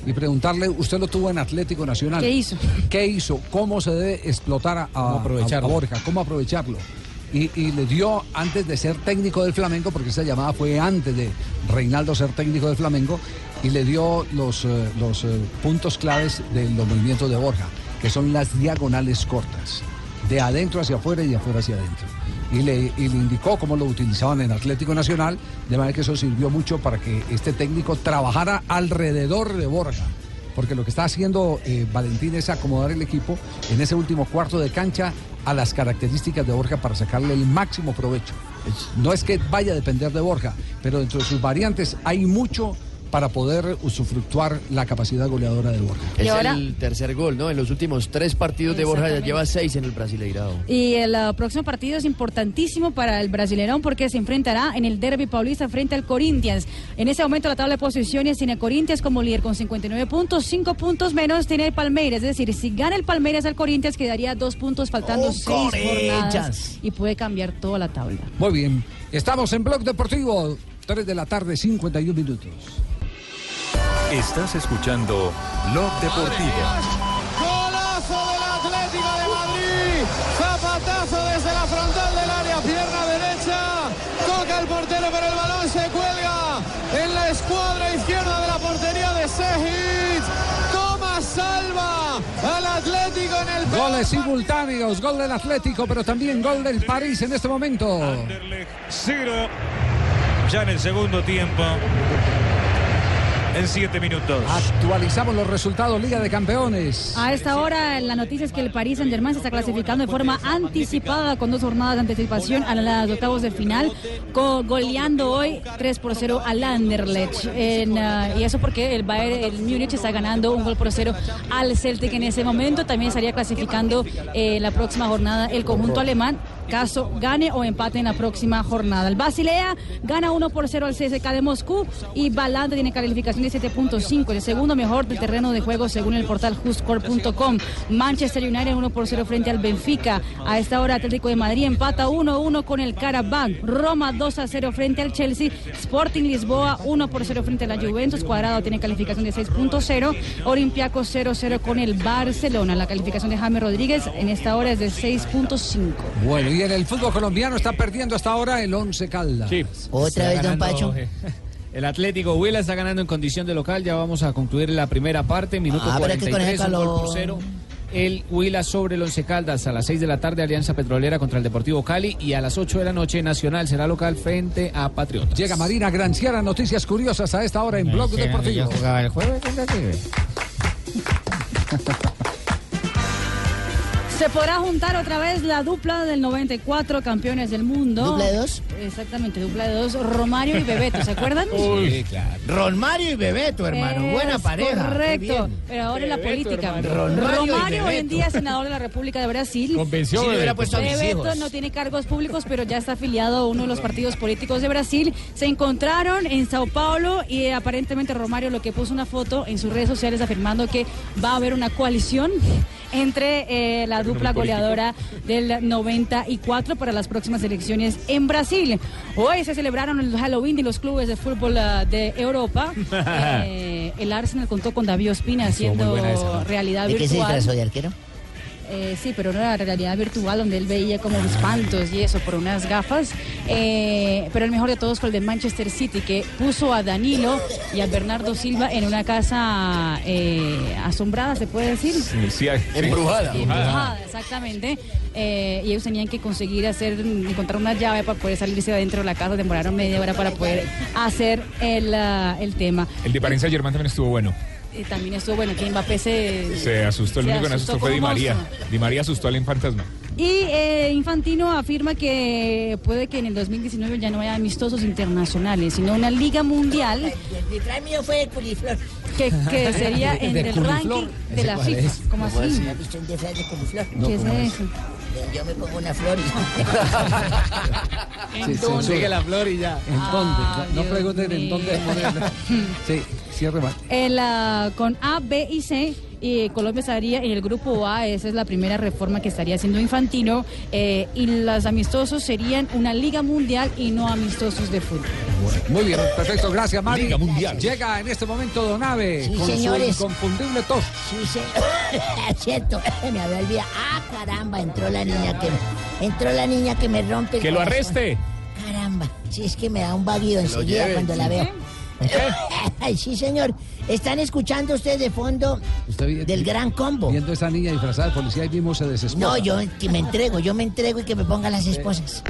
Speaker 6: y preguntarle, usted lo tuvo en Atlético Nacional.
Speaker 8: ¿Qué hizo?
Speaker 6: ¿Qué hizo? ¿Cómo se debe explotar a, a-
Speaker 17: aprovecharlo?
Speaker 6: a Borja? ¿Cómo aprovecharlo? Y, y le dio antes de ser técnico del Flamengo, porque esa llamada fue antes de Reinaldo ser técnico del Flamengo, y le dio los, eh, los eh, puntos claves de los movimientos de Borja, que son las diagonales cortas, de adentro hacia afuera y de afuera hacia adentro y le, y le indicó cómo lo utilizaban en Atlético Nacional, de manera que eso sirvió mucho para que este técnico trabajara alrededor de Borja. Porque lo que está haciendo eh, Valentín es acomodar el equipo en ese último cuarto de cancha a las características de Borja para sacarle el máximo provecho. No es que vaya a depender de Borja, pero dentro de sus variantes hay mucho para poder usufructuar la capacidad goleadora de Borja.
Speaker 1: Es
Speaker 8: Y ahora-
Speaker 1: el tercer gol, ¿no? En los últimos tres partidos de Borja ya lleva seis en el Brasileirao.
Speaker 8: Y el eh, próximo partido es importantísimo para el brasileño porque se enfrentará en el Derby Paulista frente al Corinthians. En ese momento la tabla de posiciones tiene a Corinthians como líder con 59 puntos, 5 puntos menos tiene el Palmeiras. Es decir, si gana el Palmeiras al Corinthians quedaría dos puntos faltando
Speaker 6: ¡Oh,
Speaker 8: seis
Speaker 6: Corinthians!
Speaker 8: jornadas y puede cambiar toda la tabla.
Speaker 6: Muy bien, estamos en Blog Deportivo, 3 de la tarde, 51 minutos.
Speaker 14: Estás escuchando Blog Deportivo.
Speaker 29: Golazo del Atlético de Madrid. Zapatazo desde la frontal del área, pierna derecha. Toca el portero, pero el balón se cuelga en la escuadra izquierda de la portería de Sejic. Toma salva al Atlético en el
Speaker 6: Goles simultáneos, gol del Atlético, pero también gol del París en este momento.
Speaker 5: Cero. Ya en el segundo tiempo. En siete minutos.
Speaker 6: Ah, Actualizamos los resultados Liga de Campeones.
Speaker 8: A esta hora la noticia es que el Paris Saint Germain se está clasificando de forma anticipada con dos jornadas de anticipación a las octavos de final, co- goleando hoy 3 por 0 al Anderlecht. En, ah, y eso porque el Bayern el Múnich está ganando un gol por cero al Celtic en ese momento. También estaría clasificando eh, la próxima jornada el conjunto alemán caso gane o empate en la próxima jornada. El Basilea gana 1 por 0 al CSK de Moscú y Balanda tiene calificación de 7.5, el segundo mejor del terreno de juego según el portal justcore.com. Manchester United 1 por 0 frente al Benfica. A esta hora Atlético de Madrid empata 1-1 con el Carabao. Roma 2 0 frente al Chelsea. Sporting Lisboa 1 por 0 frente a la Juventus. Cuadrado tiene calificación de 6.0. Olympiacos 0-0 con el Barcelona. La calificación de Jaime Rodríguez en esta hora es de 6.5.
Speaker 6: Bueno, y en el fútbol colombiano está perdiendo hasta ahora el Once Caldas.
Speaker 15: Está ganando, eh, El Atlético Huila está ganando en condición de local. Ya vamos a concluir la primera parte. Minuto Ah, pero es que 43, con un el gol por calor. cero. El Huila sobre el Once Caldas a las 6 de la tarde, Alianza Petrolera contra el Deportivo Cali. Y a las 8 de la noche, Nacional será local frente a Patriotas.
Speaker 6: Llega Marina Granciera, noticias curiosas a esta hora en Blog Deportivo.
Speaker 15: el jueves
Speaker 8: Se podrá juntar otra vez la dupla del 94 campeones del mundo.
Speaker 15: ¿Dupla de
Speaker 8: dos? Exactamente, dupla de dos, Romario y Bebeto, ¿se acuerdan?
Speaker 15: Uy,
Speaker 8: claro.
Speaker 15: Romario
Speaker 2: y Bebeto, hermano. Buena
Speaker 8: Es
Speaker 2: pareja. Qué
Speaker 8: Correcto,
Speaker 2: bien.
Speaker 8: pero ahora en la
Speaker 2: Bebeto,
Speaker 8: política.
Speaker 2: hermano. Romario y
Speaker 8: Romario hoy en
Speaker 2: Bebeto.
Speaker 8: día es senador de la República de Brasil.
Speaker 23: Convenció Sí, le hubiera Bebeto. puesto a mis
Speaker 8: Bebeto
Speaker 23: hijos.
Speaker 8: no tiene cargos públicos, pero ya está afiliado a uno de los partidos políticos de Brasil. Se encontraron en Sao Paulo y eh, aparentemente Romario lo que puso una foto en sus redes sociales afirmando que va a haber una coalición entre eh, la dupla
Speaker 16: político.
Speaker 8: goleadora del 94 para las próximas elecciones en Brasil. Hoy se celebraron el Halloween de los clubes de fútbol ah, de Europa. Eh, el Arsenal contó con David Ospina
Speaker 7: Estuvo muy
Speaker 8: haciendo
Speaker 7: buena esa, ¿no?
Speaker 8: realidad
Speaker 7: ¿De qué se
Speaker 8: virtual.
Speaker 7: disfrazó de arquero?
Speaker 8: Eh, sí, pero no era realidad virtual donde él veía como espantos y eso por unas gafas. Eh, pero el mejor de todos fue el de Manchester City, que puso a Danilo y a Bernardo Silva en una casa eh, asombrada, se puede decir.
Speaker 5: Sí, sí, hay- sí.
Speaker 8: Embrujada, exactamente. Eh, y ellos tenían que conseguir hacer, encontrar una llave para poder salirse de adentro de la casa. Demoraron media hora para poder hacer el, ah, el tema.
Speaker 5: El de Parencia Germán también estuvo bueno.
Speaker 8: Eh, también estuvo bueno que Mbappé se,
Speaker 5: Se asustó. El
Speaker 8: se
Speaker 5: único que no asustó fue Di
Speaker 8: como un
Speaker 5: María.
Speaker 8: monstruo.
Speaker 5: Di María asustó al fantasma.
Speaker 8: Y eh, Infantino afirma que puede que en el 2019 ya no haya amistosos internacionales, sino una liga mundial
Speaker 2: El detrás mío fue de coliflor.
Speaker 8: que, que sería en
Speaker 2: ¿De
Speaker 8: el
Speaker 2: coliflor?
Speaker 8: ranking de
Speaker 2: ¿Ese
Speaker 8: la
Speaker 2: cuál
Speaker 8: FIFA.
Speaker 2: es?
Speaker 8: ¿Cómo
Speaker 2: ¿Cómo
Speaker 8: así?
Speaker 2: es? ¿Has visto un disfraz de coliflor?
Speaker 8: No, ¿Qué es ¿cómo es? eso?
Speaker 2: Yo me pongo una flor y...
Speaker 6: Sí,
Speaker 15: dónde?
Speaker 6: censura.
Speaker 15: Que la flor y ya.
Speaker 6: ¿En
Speaker 2: Ah,
Speaker 6: dónde? no pregunten en dónde ponerlo. Sí, cierre más.
Speaker 8: El, ah, con A, B y C y Colombia estaría en el grupo A, esa es la primera reforma que estaría haciendo Infantino, eh, y los amistosos serían una liga mundial y no amistosos de fútbol.
Speaker 6: Muy bien, perfecto, gracias Mari.
Speaker 30: Liga Mundial.
Speaker 6: Llega en este momento Donave
Speaker 30: Sí,
Speaker 6: con
Speaker 30: señores.
Speaker 6: su inconfundible tos.
Speaker 30: Ah, Cierto, me había olvidado. Ah, caramba, entró la niña que entró la niña que me rompe el
Speaker 23: Que lo
Speaker 30: corazón.
Speaker 23: arreste.
Speaker 30: Caramba, si es que me da un vaguido
Speaker 23: Que lo
Speaker 30: enseguida
Speaker 23: lleven,
Speaker 30: cuando la
Speaker 23: sí.
Speaker 30: veo. Ay, sí, señor. Están escuchando ustedes de fondo del gran combo.
Speaker 6: Viendo a esa niña disfrazada de policía y mismo se desespera.
Speaker 30: No, yo que me entrego, yo me entrego y que me pongan las esposas.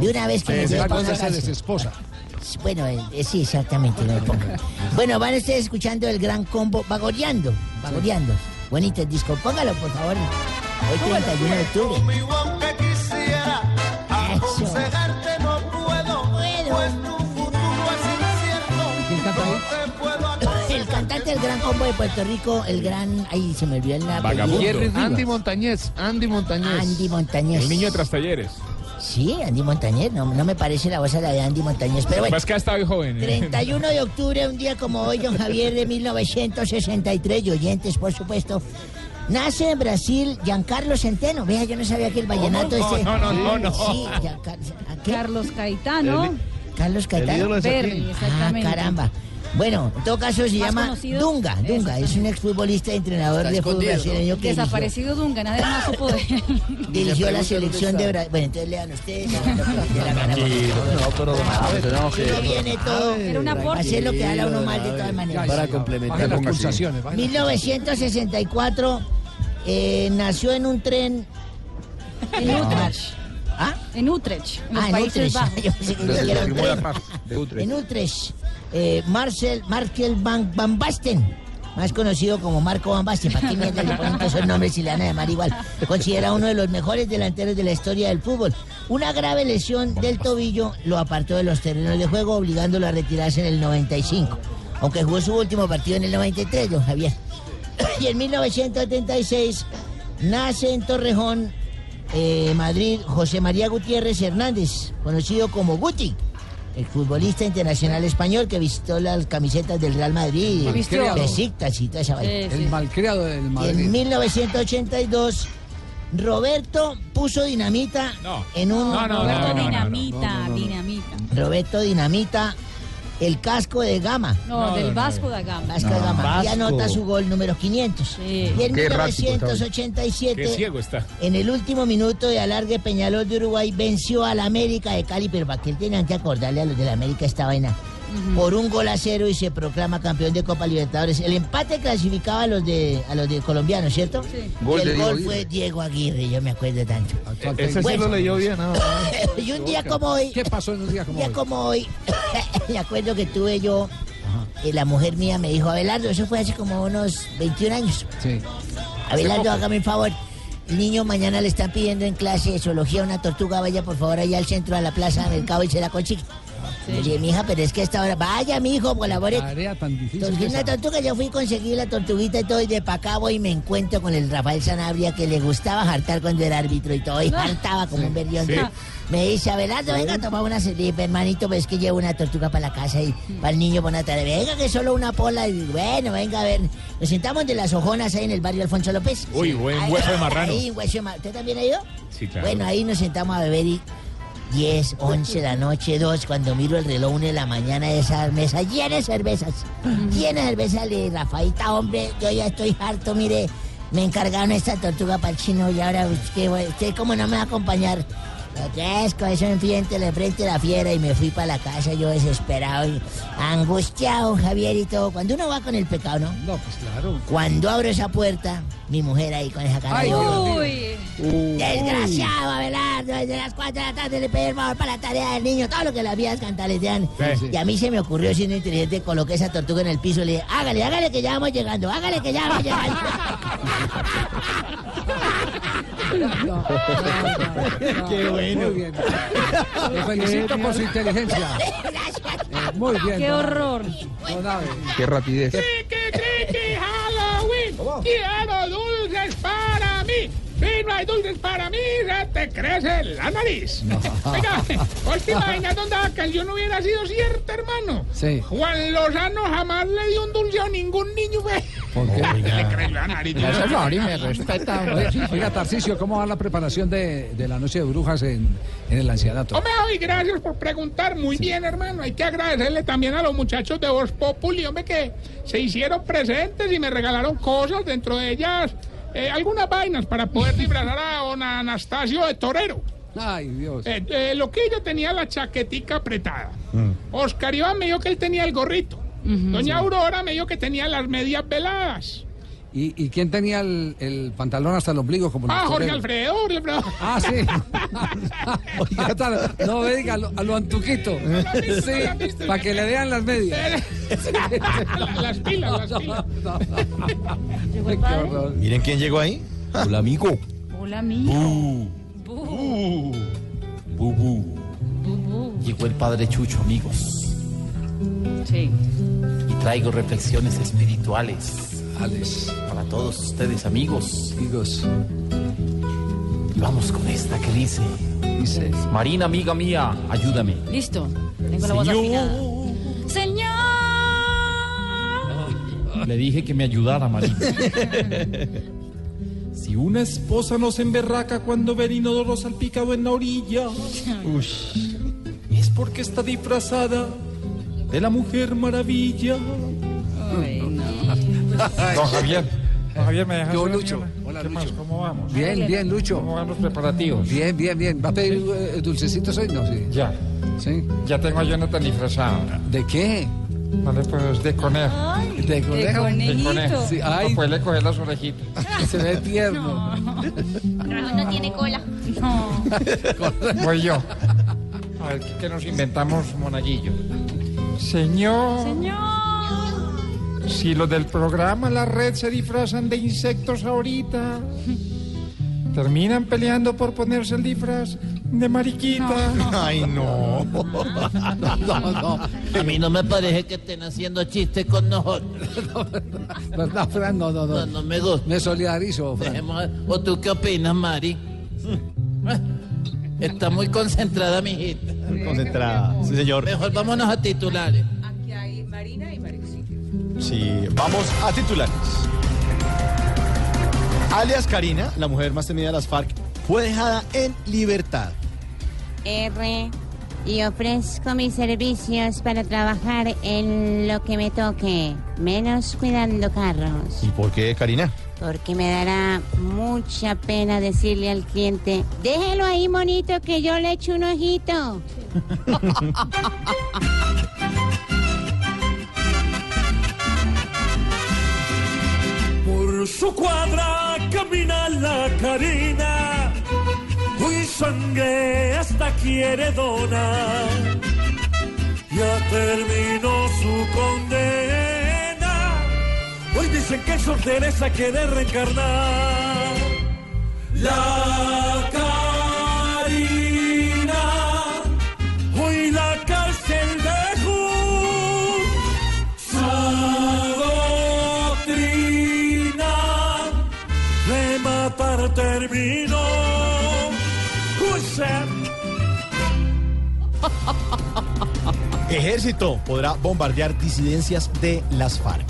Speaker 30: De una vez que me
Speaker 6: se
Speaker 30: pongan
Speaker 6: se
Speaker 30: las-
Speaker 6: desesposa.
Speaker 30: Bueno, eh, eh, sí, exactamente. no me pongan. bueno, van ustedes escuchando el gran combo, vagoreando, vagoreando. Bonito el disco, póngalo por favor. Hoy 31 de octubre.
Speaker 29: aunque quisiera aconsejarte no puedo, pues tu futuro es incierto.
Speaker 30: El cantante del gran combo de Puerto Rico, el gran. Ay, se me olvidó el nombre.
Speaker 28: Andy Montañez, Andy Montañez.
Speaker 30: Andy Montañez.
Speaker 28: El niño de
Speaker 30: Trastalleres. Sí, Andy Montañez. No, no me parece la voz a la de Andy Montañez,
Speaker 28: Pues
Speaker 30: pero bueno.
Speaker 23: Más que hasta hoy
Speaker 5: ¿eh?
Speaker 23: joven.
Speaker 30: 31 de octubre, un día como hoy, don Javier de 1963, y oyentes, por supuesto. Nace en Brasil Giancarlo Centeno. Vea, yo no sabía que el vallenato
Speaker 28: No,
Speaker 30: este.
Speaker 28: no, no, no, no.
Speaker 30: Sí, Giancarlo. Carlos Caetano.
Speaker 28: El-
Speaker 30: Carlos
Speaker 28: el
Speaker 30: Caetano.
Speaker 28: ídolo de Berry, Serpín.
Speaker 30: ah,
Speaker 8: exactamente.
Speaker 30: caramba. Bueno, en todo caso se
Speaker 8: Más
Speaker 30: llama
Speaker 8: conocido.
Speaker 30: Dunga. Dunga es un exfutbolista y entrenador
Speaker 8: Está
Speaker 30: de fútbol
Speaker 8: escondido.
Speaker 30: brasileño que dirigió-
Speaker 8: Desaparecido Duncan, además supo de él.
Speaker 30: dirigió la selección de Brasil. Bueno, entonces lean ustedes.
Speaker 28: No, pero
Speaker 30: Uno viene todo.
Speaker 8: Era un aporte.
Speaker 30: Así es lo que habla uno mal de todas maneras.
Speaker 1: Para complementar.
Speaker 6: Bajen las
Speaker 1: Ponga así.
Speaker 6: pulsaciones, bajen las
Speaker 30: 1964 eh, nació en un tren.
Speaker 8: En Utrecht.
Speaker 30: ¿Ah?
Speaker 8: En Utrecht, en los
Speaker 30: Ah, en
Speaker 8: Países
Speaker 30: Utrecht.
Speaker 8: Bajos.
Speaker 30: Yo pensé que
Speaker 28: De-
Speaker 30: era
Speaker 28: de
Speaker 30: un
Speaker 28: Primera
Speaker 30: tren.
Speaker 28: Paz, de Utrecht.
Speaker 30: En Utrecht, eh, Marcel, Markel Van, Van Basten. Más conocido como Marco Van Basten, ¿para qué mierda le ponen todos esos nombres si le van a llamar igual? Considera uno de los mejores delanteros de la historia del fútbol. Una grave lesión del tobillo lo apartó de los terrenos de juego, obligándolo a retirarse en el 95. Aunque jugó su último partido en el 93, don Javier. Y en 1976 nace en Torrejón, eh, Madrid, José María Gutiérrez Hernández, conocido como Guti. El futbolista internacional español que vistió las camisetas del Real Madrid,
Speaker 6: Malcriado.
Speaker 30: Besiktas y toda esa vaina.
Speaker 6: El malcriado del
Speaker 30: Y
Speaker 6: Madrid.
Speaker 30: en 1982, Roberto puso dinamita en un...
Speaker 8: Roberto Dinamita, Dinamita.
Speaker 30: Roberto Dinamita, el casco de gama.
Speaker 8: No, del Vasco da Gama.
Speaker 30: Vasco da Gama. Y
Speaker 8: Vasco.
Speaker 30: anota su gol número 500. Y en
Speaker 8: Qué errático está hoy.
Speaker 30: 1987...
Speaker 23: Qué ciego está.
Speaker 30: En el último minuto de alargue, Peñalol de Uruguay venció al América de Cali, pero para que tenían que acordarle a los de la América esta vaina. Por un gol a cero y se proclama campeón de Copa Libertadores. Pues El empate clasificaba a los de a los de colombianos, ¿cierto? Y
Speaker 28: Gol de
Speaker 30: el
Speaker 28: Diego
Speaker 30: gol
Speaker 28: Aguirre.
Speaker 30: fue Diego Aguirre, yo me acuerdo tanto.
Speaker 28: Ese sí
Speaker 30: Bueno,
Speaker 28: lo leyó bien, ¿no?
Speaker 30: y un día como hoy.
Speaker 6: ¿Qué pasó en un día como
Speaker 30: día
Speaker 6: hoy?
Speaker 30: como hoy, me acuerdo que tuve yo, eh, la mujer mía me dijo, Abelardo, eso fue hace como unos 21 años.
Speaker 6: Sí.
Speaker 30: Abelardo,
Speaker 6: poco.
Speaker 30: hágame un favor. El niño mañana le están pidiendo en clase de zoología una tortuga. Vaya, por favor, allá al centro, a la plaza del mercado y se la consigue.
Speaker 6: Ah,
Speaker 30: Le dije, mija, pero es que a esta hora... Vaya, mijo, colabore.
Speaker 6: Tarea tan difícil.
Speaker 30: Tortuguita,
Speaker 6: que esa.
Speaker 30: tortuga, yo fui y conseguí la tortuguita y todo, y de pa' acá voy y me encuentro con el Rafael Sanabria que le gustaba jartar cuando era árbitro y todo, y jartaba como un berrión.
Speaker 29: sí.
Speaker 30: Me dice, Abelardo, venga, toma una cerveza, hermanito, ves que llevo una tortuga para la casa y para el niño para una tarea. Venga, que solo una pola, y bueno, venga, a ver. Nos sentamos de las ojonas ahí en el barrio Alfonso López.
Speaker 23: Uy, buen hueso de marrano.
Speaker 30: Ahí, hueso de marrano. ¿Usted también ha ido?
Speaker 23: Sí, claro.
Speaker 30: Bueno, ahí nos sentamos a beber y 10, 11 de la noche, 2, cuando miro el reloj, 1 de la mañana, esa mesa llena de cervezas. Llena de cervezas, le dije, Rafaita, hombre, yo ya estoy harto, mire, me encargaron esta tortuga para el chino y ahora usted, usted como no me va a acompañar. Lo crezco, eso enfrente, le frente a la fiera y me fui para la casa yo desesperado y angustiado, Javier y todo. Cuando uno va con el pecado, ¿no?
Speaker 6: No, pues claro.
Speaker 30: Cuando abro esa puerta, mi mujer ahí con esa cara.
Speaker 29: Ay,
Speaker 30: de-
Speaker 29: Uy.
Speaker 30: Desgraciado, Abelardo, desde las 4 de la tarde le pedí el favor para la tarea del niño, todo lo que las vías cantaletean.
Speaker 29: Sí, sí.
Speaker 30: Y a mí se me ocurrió, siendo inteligente, coloqué esa tortuga en el piso y le dije, hágale, hágale que ya vamos llegando, hágale que ya vamos llegando.
Speaker 29: Qué bueno.
Speaker 6: Muy bien. Lo felicito por su inteligencia. Eh, Muy bien.
Speaker 29: Qué
Speaker 6: don Abe.
Speaker 29: horror.
Speaker 6: Don Abe.
Speaker 3: Qué rapidez.
Speaker 29: Criqui, criqui, Halloween. Quiero dulces para mí. Si no hay dulces para mí, ya te crece la nariz. Oiga, última donde que yo no hubiera sido cierta, hermano.
Speaker 6: Sí.
Speaker 29: Juan Lozano jamás le dio un dulce a ningún niño. güey.
Speaker 6: Oiga, Tarcicio, ¿cómo va la preparación de, de la noche de brujas en, en el ancianato?
Speaker 33: Hombre, Javi, gracias por preguntar. Muy bien, hermano. Hay que agradecerle también a los muchachos de Voz Populi, hombre, que se hicieron presentes y me regalaron cosas, dentro de ellas eh, algunas vainas para poder disfrazar a don Anastasio de Torero.
Speaker 6: Ay, Dios.
Speaker 33: Eh, eh, Loquillo tenía la chaquetica apretada.
Speaker 6: Mm.
Speaker 33: Oscar Iván me dijo que él tenía el gorrito. Doña Aurora me dijo que tenía las medias veladas.
Speaker 6: ¿Y, y quién tenía el, el pantalón hasta el ombligo? Como los
Speaker 33: Ah, Jorge
Speaker 6: toreros?
Speaker 33: Alfredo, Jorge Alfredo.
Speaker 6: Ah, sí. Ya está, no me diga, a lo, a lo antuquito. Sí, para que le vean las medias.
Speaker 33: las pilas, las pilas.
Speaker 2: Miren quién llegó ahí. Uh. Hola, amigo.
Speaker 8: Hola, mi. Uh.
Speaker 2: Bubú. Llegó el padre Chucho, amigos.
Speaker 8: Sí.
Speaker 2: Y traigo reflexiones espirituales. Para todos ustedes, amigos. Amigos. Vamos con esta que dice. Dice. Marina, amiga mía, ayúdame.
Speaker 8: Listo. Tengo la voz
Speaker 2: Señor.
Speaker 8: afinada. Señor.
Speaker 2: Le dije que me ayudara, Marina.
Speaker 14: Si una esposa no se emberraca cuando ve el inodoro salpicado en la orilla, es porque está disfrazada de la mujer maravilla.
Speaker 20: Don Javier. Don Javier, me dejas
Speaker 6: Yo,
Speaker 20: una
Speaker 6: Lucho.
Speaker 20: mierda?
Speaker 6: Hola,
Speaker 20: ¿Qué más? ¿Cómo vamos?
Speaker 6: Bien, bien, Lucho.
Speaker 20: ¿Cómo van los preparativos?
Speaker 6: Bien, bien, bien. ¿Va a pedir eh, dulcecitos hoy? No, sí.
Speaker 20: Ya.
Speaker 6: ¿Sí?
Speaker 20: Ya tengo a Jonathan disfrazado.
Speaker 6: ¿De qué?
Speaker 20: Vale, pues de conejo.
Speaker 6: ¿De conejo?
Speaker 20: De conejo.
Speaker 6: Sí, ay,
Speaker 20: No, pues le coger las orejitas.
Speaker 6: se ve tierno.
Speaker 34: No tiene cola. No.
Speaker 20: Voy yo. A ver, ¿qué- ¿qué nos inventamos, monaguillo? Señor.
Speaker 34: Señor.
Speaker 20: Si los del programa La Red se disfrazan de insectos ahorita, terminan peleando por ponerse el disfraz de mariquita.
Speaker 2: Ay, no.
Speaker 20: No, no.
Speaker 35: A mí no me parece que estén haciendo chistes con nosotros.
Speaker 6: No, no, Fran, no, no, no. No,
Speaker 35: me gusta.
Speaker 6: Me solidarizo, Fran.
Speaker 35: Dejemos- ¿O tú qué opinas, Mari? Está muy concentrada, mijita.
Speaker 2: Concentrada. Ah, Sí, señor.
Speaker 35: Mejor vámonos a titulares.
Speaker 2: Sí, vamos a titulares. Alias Karina, la mujer más temida de las FARC, fue dejada en libertad.
Speaker 34: R. Y ofrezco mis servicios para trabajar en lo que me toque, menos cuidando carros,
Speaker 2: ¿Y por qué, Karina?
Speaker 34: porque me dará mucha pena decirle al cliente, déjelo ahí, monito, que yo le echo un ojito.
Speaker 36: Por su cuadra camina la Karina, muy sangre hasta quiere donar. Ya terminó su condena, hoy dicen que Sor Teresa quiere reencarnar. La Karina, hoy la cárcel dejó su doctrina de matar terminó. Uy, se-
Speaker 2: Ejército podrá bombardear disidencias de las FARC.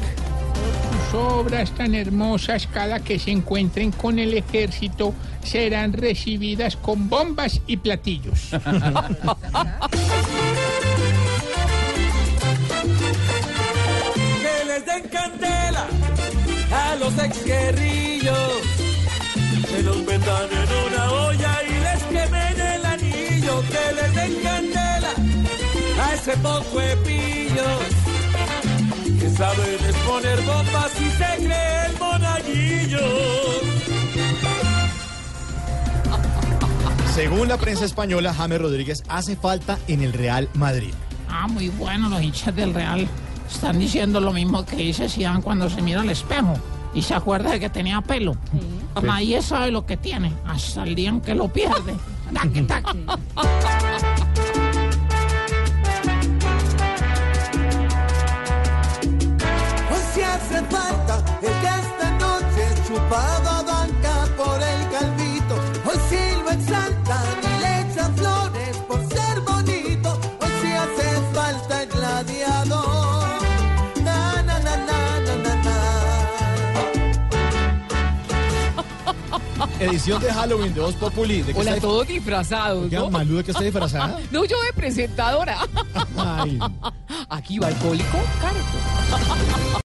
Speaker 33: Sus obras tan hermosas, cada que se encuentren con el ejército, serán recibidas con bombas y platillos.
Speaker 36: Que les den candela a los exguerrillos. Que los metan en una olla y les quemen el anillo. Que les den candela a ese poco pillos. Que saben es poner bombas y se creen monaguillos.
Speaker 2: Según la prensa española, James Rodríguez hace falta en el Real Madrid.
Speaker 37: Ah, muy bueno, los hinchas del Real están diciendo lo mismo que dice Zidane cuando se mira al espejo y se acuerda de que tenía pelo. Pues Nadie sabe lo que tiene hasta el día en que lo pierde. Taqui, taqui.
Speaker 21: Hoy si hace falta el que esta noche es chupado a banca por el calvito. Hoy si lo exaltan y le echan flores por ser bonito. Hoy si hace falta el gladiador. Na, na, na, na, na, na, na.
Speaker 2: edición de Halloween de Voz Populi. ¿De qué
Speaker 16: Hola,
Speaker 2: está-
Speaker 16: todos disfrazados,
Speaker 2: ¿Qué,
Speaker 16: ¿no?
Speaker 2: Malú, de qué está disfrazada?
Speaker 16: No, yo de presentadora.
Speaker 2: Ay.
Speaker 16: Aquí va alcohólico, cargo.